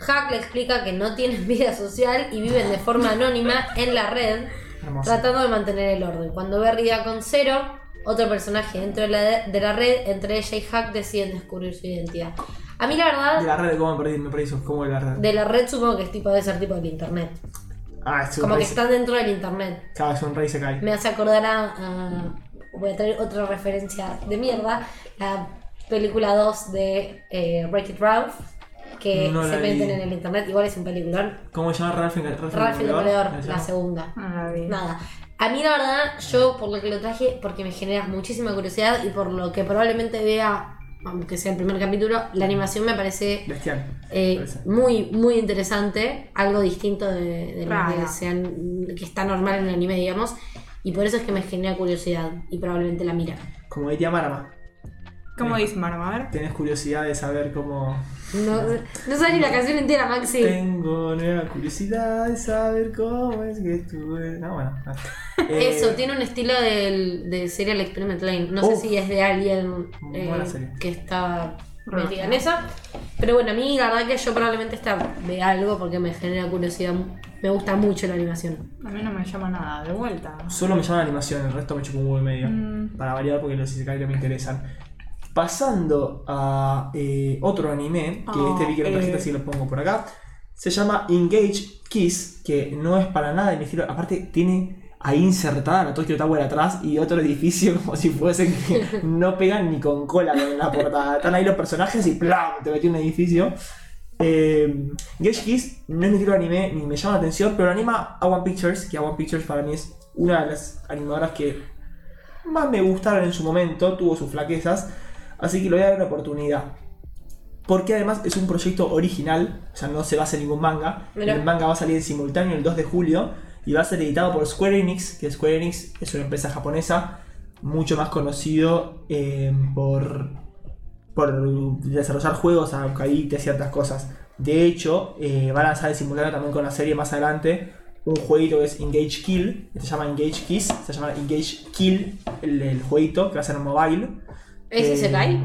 [SPEAKER 2] Hack le explica que no tienen vida social y viven de forma anónima en la red,
[SPEAKER 1] Hermoso.
[SPEAKER 2] tratando de mantener el orden. Cuando Berry da con cero, otro personaje dentro de la, de la red, entre ella y Hack deciden descubrir su identidad. A mí la verdad,
[SPEAKER 1] De la red, ¿cómo me perdí? Me perdí eso. ¿Cómo de la red?
[SPEAKER 2] de la red supongo que es tipo, debe ser tipo del internet.
[SPEAKER 1] Ah, es un
[SPEAKER 2] Como que
[SPEAKER 1] rey.
[SPEAKER 2] están dentro del internet.
[SPEAKER 1] Claro, es un rey se cae.
[SPEAKER 2] Me hace acordar a, a- Voy a traer otra referencia de mierda. La película 2 de eh, Wreck It Ralph. Que
[SPEAKER 1] No la
[SPEAKER 2] se
[SPEAKER 1] vi.
[SPEAKER 2] meten en el internet. Igual es un peliculón.
[SPEAKER 1] ¿Cómo se llama Ralph en Ralph en
[SPEAKER 2] Ralph el Demoledor,
[SPEAKER 1] ¿Se
[SPEAKER 2] la
[SPEAKER 1] llama?
[SPEAKER 2] segunda.
[SPEAKER 3] Ah, bien.
[SPEAKER 2] Nada. A mí la verdad, yo por lo que lo traje, porque me genera muchísima curiosidad y por lo que probablemente vea, aunque sea el primer capítulo, la animación me parece
[SPEAKER 1] Bestial.
[SPEAKER 2] eh,
[SPEAKER 1] Parece.
[SPEAKER 2] muy, muy interesante, algo distinto de, de lo que,
[SPEAKER 3] Rara.
[SPEAKER 2] sean, que está normal en el anime, digamos, y por eso es que me genera curiosidad y probablemente la mira.
[SPEAKER 1] Como diría Marama.
[SPEAKER 3] ¿Cómo
[SPEAKER 1] Bien.
[SPEAKER 3] dice Marma? A ver.
[SPEAKER 1] Tenés curiosidad de saber cómo.
[SPEAKER 2] No, no sabes ni la canción entera, Maxi.
[SPEAKER 1] Tengo nueva curiosidad de saber cómo es que estuve. No, bueno. no. Eh,
[SPEAKER 2] Eso, tiene un estilo del- de, Serial Experiment Lane. No sé
[SPEAKER 1] Uf.
[SPEAKER 2] si es de alguien eh,
[SPEAKER 1] Buena serie.
[SPEAKER 2] que está
[SPEAKER 3] Raro.
[SPEAKER 2] metida en esa. Pero bueno, a mí la verdad que yo probablemente esta vea algo porque me genera curiosidad. Me gusta mucho la animación.
[SPEAKER 3] A mí no me llama nada, de vuelta.
[SPEAKER 1] Solo me llama la animación, el resto me chupa un huevo y medio.
[SPEAKER 3] Mm.
[SPEAKER 1] Para variar, porque los isekai no me interesan. Pasando a eh, otro anime, que
[SPEAKER 3] Ah,
[SPEAKER 1] este vi que lo trajiste,
[SPEAKER 3] eh.
[SPEAKER 1] así lo pongo por acá. Se llama Engage Kiss, que no es para nada de mi estilo. Aparte, tiene ahí insertada la Tokyo Tower atrás y otro edificio como si fuesen que no pegan ni con cola con la portada. Están ahí los personajes y ¡plam! Te metí un edificio. Eh, Gage Kiss no es mi estilo de anime ni me llama la atención, pero anima a One Pictures, que a One Pictures para mí es una de las animadoras que más me gustaron en su momento, tuvo sus flaquezas, así que le voy a dar una oportunidad. Porque además es un proyecto original, o sea, no se basa en ningún manga.
[SPEAKER 2] Mirá.
[SPEAKER 1] El manga va a salir en simultáneo el 2 de julio y va a ser editado por Square Enix, que Square Enix es una empresa japonesa mucho más conocido eh, por, por desarrollar juegos, arcade, ciertas cosas. De hecho, eh, va a lanzar en simultáneo también con la serie más adelante un jueguito que es Engage Kill, que se llama Engage Kiss, se llama Engage Kill, el, el jueguito que va a ser en mobile.
[SPEAKER 2] ¿Es
[SPEAKER 1] Eh,
[SPEAKER 2] Isekai?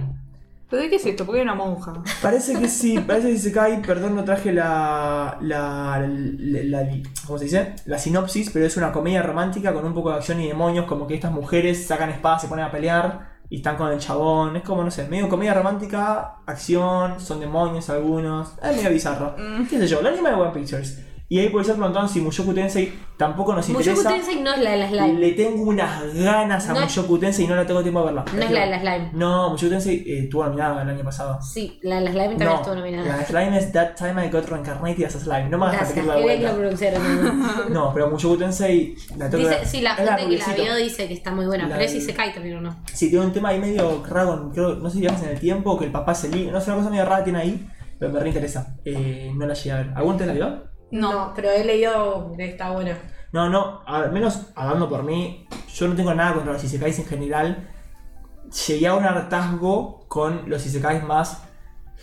[SPEAKER 3] ¿Pero de qué es esto? Porque hay una monja.
[SPEAKER 1] Parece que sí, parece que se cae. Perdón, no traje la, la, la- la- ¿Cómo se dice? La sinopsis, pero es una comedia romántica con un poco de acción y demonios. Como que estas mujeres sacan espadas, se ponen a pelear y están con el chabón. Es como, no sé, medio comedia romántica, acción, son demonios algunos. Es medio bizarro.
[SPEAKER 3] Mm.
[SPEAKER 1] ¿Qué sé yo? La anima de One Pictures. Y ahí por eso preguntaron si Mushoku Tensei tampoco nos
[SPEAKER 2] Mushoku
[SPEAKER 1] interesa.
[SPEAKER 2] Tensei no es la de las slime.
[SPEAKER 1] Le tengo unas ganas a
[SPEAKER 2] No es-
[SPEAKER 1] Mushoku Tensei y no la tengo tiempo de verla.
[SPEAKER 2] No es la de las slime.
[SPEAKER 1] No, Mushoku Tensei eh, tuvo nominada el año pasado.
[SPEAKER 2] Sí, la de las slime también
[SPEAKER 1] No,
[SPEAKER 2] estuvo nominada.
[SPEAKER 1] la slime es That Time I Got Reincarnated as a Slime. No me vas a
[SPEAKER 2] Gracias,
[SPEAKER 1] repetir la
[SPEAKER 2] qué bien que lo
[SPEAKER 1] vuelta.
[SPEAKER 2] pronunciaron.
[SPEAKER 1] No, pero Mushoku Tensei la tengo que
[SPEAKER 2] Dice,
[SPEAKER 1] ver.
[SPEAKER 2] sí, la
[SPEAKER 1] Es
[SPEAKER 2] gente que la
[SPEAKER 1] rubiecito.
[SPEAKER 2] vio dice que está muy buena,
[SPEAKER 1] La
[SPEAKER 2] pero es
[SPEAKER 1] del-
[SPEAKER 2] Isekai también o no.
[SPEAKER 1] Sí, tiene un tema ahí medio raro, creo, no sé si viajas en el tiempo, que el papá se liga, no sé, una cosa medio rara tiene ahí, pero me reinteresa. Eh, no la llegué a ver. ¿Algún te la vio?
[SPEAKER 3] No.
[SPEAKER 2] pero he leído que está buena.
[SPEAKER 1] No, no, al menos hablando por mí, yo no tengo nada contra los isekais en general. Llegué a un hartazgo con los isekais más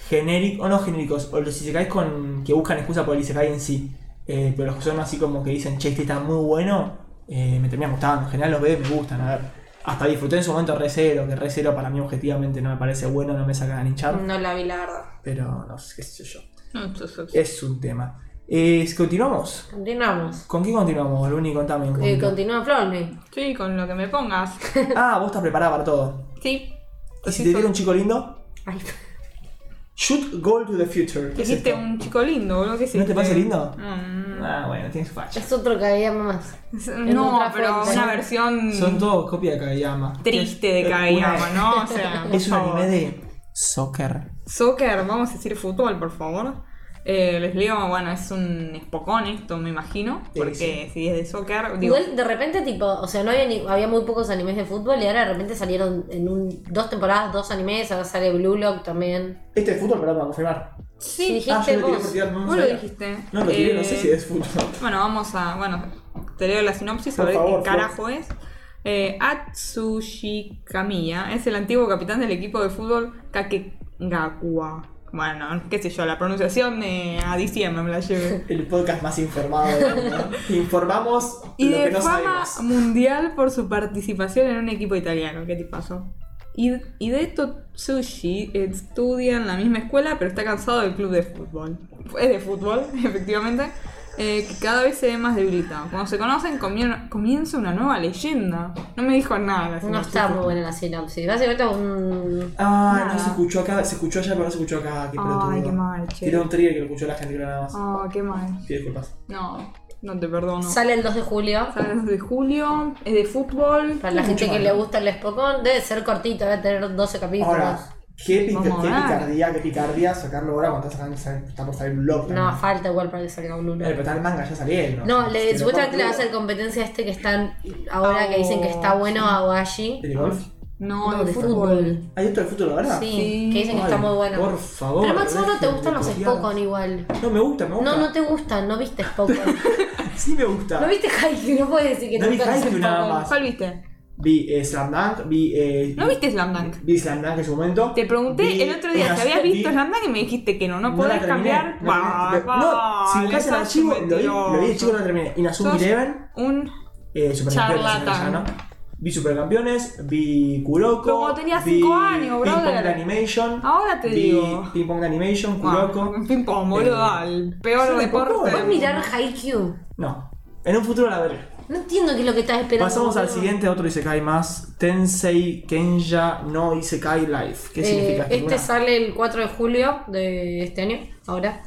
[SPEAKER 1] genéricos, o no genéricos, o los isekais con, que buscan excusa por el isekai en sí. Eh, pero los que son así como que dicen, che, este está muy bueno, eh, me terminan gustando. En general los bebés me gustan, a ver. Hasta disfruté en su momento Re Zero, que Re Zero para mí objetivamente no me parece bueno, no me sacan a hinchar.
[SPEAKER 2] No la vi, la verdad.
[SPEAKER 1] Pero no sé, qué sé yo.
[SPEAKER 3] Mm, su, su, su.
[SPEAKER 1] Es un tema. Eh, ¿Continuamos?
[SPEAKER 2] Continuamos.
[SPEAKER 1] ¿Con qué continuamos, Luni? Contame. un
[SPEAKER 2] Eh,
[SPEAKER 1] poquito.
[SPEAKER 2] continúa Florney.
[SPEAKER 3] Sí, con lo que me pongas.
[SPEAKER 1] Ah, vos estás preparada para todo.
[SPEAKER 3] Sí.
[SPEAKER 1] ¿Y si
[SPEAKER 3] Sí,
[SPEAKER 1] te diera
[SPEAKER 3] soy.
[SPEAKER 1] un chico lindo?
[SPEAKER 2] Ay,
[SPEAKER 1] Shoot goal to the future. ¿Qué es
[SPEAKER 3] Dijiste
[SPEAKER 1] esto?
[SPEAKER 3] un chico lindo, boludo. ¿Qué es
[SPEAKER 1] ¿No te
[SPEAKER 3] este?
[SPEAKER 1] parece lindo?
[SPEAKER 3] Mm.
[SPEAKER 1] Ah, bueno, tiene su facha.
[SPEAKER 2] es otro Kageyama más.
[SPEAKER 3] No,
[SPEAKER 2] otra
[SPEAKER 3] pero
[SPEAKER 2] fuente.
[SPEAKER 3] una versión
[SPEAKER 1] Son todos copias de Kageyama.
[SPEAKER 3] triste de
[SPEAKER 1] Es-
[SPEAKER 3] Kageyama,
[SPEAKER 1] una-
[SPEAKER 3] ¿no? O sea, por
[SPEAKER 1] Es un
[SPEAKER 3] favor.
[SPEAKER 1] anime de soccer.
[SPEAKER 3] Soccer, vamos a decir fútbol, por favor. Eh, les leo, bueno, es un espocón esto, me imagino.
[SPEAKER 1] Sí,
[SPEAKER 3] Porque
[SPEAKER 1] sí.
[SPEAKER 3] si es de soccer, digo,
[SPEAKER 2] Igual de repente, tipo, o sea, no había, ni- había muy pocos animes de fútbol y ahora de repente salieron en un, dos temporadas, dos animes, ahora sale Blue Lock también.
[SPEAKER 1] Este es fútbol, perdón, para confirmar. Ah,
[SPEAKER 2] Sí, dijiste
[SPEAKER 1] lo tiré
[SPEAKER 2] vos.
[SPEAKER 1] por tirar, no
[SPEAKER 3] vos lo
[SPEAKER 1] sabía.
[SPEAKER 3] dijiste.
[SPEAKER 1] No, lo tiré,
[SPEAKER 3] Eh,
[SPEAKER 1] no sé si es fútbol.
[SPEAKER 3] Bueno, vamos a. Bueno, te leo la sinopsis a
[SPEAKER 1] Por
[SPEAKER 3] ver
[SPEAKER 1] favor, Flor.
[SPEAKER 3] qué carajo es. Eh, Atsushi Kamiya es el antiguo capitán del equipo de fútbol Kakegakua. Bueno, qué sé yo, la pronunciación eh, a diciembre me la llevé.
[SPEAKER 1] El podcast más informado del mundo. Informamos
[SPEAKER 3] Y
[SPEAKER 1] lo que
[SPEAKER 3] de
[SPEAKER 1] no
[SPEAKER 3] fama
[SPEAKER 1] sabemos.
[SPEAKER 3] mundial por su participación en un equipo italiano. ¿Qué te pasó? Y, y de esto Tsushi estudia en la misma escuela, pero está cansado del club de fútbol. Es de fútbol, efectivamente. eh, que cada vez se ve más debilitado. Cuando se conocen, comien- comienza una nueva leyenda. No me dijo nada. la
[SPEAKER 2] No
[SPEAKER 3] sinopsis.
[SPEAKER 2] está muy buena la sinopsis. Básicamente un.
[SPEAKER 1] Ah,
[SPEAKER 3] Nada.
[SPEAKER 1] no se escuchó acá, se escuchó allá, pero no se escuchó acá. Qué
[SPEAKER 3] Ay,
[SPEAKER 1] pelotudo.
[SPEAKER 3] qué mal, che.
[SPEAKER 1] Tiré un trigger que lo escuchó la gente, creo nada más.
[SPEAKER 3] Oh, qué mal.
[SPEAKER 1] Pido disculpas.
[SPEAKER 3] No, no te perdono.
[SPEAKER 2] Sale el 2 de julio.
[SPEAKER 3] Sale de julio, es de fútbol.
[SPEAKER 2] Para la gente
[SPEAKER 1] Mucho
[SPEAKER 2] que
[SPEAKER 1] más.
[SPEAKER 2] le gusta el Spokon, debe ser cortito, debe tener 12 capítulos.
[SPEAKER 1] Ahora, qué, pica-
[SPEAKER 3] Vamos a
[SPEAKER 1] qué
[SPEAKER 3] ver.
[SPEAKER 1] picardía, qué picardía sacarlo ahora cuando está, sacando- está por salir un blog.
[SPEAKER 2] no, falta igual para que salga un
[SPEAKER 1] Bueno,
[SPEAKER 2] uno.
[SPEAKER 1] Eh, pero está el manga ya salieron.
[SPEAKER 2] No, le, supuestamente le va a hacer competencia a este que están ahora que dicen que está bueno a Washi.
[SPEAKER 1] ¿De golf?
[SPEAKER 3] No,
[SPEAKER 2] No,
[SPEAKER 3] Oh, de
[SPEAKER 2] de
[SPEAKER 3] fútbol.
[SPEAKER 1] ¿Hay esto de futuro ahora?
[SPEAKER 2] Sí,
[SPEAKER 3] Sí.
[SPEAKER 2] que dicen que está
[SPEAKER 1] Ay,
[SPEAKER 2] muy bueno.
[SPEAKER 1] Por favor.
[SPEAKER 2] Pero Max, vos no te
[SPEAKER 1] dejen
[SPEAKER 2] gustan
[SPEAKER 1] de
[SPEAKER 2] los
[SPEAKER 1] copiar.
[SPEAKER 2] Spokon igual.
[SPEAKER 1] No, me gusta, me gusta.
[SPEAKER 2] No, no te gustan, no viste Spokon.
[SPEAKER 1] Sí me gusta.
[SPEAKER 2] no viste Haikyuu, no puedes decir que
[SPEAKER 1] No
[SPEAKER 2] te
[SPEAKER 1] vi
[SPEAKER 2] gustan los
[SPEAKER 1] Haikyuu nada
[SPEAKER 2] Spokon.
[SPEAKER 1] más.
[SPEAKER 3] ¿Cuál viste?
[SPEAKER 1] Vi eh, Slam Dunk, vi... Eh,
[SPEAKER 3] ¿No viste Slam Dunk?
[SPEAKER 1] Vi Slam Dunk en su momento.
[SPEAKER 3] Te pregunté
[SPEAKER 1] Vi-
[SPEAKER 3] el otro día
[SPEAKER 1] una-
[SPEAKER 3] si habías
[SPEAKER 1] vi-
[SPEAKER 3] visto Slam Dunk y me dijiste que no, no,
[SPEAKER 1] la
[SPEAKER 3] podés
[SPEAKER 1] terminé,
[SPEAKER 3] cambiar.
[SPEAKER 1] no la terminé. No, si buscas el archivo, lo vi, lo vi de chico no lo terminé. Inazuma
[SPEAKER 3] Sos-
[SPEAKER 1] Eleven,
[SPEAKER 3] Un.
[SPEAKER 1] eh, Supercampeones, en
[SPEAKER 3] Charlatán.
[SPEAKER 1] castellano. Vi Supercampeones, vi Kuroko.
[SPEAKER 3] Pero cuando tenías
[SPEAKER 1] vi
[SPEAKER 3] cinco años,
[SPEAKER 1] Ping Pong
[SPEAKER 3] brother.
[SPEAKER 1] de Animation.
[SPEAKER 3] Ahora te
[SPEAKER 1] vi
[SPEAKER 3] digo.
[SPEAKER 1] Ping Pong de Animation, Kuroko.
[SPEAKER 3] Un ping pong, boludo.
[SPEAKER 1] Eh,
[SPEAKER 3] El
[SPEAKER 1] yo
[SPEAKER 3] peor
[SPEAKER 1] no
[SPEAKER 3] deporte.
[SPEAKER 1] puedo.
[SPEAKER 2] ¿Puedes mirar Haikyuu?
[SPEAKER 1] No, en un futuro la veré.
[SPEAKER 2] No entiendo qué es lo que estás esperando.
[SPEAKER 1] Pasamos al
[SPEAKER 2] boludo.
[SPEAKER 1] siguiente, otro Isekai más. Tensei Kenja no Isekai Life. ¿Qué
[SPEAKER 2] Eh,
[SPEAKER 1] significa esto?
[SPEAKER 2] Este sale el 4 de julio de este año, ahora.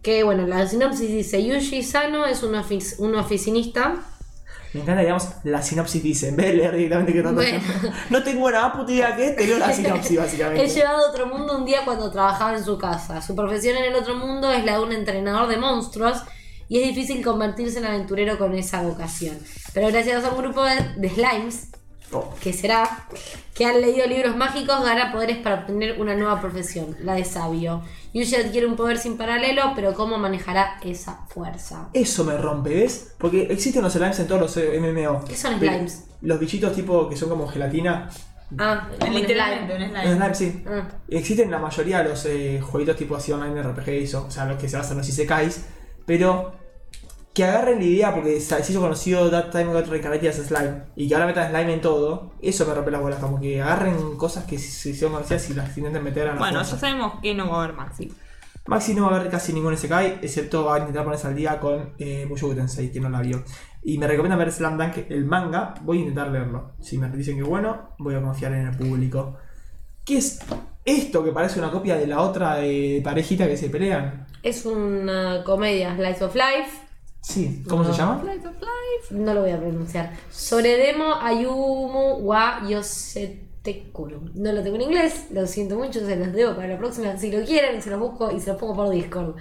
[SPEAKER 2] Que bueno, la sinopsis dice: Yuji Sano es un, ofic- un oficinista.
[SPEAKER 1] Me encanta, digamos, la sinopsis dice, en vez de leer directamente que tanto
[SPEAKER 2] Bueno.
[SPEAKER 1] No tengo nada puta idea que es, te leo la sinopsis básicamente.
[SPEAKER 2] Es llevado a otro mundo un día cuando trabajaba en su casa. Su profesión en el otro mundo es la de un entrenador de monstruos. Y es difícil convertirse en aventurero con esa vocación. Pero gracias a un grupo de, de slimes,
[SPEAKER 1] Oh,
[SPEAKER 2] que será, que han leído libros mágicos, gana poderes para obtener una nueva profesión, la de sabio. Yuji adquiere un poder sin paralelo, pero ¿cómo manejará esa fuerza?
[SPEAKER 1] eso me rompe, ¿ves? Porque existen los slimes en todos los eh, MMO.
[SPEAKER 2] ¿Qué son
[SPEAKER 1] Pero
[SPEAKER 2] slimes?
[SPEAKER 1] Los bichitos tipo que son como gelatina.
[SPEAKER 2] Ah, como en
[SPEAKER 3] Literalmente,
[SPEAKER 2] Slime.
[SPEAKER 3] un
[SPEAKER 1] Los
[SPEAKER 3] slime.
[SPEAKER 1] slimes, sí.
[SPEAKER 2] Ah,
[SPEAKER 1] Existen la mayoría de los eh, jueguitos tipo así online RPG y eso, o sea, los que se basan en los Isekais, pero que agarren la idea porque se se hizo conocido That Time Got Reincarnated as Slime y que ahora metan slime en todo, eso me rompe las bolas, como que agarren cosas que se se hicieron conocidas y las intenten meter a la
[SPEAKER 3] Bueno,
[SPEAKER 1] fuerza.
[SPEAKER 3] ya sabemos que no va a haber Maxi.
[SPEAKER 1] Maxi no va a ver casi ningún Sekai, excepto va a intentar ponerse al día con eh, Mushoku Tensei, que no la vio. Y me recomienda ver Slam Dunk, el manga, voy a intentar leerlo. Si me dicen que es bueno, voy a confiar en el público. ¿Qué es esto que parece una copia de la otra de parejita que se pelean?
[SPEAKER 2] es una comedia, Slice of Life.
[SPEAKER 1] Sí, ¿cómo se llama?
[SPEAKER 2] No lo voy a pronunciar. Soredemo Ayumu wa Yosetekuru. No lo tengo en inglés, lo siento mucho, se los debo para la próxima. Si lo quieren, se los busco y se los pongo por Discord.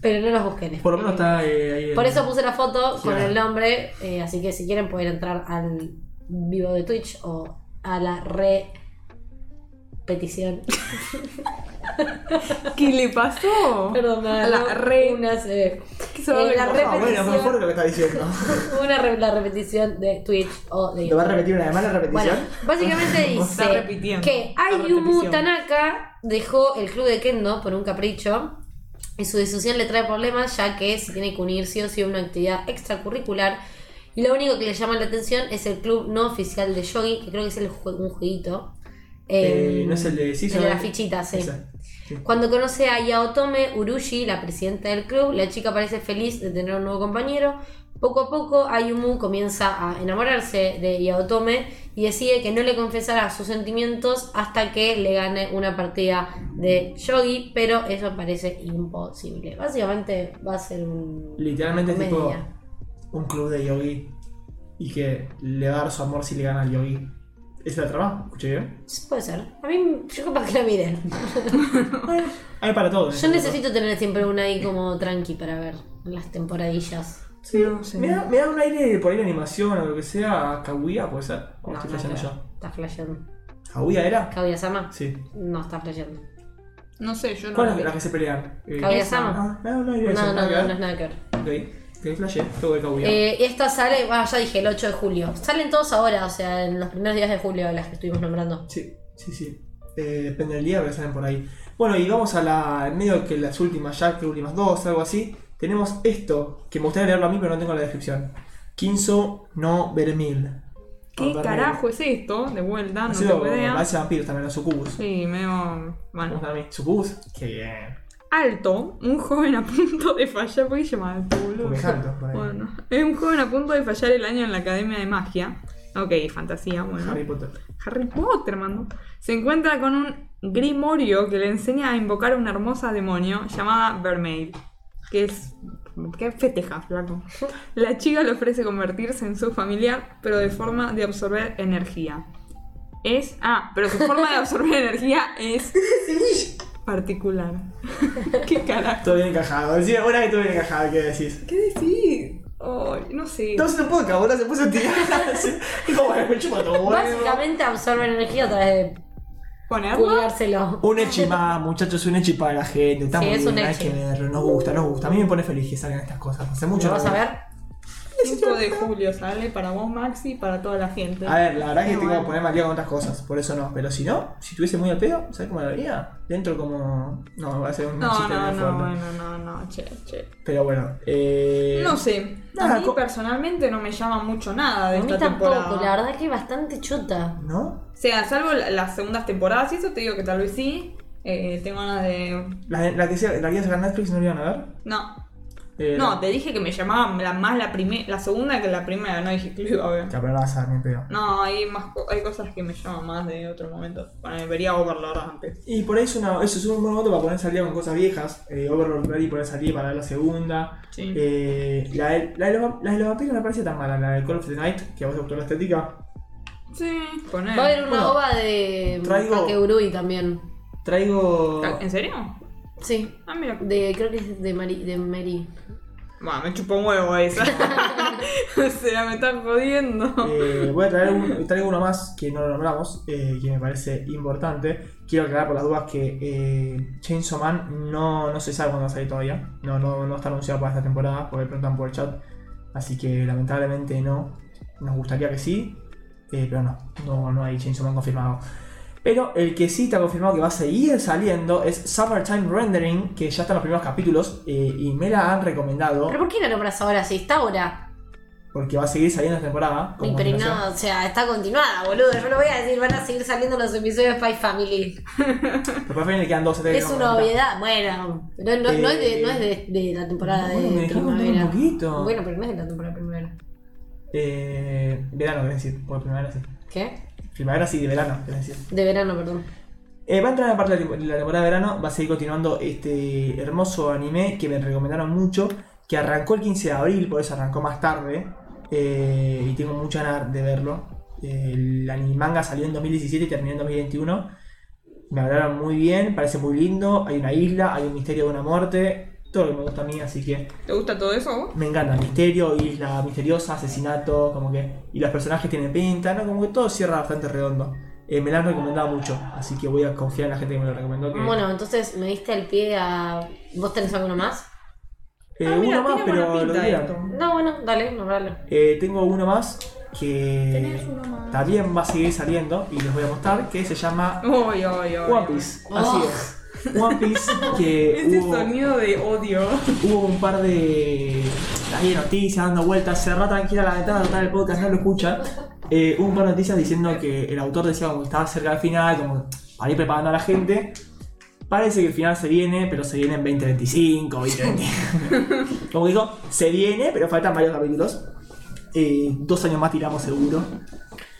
[SPEAKER 2] Pero no los busquen.
[SPEAKER 1] Por lo menos está eh, ahí. el-
[SPEAKER 2] Por eso puse la foto
[SPEAKER 1] Sí, ah.
[SPEAKER 2] con
[SPEAKER 1] ahí.
[SPEAKER 2] el nombre, eh, así que si quieren pueden entrar al vivo de Twitch o a la repetición.
[SPEAKER 3] ¿Qué le pasó?
[SPEAKER 2] Perdón, me
[SPEAKER 3] A
[SPEAKER 2] agarró
[SPEAKER 3] la re.
[SPEAKER 2] una, se-
[SPEAKER 3] se va a
[SPEAKER 2] eh,
[SPEAKER 3] ver
[SPEAKER 2] la
[SPEAKER 1] Ah, bueno,
[SPEAKER 2] repetición.
[SPEAKER 1] más fuerte lo que está diciendo.
[SPEAKER 2] Una re- la repetición de Twitch o de
[SPEAKER 1] ¿Lo va a
[SPEAKER 2] YouTube.
[SPEAKER 1] repetir una mala
[SPEAKER 2] Bueno,
[SPEAKER 1] repetición?
[SPEAKER 2] básicamente
[SPEAKER 3] Está
[SPEAKER 2] dice
[SPEAKER 3] repitiendo.
[SPEAKER 2] que
[SPEAKER 3] Está
[SPEAKER 2] Ayumu
[SPEAKER 3] repetición.
[SPEAKER 2] Tanaka dejó el club de Kendo por un capricho y su decisión le trae problemas ya que se tiene que unir sí o sí a una actividad extracurricular y lo único que le llama la atención es el club no oficial de Yogi, que creo que es el jue- un jueguito.
[SPEAKER 1] Eh,
[SPEAKER 2] Em,
[SPEAKER 1] no es el de sí,
[SPEAKER 2] el de las
[SPEAKER 1] solamente-
[SPEAKER 2] fichitas, sí.
[SPEAKER 1] Esa. Sí.
[SPEAKER 2] Cuando conoce a Yaotome Urushi, la presidenta del club, la chica parece feliz de tener un nuevo compañero. Poco a poco, Ayumu comienza a enamorarse de Yaotome y decide que no le confesará sus sentimientos hasta que le gane una partida de Yogi, pero eso parece imposible. Básicamente va a ser un.
[SPEAKER 1] Literalmente es
[SPEAKER 2] una
[SPEAKER 1] tipo
[SPEAKER 2] comedia.
[SPEAKER 1] un club de yogi y que le va a dar su amor si le gana al yogi. ¿Esa es la trama? ¿Escuché bien?
[SPEAKER 2] Puede ser. A mí, yo capaz que la miré.
[SPEAKER 1] Hay para todo. en este
[SPEAKER 2] Yo
[SPEAKER 1] mundo.
[SPEAKER 2] necesito tener siempre una ahí como tranqui para ver las temporadillas.
[SPEAKER 1] Sí,
[SPEAKER 3] No sé.
[SPEAKER 1] me, da, me da un aire por ahí de animación o lo que sea. a Kaguya, puede ser. ¿O estoy
[SPEAKER 2] no,
[SPEAKER 1] flasheando
[SPEAKER 2] creo. Estás flasheando.
[SPEAKER 1] yo? ¿Kaguya era?
[SPEAKER 2] Kaguya-sama.
[SPEAKER 1] Sí.
[SPEAKER 2] No estás flasheando.
[SPEAKER 3] No sé, yo no.
[SPEAKER 1] ¿Cuál
[SPEAKER 3] lo
[SPEAKER 1] es
[SPEAKER 3] vi.
[SPEAKER 1] la que se pelean? Eh,
[SPEAKER 2] Kaguya-sama.
[SPEAKER 1] Ah, no, no, no,
[SPEAKER 2] No, no, no, no es
[SPEAKER 1] no.
[SPEAKER 2] nada que ver.
[SPEAKER 1] Ok, que flashé, todo de Kaguya.
[SPEAKER 2] Eh, esta sale, bueno, ya dije, el 8 de julio. Salen todos ahora, o sea, en los primeros días de julio, las que estuvimos nombrando.
[SPEAKER 1] Sí, sí, sí. Eh, depende del día, pero salen por ahí. Bueno, y vamos a la. medio que las últimas ya, que últimas dos, algo así. Tenemos esto, que me gustaría leerlo a mí, pero no tengo la descripción. Quinzo no vermil.
[SPEAKER 3] ¿Qué carajo es esto? De vuelta, Ah, no
[SPEAKER 1] es?
[SPEAKER 3] tengo
[SPEAKER 1] Me
[SPEAKER 3] idea.
[SPEAKER 1] parece vampiros también, los sucubus.
[SPEAKER 3] Sí, medio.
[SPEAKER 1] Me
[SPEAKER 3] Bueno.
[SPEAKER 1] gustan a mí. ¿Sucubus? Qué bien.
[SPEAKER 3] alto, un joven a punto de fallar. ¿Por qué se llama alto, boludo?
[SPEAKER 1] Porque es alto, por ahí.
[SPEAKER 3] Bueno, es un joven a punto de fallar el año en la Academia de Magia. Ok, fantasía, bueno.
[SPEAKER 1] Harry Potter.
[SPEAKER 3] Harry Potter, mando. Se encuentra con un grimorio que le enseña a invocar a una hermosa demonio llamada Vermeil. Que es. que feteja, flaco. La chica le ofrece convertirse en su familiar, pero de forma de absorber energía. Es. Ah, pero su forma de absorber energía es. particular. ¿Qué carajo?
[SPEAKER 1] Todo bien encajado. Decime una que todo bien encajado, ¿qué decís?
[SPEAKER 3] ¿Qué decís? Ay, no sé.
[SPEAKER 1] Estamos haciendo un podcast, boludo, se puso a tirar. así. Dijo, bueno, me chupa todo, boludo.
[SPEAKER 2] Básicamente absorben energía a través de
[SPEAKER 3] ¿Ponerla?
[SPEAKER 2] cuidárselo.
[SPEAKER 1] Un echi más, muchachos, un echi para la gente. Está
[SPEAKER 2] Sí,
[SPEAKER 1] muy
[SPEAKER 2] es
[SPEAKER 1] bien,
[SPEAKER 2] un
[SPEAKER 1] hay
[SPEAKER 2] echi.
[SPEAKER 1] que verlo. Nos gusta, nos gusta. A mí me pone feliz que salgan estas cosas. Hace mucho.
[SPEAKER 2] ¿Lo vas
[SPEAKER 1] no-
[SPEAKER 2] a ver?
[SPEAKER 3] 5 de julio sale para vos, Maxi, y para toda la gente.
[SPEAKER 1] A ver, la verdad que
[SPEAKER 3] Qué
[SPEAKER 1] tengo que
[SPEAKER 3] bueno.
[SPEAKER 1] ponerme al día con otras cosas, por eso no. Pero si no, si estuviese muy al pedo, ¿sabes cómo lo haría? Dentro como. No, va a ser un
[SPEAKER 3] No,
[SPEAKER 1] chiste
[SPEAKER 3] no,
[SPEAKER 1] muy
[SPEAKER 3] no,
[SPEAKER 1] fuerte.
[SPEAKER 3] bueno, no, no, che, che.
[SPEAKER 1] Pero bueno, eh.
[SPEAKER 3] No sé.
[SPEAKER 1] nada,
[SPEAKER 3] a mí
[SPEAKER 1] co-
[SPEAKER 3] personalmente no me llama mucho nada de
[SPEAKER 2] A mí
[SPEAKER 3] esta
[SPEAKER 2] tampoco,
[SPEAKER 3] temporada.
[SPEAKER 2] la verdad que es bastante chuta.
[SPEAKER 1] ¿No?
[SPEAKER 3] O sea, salvo la- las segundas temporadas y eso, te digo que tal vez sí. Eh, tengo ganas de.
[SPEAKER 1] La, la que se, la que iba a sacar Netflix no la iban a ver.
[SPEAKER 3] No.
[SPEAKER 1] Eh,
[SPEAKER 3] No, te dije que me llamaba la- más la primera, la segunda que la primera, no dije que lo iba a ver.
[SPEAKER 1] Que pero la vas a ver, ni en pedo.
[SPEAKER 3] No, hay más co- hay cosas que me llaman más de otro momento. Bueno, vería Overlord antes.
[SPEAKER 1] Y por ahí es, una, eso es un buen momento para ponerse al día con cosas viejas. Eh, Overlord Ready ponerse al día para ver la segunda.
[SPEAKER 3] Sí.
[SPEAKER 1] Eh, la, de, la, de los, vamp- la de los vampiros no me parece tan mala. La de Call of the Night, que a vos te gustó la estética.
[SPEAKER 3] Sí. Poner.
[SPEAKER 2] Va a haber una
[SPEAKER 1] Bueno,
[SPEAKER 2] ova de
[SPEAKER 1] traigo-
[SPEAKER 2] Kakegurui también.
[SPEAKER 1] Traigo.
[SPEAKER 3] ¿En serio?
[SPEAKER 2] Sí.
[SPEAKER 3] Ah, mira.
[SPEAKER 2] De, creo que es de Mary. De Mary.
[SPEAKER 3] Bueno, me chupa un huevo esa. o sea, me están jodiendo.
[SPEAKER 1] Eh, voy a traer un- traigo uno más que no lo nombramos, eh, que me parece importante. Quiero aclarar por las dudas que eh, Chainsaw Man no, no se sabe cuándo va a salir todavía. No, no, no está anunciado para esta temporada, porque preguntan por el chat. Así que lamentablemente no. Nos gustaría que sí, eh, pero no, no, no hay Chainsaw Man confirmado. Pero el que sí está confirmado que va a seguir saliendo es Summertime Rendering, que ya están los primeros capítulos eh, y me la han recomendado
[SPEAKER 2] ¿Pero por qué la nombras ahora? Si está ahora.
[SPEAKER 1] porque va a seguir saliendo esta temporada. como
[SPEAKER 2] Y pero
[SPEAKER 1] continuación.
[SPEAKER 2] no, o sea, está continuada, boludo. Yo lo voy a decir, van a seguir saliendo los episodios de Spy Family.
[SPEAKER 1] Pero para le quedan dos
[SPEAKER 2] es una obviedad. Bueno, no, no, no es, de,
[SPEAKER 1] Eh,
[SPEAKER 2] no es de, de la temporada
[SPEAKER 1] Bueno, me
[SPEAKER 2] de
[SPEAKER 1] dejé contar
[SPEAKER 2] primavera.
[SPEAKER 1] un poquito.
[SPEAKER 2] Bueno, pero no es de la temporada primavera.
[SPEAKER 1] Eh, verano, querés decir. Bueno, primavera sí.
[SPEAKER 2] ¿Qué?
[SPEAKER 1] Primavera sí, de verano, querés decir.
[SPEAKER 2] De verano, perdón.
[SPEAKER 1] Eh, va a entrar en la parte de la temporada de verano. Va a seguir continuando este hermoso anime que me recomendaron mucho. Que arrancó el 15 de abril, por eso arrancó más tarde. eh, y tengo mucha ganas de verlo. Eh, el animanga salió en 2017 y terminó en 2021. Me hablaron muy bien, parece muy lindo. Hay una isla, hay un misterio de una muerte. Todo lo que me gusta a mí, así que
[SPEAKER 3] ¿Te gusta todo eso? a vos?
[SPEAKER 1] Me encanta, misterio, isla misteriosa, asesinato, como que. Y los personajes tienen pinta, ¿no? Como que todo cierra bastante redondo. Eh, me la han recomendado mucho, así que voy a confiar en la gente que me lo recomendó. Que,
[SPEAKER 2] Bueno, entonces me diste el pie a. ¿Vos tenés alguno más?
[SPEAKER 1] Eh,
[SPEAKER 3] Ah, mira,
[SPEAKER 1] uno más,
[SPEAKER 3] tiene
[SPEAKER 1] pero
[SPEAKER 3] buena
[SPEAKER 1] lo
[SPEAKER 3] pinta
[SPEAKER 1] dirán.
[SPEAKER 3] esto.
[SPEAKER 2] No, bueno, dale, nombralo.
[SPEAKER 1] Eh, tengo uno más que también va a seguir saliendo y les voy a mostrar, que se llama
[SPEAKER 3] Oy, oy, oy,
[SPEAKER 1] One
[SPEAKER 3] oy.
[SPEAKER 1] Piece.
[SPEAKER 2] Oh.
[SPEAKER 1] Así es. One Piece que
[SPEAKER 3] Ese
[SPEAKER 1] hubo-
[SPEAKER 3] Este sonido de odio.
[SPEAKER 1] Hubo un par de ahí de noticias dando vueltas, cerrá tranquila la ventana, total el podcast no lo escucha. Eh, hubo un par de noticias diciendo que el autor decía como que estaba cerca del final, como para ir preparando a la gente. Parece que el final se viene, pero se viene en 2025, 2020. como digo, se viene, pero faltan varios capítulos. Eh, dos años más tiramos seguro.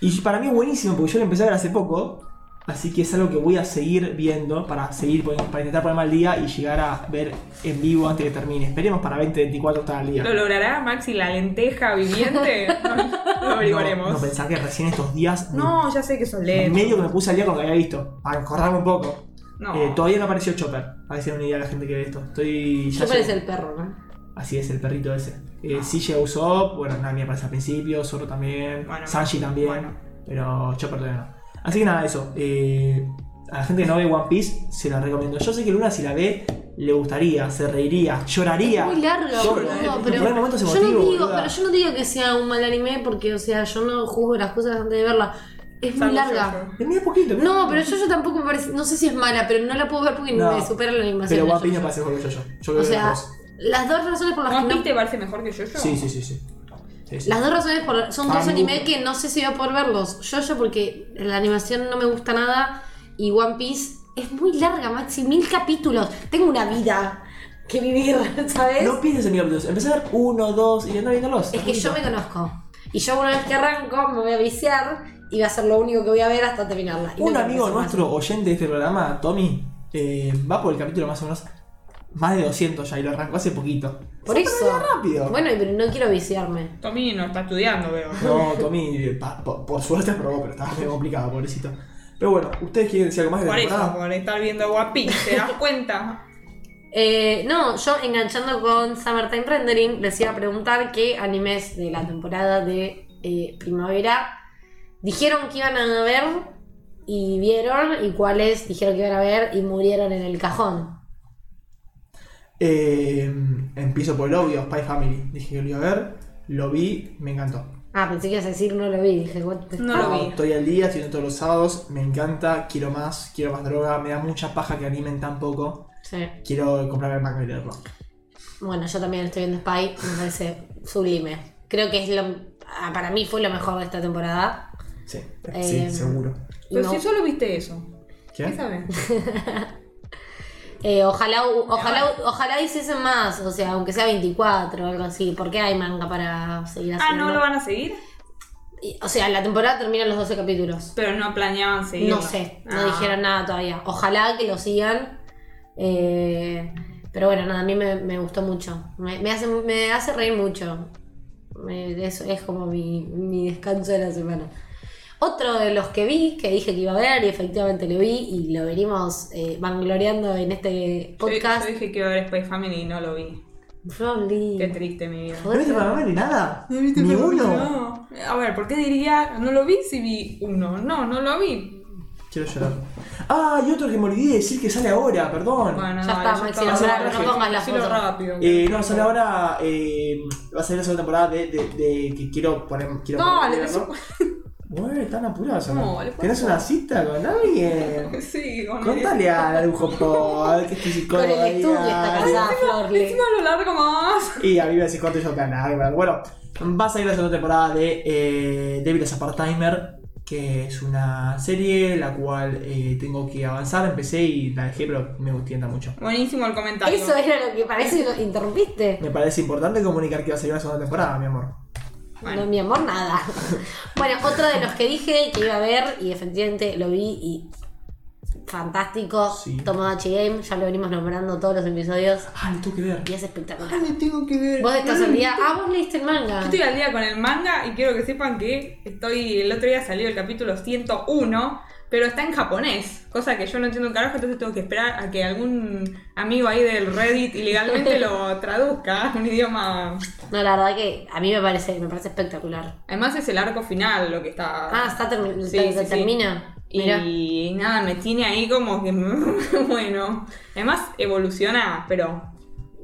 [SPEAKER 1] Y para mí es buenísimo, porque yo lo empecé a ver hace poco. Así que es algo que voy a seguir viendo para seguir poni- para intentar ponerme al día y llegar a ver en vivo antes que termine. Esperemos para 2024 estar al día.
[SPEAKER 3] ¿Lo logrará Maxi la lenteja viviente? No, lo
[SPEAKER 1] No, no
[SPEAKER 3] averiguaremos.
[SPEAKER 1] pensar que recién estos días
[SPEAKER 3] No, ya sé que sos
[SPEAKER 1] en medio
[SPEAKER 3] lento.
[SPEAKER 1] que me puse al día con lo que había visto. Para acordarme un poco.
[SPEAKER 3] No.
[SPEAKER 1] Eh, todavía no apareció Chopper. Para que se den una idea a la gente que ve esto. Estoy ya
[SPEAKER 2] Yo parece
[SPEAKER 1] llego-
[SPEAKER 2] el perro, ¿no?
[SPEAKER 1] Así es, el perrito ese.
[SPEAKER 3] Ah.
[SPEAKER 1] Eh, Silla Usopp, bueno, Nami aparece al principio, Zoro también,
[SPEAKER 3] Bueno,
[SPEAKER 1] Sanji también,
[SPEAKER 3] bueno.
[SPEAKER 1] pero Chopper todavía no. Así que nada, eso. eh, a la gente que no ve One Piece, se la recomiendo. Yo sé que Luna, si la ve, le gustaría, se reiría, lloraría.
[SPEAKER 2] Muy larga,
[SPEAKER 1] Todo.
[SPEAKER 2] boludo,
[SPEAKER 1] En
[SPEAKER 2] pero.
[SPEAKER 1] algún eh, momento se
[SPEAKER 2] Yo no
[SPEAKER 1] motiva,
[SPEAKER 2] digo,
[SPEAKER 1] boluda.
[SPEAKER 2] pero yo no digo que sea un mal anime porque, o sea, yo no juzgo las cosas antes de verla. Es muy
[SPEAKER 3] Salvo
[SPEAKER 2] larga.
[SPEAKER 1] Es medio poquito, ¿no?
[SPEAKER 2] No, pero yo, yo tampoco me parece. No sé si es mala, pero no la puedo ver porque
[SPEAKER 1] No.
[SPEAKER 2] me supera la animación.
[SPEAKER 1] Pero
[SPEAKER 2] de
[SPEAKER 1] One Piece me
[SPEAKER 2] Jojo.
[SPEAKER 1] parece mejor que yo. Yo, yo creo
[SPEAKER 2] O
[SPEAKER 1] que
[SPEAKER 2] sea,
[SPEAKER 1] los dos.
[SPEAKER 2] las dos razones por las
[SPEAKER 3] ¿One
[SPEAKER 2] que
[SPEAKER 3] Piece
[SPEAKER 2] no.
[SPEAKER 3] te parece mejor que yo? yo?
[SPEAKER 1] Sí, sí, sí, sí. Sí, sí.
[SPEAKER 2] Las dos razones por, son
[SPEAKER 1] Para
[SPEAKER 2] dos
[SPEAKER 1] mí-
[SPEAKER 2] animes que no sé si voy a poder verlos. Yo, yo, porque la animación no me gusta nada. Y One Piece es muy larga, Maxi, mil capítulos. Tengo una vida que vivir, ¿sabes?
[SPEAKER 1] No pienses en capítulos, empecé a ver uno, dos y anda viéndolos.
[SPEAKER 2] es que yo me conozco. Y yo una vez que arranco me voy a viciar y va a ser lo único que voy a ver hasta terminarla. Y
[SPEAKER 1] Un
[SPEAKER 2] no
[SPEAKER 1] amigo
[SPEAKER 2] creo que sea
[SPEAKER 1] nuestro oyente de este programa, Tommy, eh, va por el capítulo más o menos más de 200 ya y lo arrancó hace poquito.
[SPEAKER 2] más. Por
[SPEAKER 1] Se
[SPEAKER 2] eso.
[SPEAKER 1] aprende rápido.
[SPEAKER 2] Bueno, pero no quiero viciarme.
[SPEAKER 3] Tommy no está estudiando, veo.
[SPEAKER 1] No, Tommy, eh, pa- po- por suerte aprobó, pero estaba medio complicado, pobrecito. Pero bueno, ¿ustedes quieren decir algo más de la
[SPEAKER 3] Por eso,
[SPEAKER 1] temporada?
[SPEAKER 3] por estar viendo Guapín, ¿te das cuenta?
[SPEAKER 2] Eh, no, yo enganchando con Summertime Rendering les iba a preguntar qué animes de la temporada de eh, primavera dijeron que iban a ver y vieron y cuáles dijeron que iban a ver y murieron en el cajón.
[SPEAKER 1] Eh, empiezo por el obvio, Spy Family. Dije que lo iba a ver, lo vi, me encantó.
[SPEAKER 2] Ah, pensé que ibas a decir no Ah, lo vi, dije, what the
[SPEAKER 3] No lo vi.
[SPEAKER 1] Estoy al día, estoy viendo todos los sábados, me encanta, quiero más, quiero más droga, me da mucha paja que animen tan poco.
[SPEAKER 2] Sí.
[SPEAKER 1] Quiero comprarme el manga y leerlo.
[SPEAKER 2] Bueno, yo también estoy viendo Spy, me parece sublime. Creo que es lo ah, para mí fue lo mejor de esta temporada.
[SPEAKER 1] Sí,
[SPEAKER 2] Eh,
[SPEAKER 1] sí, seguro.
[SPEAKER 3] Pero
[SPEAKER 2] No.
[SPEAKER 3] si solo viste eso, ¿qué
[SPEAKER 1] ¿Qué?
[SPEAKER 3] sabes?
[SPEAKER 2] Eh, ojalá, ojalá, ojalá hiciesen más, o sea, aunque sea 24 o algo así, porque hay manga para seguir
[SPEAKER 3] Ah,
[SPEAKER 2] haciendo.
[SPEAKER 3] ¿no lo van a seguir?
[SPEAKER 2] Y, o sea, la temporada termina los 12 capítulos.
[SPEAKER 3] Pero no planeaban seguirlo.
[SPEAKER 2] No sé, no
[SPEAKER 3] Ah.
[SPEAKER 2] dijeron nada todavía. Ojalá que lo sigan. eh, pero bueno, nada, a mí me, me gustó mucho. Me, me hace, me hace reír mucho. Me- es, es como mi, mi descanso de la semana. Otro de los que vi, que dije que iba a ver y efectivamente lo vi y lo venimos eh, vangloriando en este
[SPEAKER 3] Yo-
[SPEAKER 2] podcast.
[SPEAKER 3] Yo, dije que iba a ver Spy Family y no lo vi.
[SPEAKER 2] Broly.
[SPEAKER 3] Qué triste mi vida.
[SPEAKER 1] ¿No viste Spy Family nada? Ni
[SPEAKER 3] Pero
[SPEAKER 1] uno.
[SPEAKER 3] No. A ver, ¿por qué diría no lo vi si vi uno? No, no lo vi.
[SPEAKER 1] Quiero llorar. Ah, y otro que me olvidé de decir que sale ahora, perdón.
[SPEAKER 3] Bueno,
[SPEAKER 2] Ya
[SPEAKER 3] dale,
[SPEAKER 2] está, Maxi,
[SPEAKER 1] no
[SPEAKER 3] Dale,
[SPEAKER 1] pongas
[SPEAKER 3] rápido,
[SPEAKER 2] las
[SPEAKER 3] decilo
[SPEAKER 2] fotos.
[SPEAKER 3] rápido.
[SPEAKER 1] Eh, no, sale ahora. eh, va a salir la segunda temporada de, de- de- que quiero poner. Quiero
[SPEAKER 3] No,
[SPEAKER 1] poner-
[SPEAKER 3] le-
[SPEAKER 1] ¿no? Güey, están apurados.
[SPEAKER 3] No,
[SPEAKER 1] No,
[SPEAKER 3] le-
[SPEAKER 1] ¿Tenés una cita con alguien?
[SPEAKER 3] Sí, con
[SPEAKER 1] Contale a Arujopó, a ver qué es este tu
[SPEAKER 2] Con
[SPEAKER 1] psicóloga.
[SPEAKER 2] el estudio está
[SPEAKER 1] diga.
[SPEAKER 2] casada Florly.
[SPEAKER 3] Encima lo largo más.
[SPEAKER 1] Y a mí me decís corto y yo plan, ay, bueno. Bueno, va a salir la segunda temporada de eh, Devil as a Part-Timer, que es una serie la cual eh, tengo que avanzar. Empecé y la dejé, pero me tienta mucho.
[SPEAKER 3] Buenísimo el comentario.
[SPEAKER 2] Eso era lo que parece que lo interrumpiste.
[SPEAKER 1] Me parece importante comunicar que va a salir una segunda temporada, mi amor.
[SPEAKER 3] Bueno.
[SPEAKER 2] No, mi amor, nada. bueno, otro de los que dije que iba a ver, y efectivamente lo vi y. Fantástico.
[SPEAKER 1] Sí.
[SPEAKER 2] Tomodachi Game, ya lo venimos nombrando todos los episodios.
[SPEAKER 1] Ah, lo tengo que ver.
[SPEAKER 2] Y es espectacular.
[SPEAKER 1] Ay, Ah, lo tengo que ver.
[SPEAKER 2] Vos estás al día. Ah, vos leíste el manga.
[SPEAKER 3] Estoy al día con el manga y quiero que sepan que estoy. El otro día salió el capítulo 101, pero está en japonés, cosa que yo no entiendo un carajo, entonces tengo que esperar a que algún amigo ahí del Reddit ilegalmente lo traduzca a un idioma.
[SPEAKER 2] No, la verdad que a mí me parece, me parece espectacular.
[SPEAKER 3] Además, es el arco final lo que está.
[SPEAKER 2] Ah, está termi-
[SPEAKER 3] Sí,
[SPEAKER 2] te-
[SPEAKER 3] sí,
[SPEAKER 2] te
[SPEAKER 3] sí.
[SPEAKER 2] termina. Mirá.
[SPEAKER 3] Y nada, me tiene ahí como que. bueno. Además, evoluciona, pero.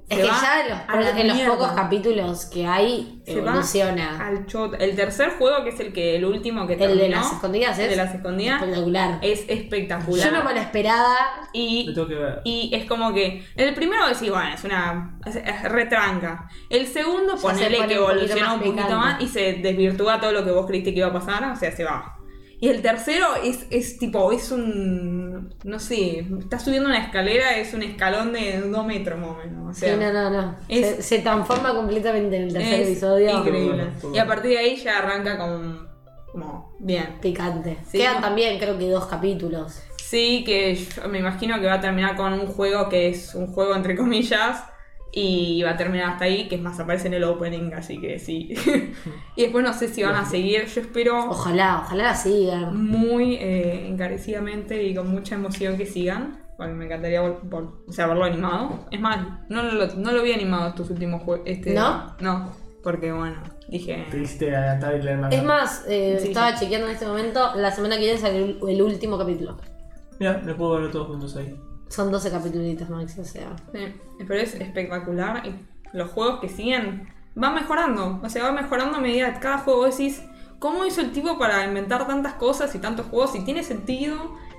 [SPEAKER 2] Es
[SPEAKER 3] se
[SPEAKER 2] que
[SPEAKER 3] va
[SPEAKER 2] ya en los,
[SPEAKER 3] a la
[SPEAKER 2] en los
[SPEAKER 3] mierda.
[SPEAKER 2] pocos capítulos que hay,
[SPEAKER 3] Se va
[SPEAKER 2] evoluciona.
[SPEAKER 3] al chota. El tercer juego, que es el que el último que
[SPEAKER 2] El de
[SPEAKER 3] terminó,
[SPEAKER 2] las escondidas
[SPEAKER 3] el
[SPEAKER 2] es
[SPEAKER 3] de las escondidas,
[SPEAKER 2] espectacular.
[SPEAKER 3] es espectacular.
[SPEAKER 2] Yo no me lo esperaba.
[SPEAKER 1] Lo
[SPEAKER 3] y,
[SPEAKER 1] tengo que ver.
[SPEAKER 3] y es como que. El primero decís, bueno, es una. es- es retranca. El segundo,
[SPEAKER 2] Ya se
[SPEAKER 3] ponele
[SPEAKER 2] pone un
[SPEAKER 3] que
[SPEAKER 2] poquito
[SPEAKER 3] evoluciona
[SPEAKER 2] más
[SPEAKER 3] un poquito
[SPEAKER 2] picante.
[SPEAKER 3] más y se desvirtúa todo lo que vos creíste que iba a pasar, o sea, se va. Y el tercero es, es tipo, es un. No sé, está subiendo una escalera, es un escalón de dos metros más o menos. O sea,
[SPEAKER 2] sí, no, no, no.
[SPEAKER 3] es-
[SPEAKER 2] se, se transforma completamente en el tercer
[SPEAKER 3] es
[SPEAKER 2] episodio.
[SPEAKER 3] Increíble.
[SPEAKER 1] Todo bueno.
[SPEAKER 3] Y a partir de ahí ya arranca con. Como, bien.
[SPEAKER 2] Picante.
[SPEAKER 3] Sí,
[SPEAKER 2] Quedan
[SPEAKER 3] no.
[SPEAKER 2] también, creo que dos capítulos.
[SPEAKER 3] Sí, que yo me imagino que va a terminar con un juego que es un juego entre comillas. Y va a terminar hasta ahí, que es más, aparece en el opening, así que sí. y después no sé si van a seguir, yo espero
[SPEAKER 2] Ojalá, ojalá la sigan.
[SPEAKER 3] muy eh, encarecidamente y con mucha emoción que sigan. Porque me encantaría vol- vol- o sea, verlo animado. Es más, no lo, no lo vi animado estos últimos juegos.
[SPEAKER 2] ¿No?
[SPEAKER 3] No, porque bueno, dije...
[SPEAKER 1] Te hiciste adelantar y leer más.
[SPEAKER 2] Es más, eh,
[SPEAKER 3] Sí.
[SPEAKER 2] estaba chequeando en este momento, la semana que viene sale el, el último capítulo.
[SPEAKER 1] Mira, lo puedo ver todos juntos ahí.
[SPEAKER 2] Son 12 capítulos, Max, o sea.
[SPEAKER 3] Sí, pero es espectacular. y Los juegos que siguen van mejorando. O sea, va mejorando a medida que cada juego vos decís, ¿cómo hizo el tipo para inventar tantas cosas y tantos juegos? Y tiene sentido.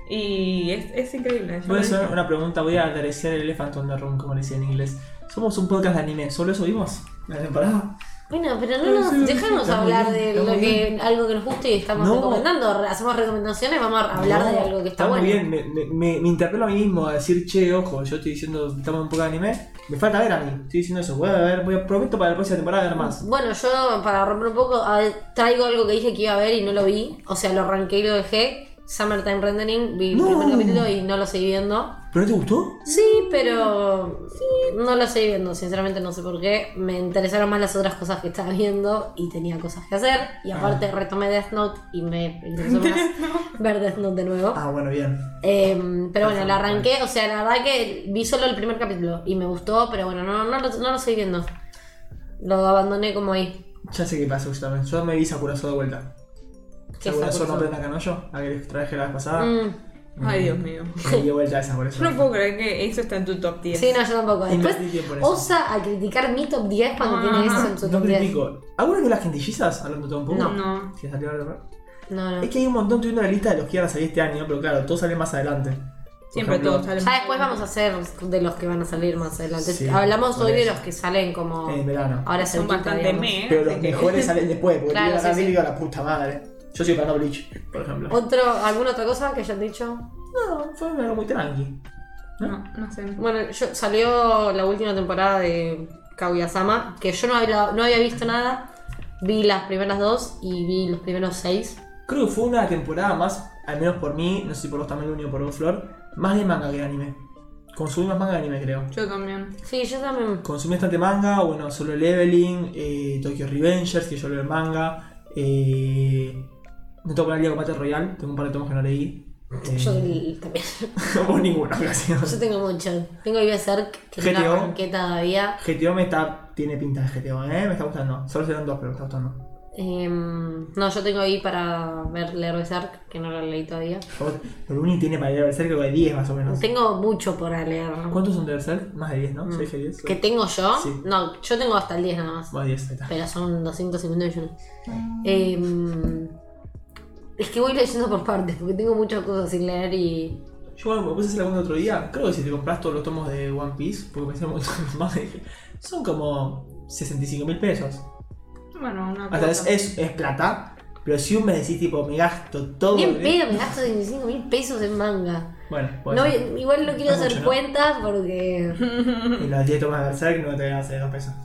[SPEAKER 3] Y es, es increíble. ya
[SPEAKER 1] Voy a
[SPEAKER 3] lo
[SPEAKER 1] hacer
[SPEAKER 3] dije.
[SPEAKER 1] una pregunta, voy a agradecer el Elephant on the Room, como le decía en inglés. Somos un podcast de anime, ¿solo eso vimos? La temporada.
[SPEAKER 2] Bueno, pero no nos dejamos hablar de lo que, algo que nos guste y estamos
[SPEAKER 1] No.
[SPEAKER 2] recomendando. Re- Hacemos recomendaciones, vamos a hablar de algo que está,
[SPEAKER 1] muy
[SPEAKER 2] bueno.
[SPEAKER 1] bien, me, me- me, me interpelo a mí mismo a decir, che, ojo, yo estoy diciendo, estamos un poco de anime. Me falta ver a mí, estoy diciendo eso. Voy a ver, voy a, prometo para la próxima temporada ver más.
[SPEAKER 2] Bueno, yo para romper un poco, a ver, traigo algo que dije que iba a ver y no lo vi. O sea, lo arranqué y lo dejé. Summertime Rendering, vi
[SPEAKER 1] No.
[SPEAKER 2] el primer capítulo y no lo seguí viendo.
[SPEAKER 1] ¿Pero no te gustó?
[SPEAKER 2] Sí, pero no lo seguí viendo, sinceramente no sé por qué. Me interesaron más las otras cosas que estaba viendo y tenía cosas que hacer. Y aparte retomé Death Note y me interesó más ver Death Ah. Note de nuevo.
[SPEAKER 1] Ah, bueno, bien.
[SPEAKER 2] Em, pero bueno, la arranqué, o sea, la verdad que vi solo el primer capítulo y me gustó, pero bueno, no, no, lo, no lo seguí viendo. Lo abandoné como ahí.
[SPEAKER 1] Ya sé qué pasó yo también. Yo me vi Sakurazo de vuelta.
[SPEAKER 2] ¿Qué
[SPEAKER 1] Sakurazo
[SPEAKER 2] Sakurazo?
[SPEAKER 1] no prenda canoyo, a que les traje la vez pasada.
[SPEAKER 2] Mm,
[SPEAKER 3] Ay, Dios mío.
[SPEAKER 1] Me di vuelta a Sakurazo.
[SPEAKER 3] Yo no puedo creer que eso está en tu top 10.
[SPEAKER 2] Sí, no, yo tampoco. Después
[SPEAKER 1] Invertí tiempo en eso.
[SPEAKER 2] osa a criticar mi top 10 cuando
[SPEAKER 3] Ah,
[SPEAKER 2] tiene eso en su
[SPEAKER 1] No
[SPEAKER 2] top 10.
[SPEAKER 1] critico. ¿Alguna de las gentillizas? Hablando todo un poco.
[SPEAKER 2] No.
[SPEAKER 3] No.
[SPEAKER 1] Que salió ahora.
[SPEAKER 2] No, no.
[SPEAKER 1] Es que hay un montón, estoy viendo la lista de los que iban a salir este año, pero claro, todos salen más adelante. Por
[SPEAKER 3] Siempre
[SPEAKER 1] ejemplo,
[SPEAKER 3] todos salen.
[SPEAKER 2] Ya después vamos a hacer de los que van a salir más adelante.
[SPEAKER 1] Sí,
[SPEAKER 2] Hablamos
[SPEAKER 1] por
[SPEAKER 2] hoy de
[SPEAKER 1] eso.
[SPEAKER 2] los que salen como.
[SPEAKER 1] En verano.
[SPEAKER 2] Ahora es
[SPEAKER 3] Son
[SPEAKER 2] el quinto,
[SPEAKER 3] bastante
[SPEAKER 2] digamos.
[SPEAKER 3] meh.
[SPEAKER 1] Pero
[SPEAKER 3] así
[SPEAKER 1] los
[SPEAKER 3] que-
[SPEAKER 1] mejores salen después, porque
[SPEAKER 2] Claro,
[SPEAKER 1] claro, acá
[SPEAKER 2] sí, sí.
[SPEAKER 1] y digo la puta madre. Yo soy para Bleach, por ejemplo.
[SPEAKER 2] Otro, ¿Alguna otra cosa que hayan dicho?
[SPEAKER 1] No, fue algo muy tranqui.
[SPEAKER 3] No, no sé.
[SPEAKER 2] Bueno, yo, salió la última temporada de Kaguya-sama, que yo no había, no había visto nada. Vi las primeras dos y vi los primeros seis.
[SPEAKER 1] Creo que fue una temporada más, al menos por mí, no sé si por vos también, Luni o por vos, Flor, más de manga que de anime. Consumí más manga de anime, creo.
[SPEAKER 3] Yo también.
[SPEAKER 2] Sí, yo también.
[SPEAKER 1] Consumí bastante manga, bueno, Solo Leveling, eh, Tokyo Revengers, que yo leo el manga. Eh, no tengo al día con Battle Royale, tengo un par de tomos que no leí. Eh,
[SPEAKER 2] Yo vi- también.
[SPEAKER 1] vos ninguno, casi.
[SPEAKER 2] Yo tengo mucho. Tengo el Berserk, que no
[SPEAKER 1] GTO.
[SPEAKER 2] la arranqué todavía.
[SPEAKER 1] GTO me está, tiene pinta de GTO, ¿eh? Me está gustando. Solo serán dos, pero me está gustando.
[SPEAKER 2] Em, no, yo tengo ahí para ver leer Berserk, que no lo leí todavía.
[SPEAKER 1] Vos- Pero Uni tiene para leer Berserk creo que de 10 más o menos.
[SPEAKER 2] Tengo Mm. mucho por leer.
[SPEAKER 1] ¿Cuántos son de Berserk? Más de 10, ¿no? ¿Soy feliz?
[SPEAKER 2] ¿Que tengo yo?
[SPEAKER 1] Sí.
[SPEAKER 2] No, yo tengo hasta el 10 nada más.
[SPEAKER 1] Más de 10, ahí está.
[SPEAKER 2] Pero son 250 millones. Em, es que voy leyendo por partes, porque tengo muchas cosas sin leer y.
[SPEAKER 1] Yo bueno, me puse a hacer la cuenta el otro día. Creo que si te compras todos los tomos de One Piece, porque pensé un montón más, dije, son como 65 mil pesos.
[SPEAKER 3] Bueno, una
[SPEAKER 1] Hasta es,
[SPEAKER 3] cosa.
[SPEAKER 1] es, es plata, pero si un me decís, tipo, me gasto todo. ¿eh?
[SPEAKER 2] Ni en
[SPEAKER 1] el-
[SPEAKER 2] pedo, me gasto 25 mil pesos en manga.
[SPEAKER 1] Bueno, pues.
[SPEAKER 2] No, igual no quiero
[SPEAKER 1] Es
[SPEAKER 2] hacer
[SPEAKER 1] mucho, ¿no?
[SPEAKER 2] cuentas porque.
[SPEAKER 1] Y los 10 tomas de Berserk no te van a hacer 2 pesos.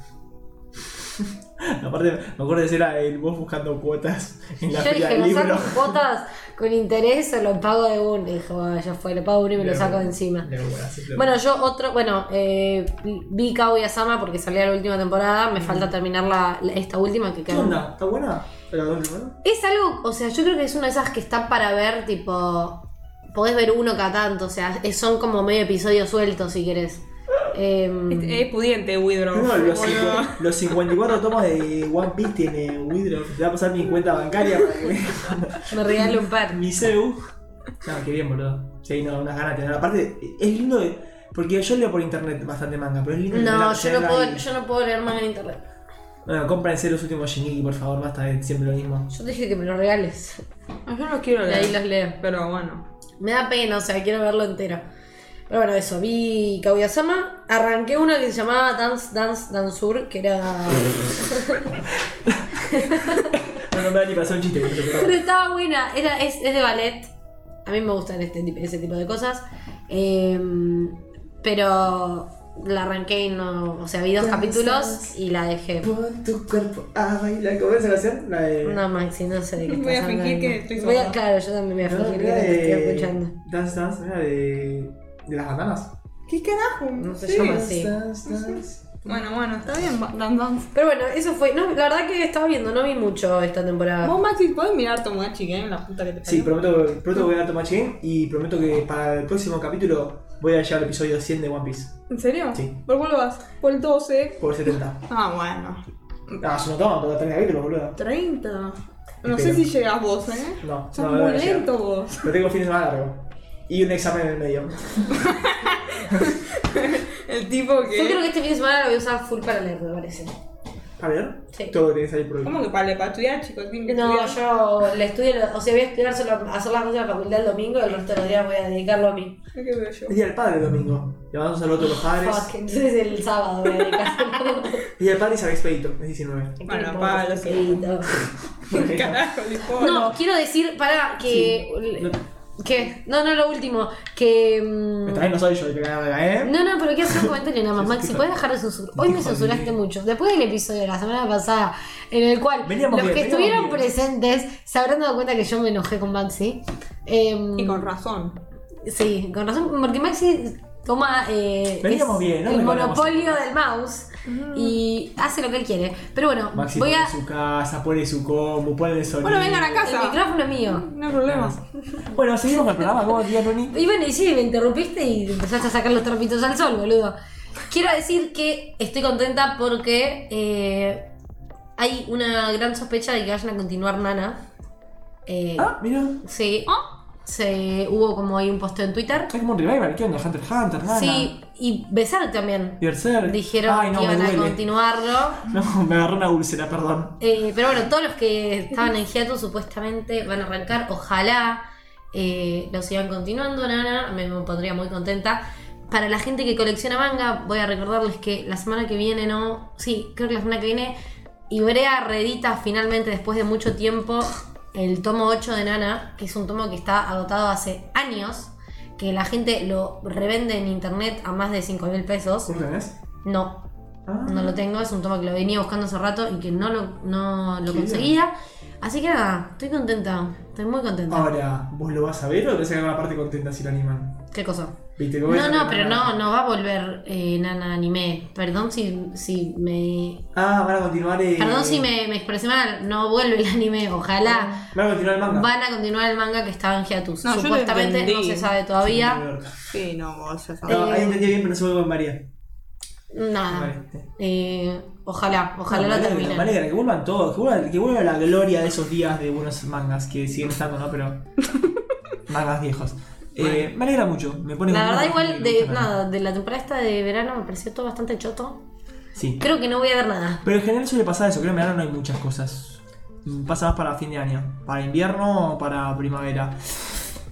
[SPEAKER 1] Aparte, me acuerdo de ser el vos buscando cuotas en la
[SPEAKER 2] yo dije,
[SPEAKER 1] fila del
[SPEAKER 2] lo
[SPEAKER 1] libro.
[SPEAKER 2] saco cuotas con interés o lo pago de uno. Y dije, bueno, ya fue, lo pago uno y me lo saco de encima.
[SPEAKER 1] De una, sí, claro.
[SPEAKER 2] Bueno, yo otro, bueno, eh, vi Kaguya-sama porque salía la última temporada, me falta terminar la, la- esta última que
[SPEAKER 1] ¿Qué
[SPEAKER 2] queda.
[SPEAKER 1] onda? ¿Está buena? ¿Pero dónde, bueno?
[SPEAKER 2] Es algo, o sea, yo creo que es una de esas que está para ver, tipo, podés ver uno cada tanto, o sea, es- son como medio episodios sueltos si querés. Em,
[SPEAKER 3] Este, Es pudiente, Widrow.
[SPEAKER 1] No, los,
[SPEAKER 3] Boludo.
[SPEAKER 1] cincu- los 54 tomas de One Piece tiene Widrow. Te va a pasar mi cuenta bancaria para que veas
[SPEAKER 2] me regalé un par.
[SPEAKER 1] mi CEU. No, qué bien, boludo. Sí, no, unas ganas de tener. Aparte, es lindo. de- porque yo leo por internet bastante manga, pero es lindo.
[SPEAKER 2] No,
[SPEAKER 1] tenerla-
[SPEAKER 2] yo no,
[SPEAKER 1] tenerla
[SPEAKER 2] puedo,
[SPEAKER 1] ahí.
[SPEAKER 2] yo no puedo leer manga en internet.
[SPEAKER 1] Bueno, cómprense los últimos Shinigi, por favor, basta de siempre lo mismo.
[SPEAKER 2] Yo te dije que me lo regales.
[SPEAKER 3] Ah, Yo no quiero
[SPEAKER 2] Y ahí los
[SPEAKER 3] leer.
[SPEAKER 2] leo.
[SPEAKER 3] Pero bueno.
[SPEAKER 2] Me da pena, o sea, quiero verlo entero. Pero bueno, eso, vi Kaguya-sama. Arranqué uno que se llamaba Dance, Dance, Dansur, que era.
[SPEAKER 1] No, no me da ni pasó un chiste, pero- pero-
[SPEAKER 2] Pero estaba buena, era, es, es de ballet. A mí me gustan este, tip- ese tipo de cosas. Eh, pero la arranqué y no. O sea, vi dos capítulos y la dejé.
[SPEAKER 1] Pon tu cuerpo a bailar. ¿Cómo es la canción? La de.
[SPEAKER 2] No, Maxi, no sé de qué
[SPEAKER 3] Voy a
[SPEAKER 2] estás
[SPEAKER 3] fingir
[SPEAKER 2] hablando.
[SPEAKER 3] que estoy
[SPEAKER 2] Voy a-
[SPEAKER 3] sorda.
[SPEAKER 2] Claro, yo también voy a
[SPEAKER 1] No,
[SPEAKER 2] fingir que
[SPEAKER 1] la
[SPEAKER 2] no eh, te estoy
[SPEAKER 1] de-
[SPEAKER 2] escuchando.
[SPEAKER 1] Dance Dance, era de. de las bandanas.
[SPEAKER 3] ¿Qué carajo?
[SPEAKER 2] No se llama así.
[SPEAKER 1] Dance Dance.
[SPEAKER 3] Bueno, bueno, está bien. va- Dan, dan.
[SPEAKER 2] Pero bueno, eso fue. No, la verdad que estaba viendo, no vi mucho esta temporada.
[SPEAKER 3] Vos, Maxi, ¿podés mirar Tomodachi Game? La puta que te
[SPEAKER 1] Sí,
[SPEAKER 3] parió?
[SPEAKER 1] prometo, prometo que voy a dar Tomachi Game y prometo que para el próximo capítulo voy a llegar al episodio 100 de One Piece.
[SPEAKER 3] ¿En serio?
[SPEAKER 1] Sí.
[SPEAKER 3] ¿Por cuál vas? Por el 12.
[SPEAKER 1] Por 70.
[SPEAKER 3] Ah, bueno.
[SPEAKER 1] Ah, es un toma, tengo 3 capítulos, boludo.
[SPEAKER 3] 30. No
[SPEAKER 1] Espero.
[SPEAKER 3] sé si llegas vos, ¿eh?
[SPEAKER 1] No,
[SPEAKER 3] Sos
[SPEAKER 1] no, no.
[SPEAKER 3] muy
[SPEAKER 1] voy a llegar.
[SPEAKER 3] lento vos.
[SPEAKER 1] Lo tengo fin de semana largo. Y un examen en el medio.
[SPEAKER 3] El tipo que.
[SPEAKER 2] Yo creo que este fin de semana lo voy a usar full para leer, me parece.
[SPEAKER 1] A ver,
[SPEAKER 2] Sí.
[SPEAKER 1] todo tiene que salir prohibido.
[SPEAKER 3] ¿Cómo que para, para estudiar, chicos? Tienen que
[SPEAKER 2] No,
[SPEAKER 3] estudiar.
[SPEAKER 2] yo le estudio, lo- o sea, voy a estudiar solo, a hacer las cosas de la facultad el domingo y el resto de los días voy a dedicarlo a mí.
[SPEAKER 3] ¿Qué veo yo?
[SPEAKER 1] Es día del padre el domingo. Le mandamos un saludo a todos los padres.
[SPEAKER 2] Fuck, entonces el sábado voy a dedicarlo.
[SPEAKER 1] Es día del padre y se expedito, es 19.
[SPEAKER 3] Bueno, pa, lo siento. Carajo, ni por-
[SPEAKER 2] No, quiero decir, para que...
[SPEAKER 1] No,
[SPEAKER 2] ¿Qué? No, no, lo último. Que... mm,
[SPEAKER 1] también no soy yo el que gana, ¿eh?
[SPEAKER 2] No, no, pero quiero hacer un comentario nada más, Maxi. ¿Puedes dejar de censurar? Hoy me
[SPEAKER 1] Hijo de-
[SPEAKER 2] censuraste mucho. Después del episodio de la semana pasada, en el cual
[SPEAKER 1] Veníamos
[SPEAKER 2] los
[SPEAKER 1] bien,
[SPEAKER 2] que
[SPEAKER 1] veníamos
[SPEAKER 2] estuvieron
[SPEAKER 1] bien.
[SPEAKER 2] presentes se habrán dado cuenta que yo me enojé con Maxi. Em,
[SPEAKER 3] Y con razón.
[SPEAKER 2] Sí, con razón, porque Maxi toma eh,
[SPEAKER 1] Veníamos
[SPEAKER 2] es
[SPEAKER 1] bien, ¿no?
[SPEAKER 2] el
[SPEAKER 1] Veníamos
[SPEAKER 2] monopolio
[SPEAKER 1] bien.
[SPEAKER 2] del mouse y hace lo que él quiere. Pero bueno,
[SPEAKER 1] Maxi
[SPEAKER 2] voy
[SPEAKER 1] pone
[SPEAKER 2] a...
[SPEAKER 1] su casa, pone su combo, pone el sonido.
[SPEAKER 3] Bueno, vengan a
[SPEAKER 2] El
[SPEAKER 3] casa.
[SPEAKER 2] micrófono es mío.
[SPEAKER 3] No hay problema.
[SPEAKER 1] Ah. Bueno, seguimos con el programa, ¿cómo te Noni?
[SPEAKER 2] Y bueno, y sí, me interrumpiste y empezaste a sacar los trapitos al sol, boludo. Quiero decir que estoy contenta porque eh, hay una gran sospecha de que vayan a continuar Nana. Eh,
[SPEAKER 1] Ah, mira.
[SPEAKER 2] Sí. Se, hubo como ahí un posteo en Twitter.
[SPEAKER 1] Es como un revival, ¿qué onda? Hunter x Hunter, nada.
[SPEAKER 2] Sí, y Besar también.
[SPEAKER 1] Y Berserk.
[SPEAKER 2] Dijeron
[SPEAKER 1] Ay, no,
[SPEAKER 2] que
[SPEAKER 1] me
[SPEAKER 2] iban a
[SPEAKER 1] duele.
[SPEAKER 2] continuarlo.
[SPEAKER 1] No, me agarró una úlcera, perdón.
[SPEAKER 2] Eh, pero bueno, todos los que estaban en hiatus supuestamente van a arrancar. Ojalá eh, lo sigan continuando, Nana. Me, me pondría muy contenta. Para la gente que colecciona manga, voy a recordarles que la semana que viene, no. Sí, creo que la semana que viene, Ibrea reedita finalmente después de mucho tiempo el tomo 8 de Nana, que es un tomo que está agotado hace años. Que la gente lo revende en internet a más de 5 mil pesos.
[SPEAKER 1] ¿Cómo lo tenés?
[SPEAKER 2] No,
[SPEAKER 1] Ah,
[SPEAKER 2] no lo tengo, es un tomo que lo venía buscando hace rato y que no lo, no lo
[SPEAKER 1] Qué
[SPEAKER 2] conseguía. Así que nada, estoy contenta, estoy muy contenta.
[SPEAKER 1] Ahora, ¿vos lo vas a ver o te sacan una parte contenta si lo animan?
[SPEAKER 2] ¿Qué cosa?
[SPEAKER 1] ¿Viste que vos
[SPEAKER 2] No,
[SPEAKER 1] ves
[SPEAKER 2] no,
[SPEAKER 1] Ah. a-
[SPEAKER 2] pero no, no va a volver eh, Nana Anime. Perdón si, si me.
[SPEAKER 1] Ah, van a continuar. eh,
[SPEAKER 2] Perdón si me, me expresé mal, no vuelve el anime, ojalá.
[SPEAKER 1] Van a continuar el manga.
[SPEAKER 2] Van a continuar el manga que estaba en hiatus.
[SPEAKER 3] No, yo lo
[SPEAKER 2] Supuestamente no
[SPEAKER 3] entendí.
[SPEAKER 2] se sabe todavía. Eh,
[SPEAKER 3] Sí, no, vos ya sabés.
[SPEAKER 1] No, ahí entendí bien, pero no se vuelve con María.
[SPEAKER 2] Nada.
[SPEAKER 1] Vale.
[SPEAKER 2] Eh, ojalá, ah. ojalá
[SPEAKER 1] No,
[SPEAKER 2] lo
[SPEAKER 1] me alegra, Me
[SPEAKER 2] terminen.
[SPEAKER 1] alegra, que vuelvan todos, que vuelva, que vuelva la gloria de esos días de buenos mangas que siguen estando, ¿no? Pero. mangas viejos. Eh, me alegra mucho, me pone
[SPEAKER 2] La
[SPEAKER 1] muy
[SPEAKER 2] verdad,
[SPEAKER 1] contento,
[SPEAKER 2] igual,
[SPEAKER 1] me
[SPEAKER 2] de,
[SPEAKER 1] gusta
[SPEAKER 2] nada, de la temporada esta de verano me pareció todo bastante choto.
[SPEAKER 1] Sí.
[SPEAKER 2] Creo que no voy a ver nada.
[SPEAKER 1] Pero en general suele pasar eso, creo que en verano no hay muchas cosas. Mm, Pasa más para fin de año, para invierno o para primavera.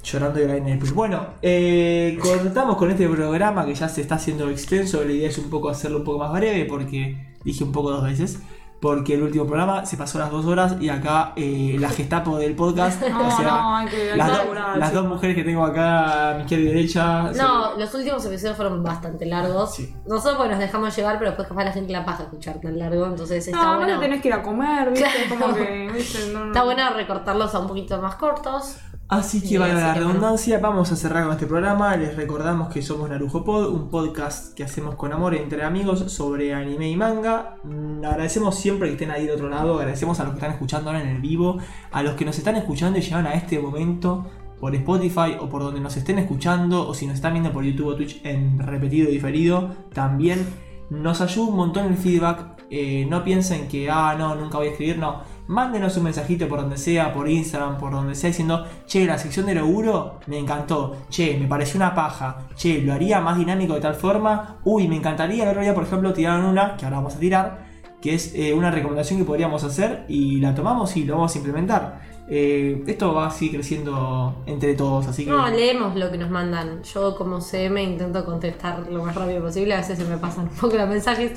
[SPEAKER 1] Llorando y la Netflix. Bueno, eh, cortamos con este programa que ya se está haciendo extenso. La idea es un poco hacerlo un poco más breve porque dije un poco dos veces. Porque el último programa se pasó las dos horas y acá eh, la gestapo del podcast,
[SPEAKER 3] No,
[SPEAKER 1] o sea,
[SPEAKER 3] no, hay que- hay
[SPEAKER 1] Este las,
[SPEAKER 3] que
[SPEAKER 1] do-
[SPEAKER 3] laburar,
[SPEAKER 1] las
[SPEAKER 3] sí.
[SPEAKER 1] dos mujeres que tengo acá a mi izquierda y derecha.
[SPEAKER 2] No, los últimos episodios fueron bastante largos.
[SPEAKER 1] Sí.
[SPEAKER 2] Nosotros porque nos dejamos llevar, pero después capaz la gente la paja escuchar tan largo, entonces está
[SPEAKER 3] No,
[SPEAKER 2] bueno.
[SPEAKER 3] no tenés que ir a comer, ¿viste?
[SPEAKER 2] Claro.
[SPEAKER 3] Como que, ¿viste? No, no.
[SPEAKER 2] Está bueno recortarlos a un poquito más cortos.
[SPEAKER 1] Así que
[SPEAKER 2] Sí,
[SPEAKER 1] valga
[SPEAKER 2] así
[SPEAKER 1] la
[SPEAKER 2] que bueno.
[SPEAKER 1] redundancia, vamos a cerrar con este programa. Les recordamos que somos Narujo Pod, un podcast que hacemos con amor entre amigos sobre anime y manga. Mm, Agradecemos siempre que estén ahí de otro lado, agradecemos a los que están escuchando ahora en el vivo, a los que nos están escuchando y llegaron a este momento por Spotify o por donde nos estén escuchando o si nos están viendo por YouTube o Twitch en repetido y diferido, también nos ayuda un montón el feedback. Eh, no piensen que, ah, no, nunca voy a escribir, no. Mándenos un mensajito por donde sea, por Instagram, por donde sea, diciendo, che, la sección de loguro me encantó, che, me pareció una paja, che, lo haría más dinámico de tal forma, uy, me encantaría, el otro día, por ejemplo, tiraron una, que ahora vamos a tirar, que es eh, una recomendación que podríamos hacer y la tomamos y lo vamos a implementar. Eh, esto va así creciendo entre todos, así que...
[SPEAKER 2] No, leemos lo que nos mandan. Yo como CM intento contestar lo más rápido posible, a veces se me pasan un poco los mensajes,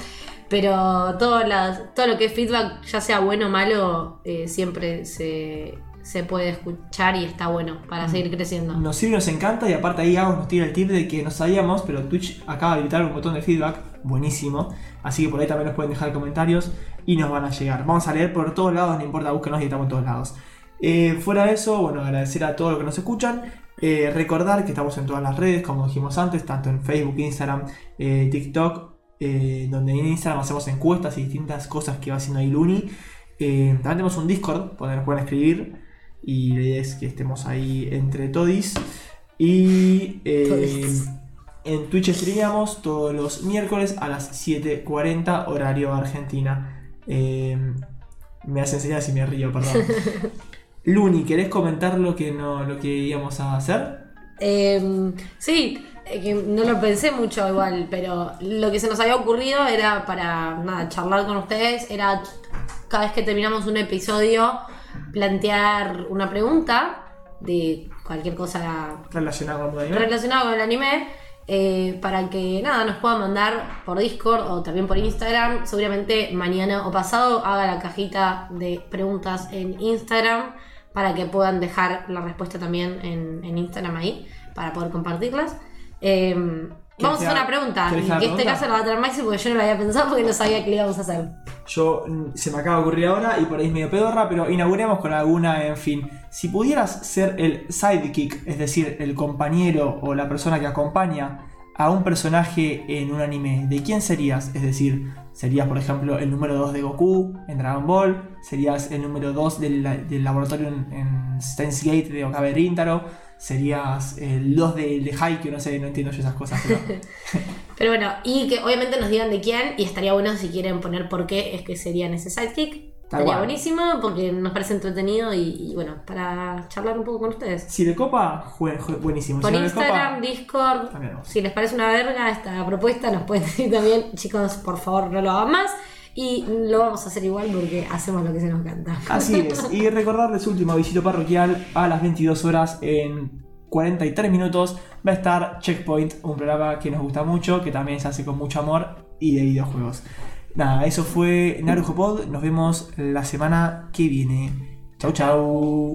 [SPEAKER 2] pero todo, las, todo lo que es feedback, ya sea bueno o malo, eh, siempre se, se puede escuchar y está bueno para seguir creciendo.
[SPEAKER 1] Nos sirve, nos encanta y aparte ahí Agus nos tira el tip de que no sabíamos, pero Twitch acaba de habilitar un botón de feedback buenísimo, así que por ahí también nos pueden dejar comentarios y nos van a llegar. Vamos a leer por todos lados, no importa, búsquenos y estamos en todos lados. Eh, fuera de eso, bueno, agradecer a todos los que nos escuchan. eh, recordar que estamos en todas las redes, como dijimos antes, tanto en Facebook, Instagram, eh, TikTok, eh, donde en Instagram hacemos encuestas y distintas cosas que va haciendo ahí Luni. Eh, también tenemos un Discord donde nos pueden escribir y la idea es que estemos ahí entre todis. Y eh,
[SPEAKER 2] Todis.
[SPEAKER 1] en Twitch streameamos todos los miércoles a las 7.40 horario Argentina. Eh, me hace enseñar si me río, perdón. Luni, ¿querés comentar lo que, no, lo que íbamos a hacer?
[SPEAKER 2] Eh, sí, eh, que no lo pensé mucho igual, pero lo que se nos había ocurrido era para nada, charlar con ustedes, era cada vez que terminamos un episodio plantear una pregunta de cualquier cosa
[SPEAKER 1] Relacionado con el anime.
[SPEAKER 2] relacionado con el anime eh, para que nada nos puedan mandar por Discord o también por Instagram. Seguramente mañana o pasado haga la cajita de preguntas en Instagram para que puedan dejar la respuesta también en, en Instagram ahí para poder compartirlas. Eh, vamos a hacer
[SPEAKER 1] sea-
[SPEAKER 2] una pregunta
[SPEAKER 1] ¿querés
[SPEAKER 2] que
[SPEAKER 1] hacer la
[SPEAKER 2] este
[SPEAKER 1] pregunta?
[SPEAKER 2] caso la va a traer Maxi porque yo no la había pensado porque no sabía que le íbamos a hacer.
[SPEAKER 1] Yo mm, se me acaba de ocurrir ahora y por ahí es medio pedorra, pero inauguremos con alguna, en fin. Si pudieras ser el sidekick, es decir, el compañero o la persona que acompaña a un personaje en un anime, ¿de quién serías? Es decir, ¿serías por ejemplo el número 2 de Goku en Dragon Ball? ¿Serías el número 2 del, la- del laboratorio en, en Steins Gate de Okabe Rintaro? ¿Serías el 2 de, de Haikyuu? No sé, no entiendo yo esas cosas, pero...
[SPEAKER 2] Pero bueno, y que obviamente nos digan de quién, y estaría bueno si quieren poner por qué es que serían ese sidekick.
[SPEAKER 1] Tal
[SPEAKER 2] estaría
[SPEAKER 1] cual.
[SPEAKER 2] buenísimo porque nos parece entretenido y, y bueno, para charlar un poco con ustedes.
[SPEAKER 1] Si de copa, jue- jue- buenísimo.
[SPEAKER 2] Por
[SPEAKER 1] si no le
[SPEAKER 2] Instagram,
[SPEAKER 1] copa,
[SPEAKER 2] Discord,
[SPEAKER 1] también vamos.
[SPEAKER 2] si les parece una verga esta propuesta, nos pueden decir también, chicos, por favor, no lo hagan más. Y lo vamos a hacer igual porque hacemos lo que se nos canta.
[SPEAKER 1] Así es, y recordarles último avisito parroquial a las 22 horas en 43 minutos va a estar Checkpoint, un programa que nos gusta mucho, que también se hace con mucho amor y de videojuegos. Nada, eso fue Narujo Pod, nos vemos la semana que viene. Chau chau.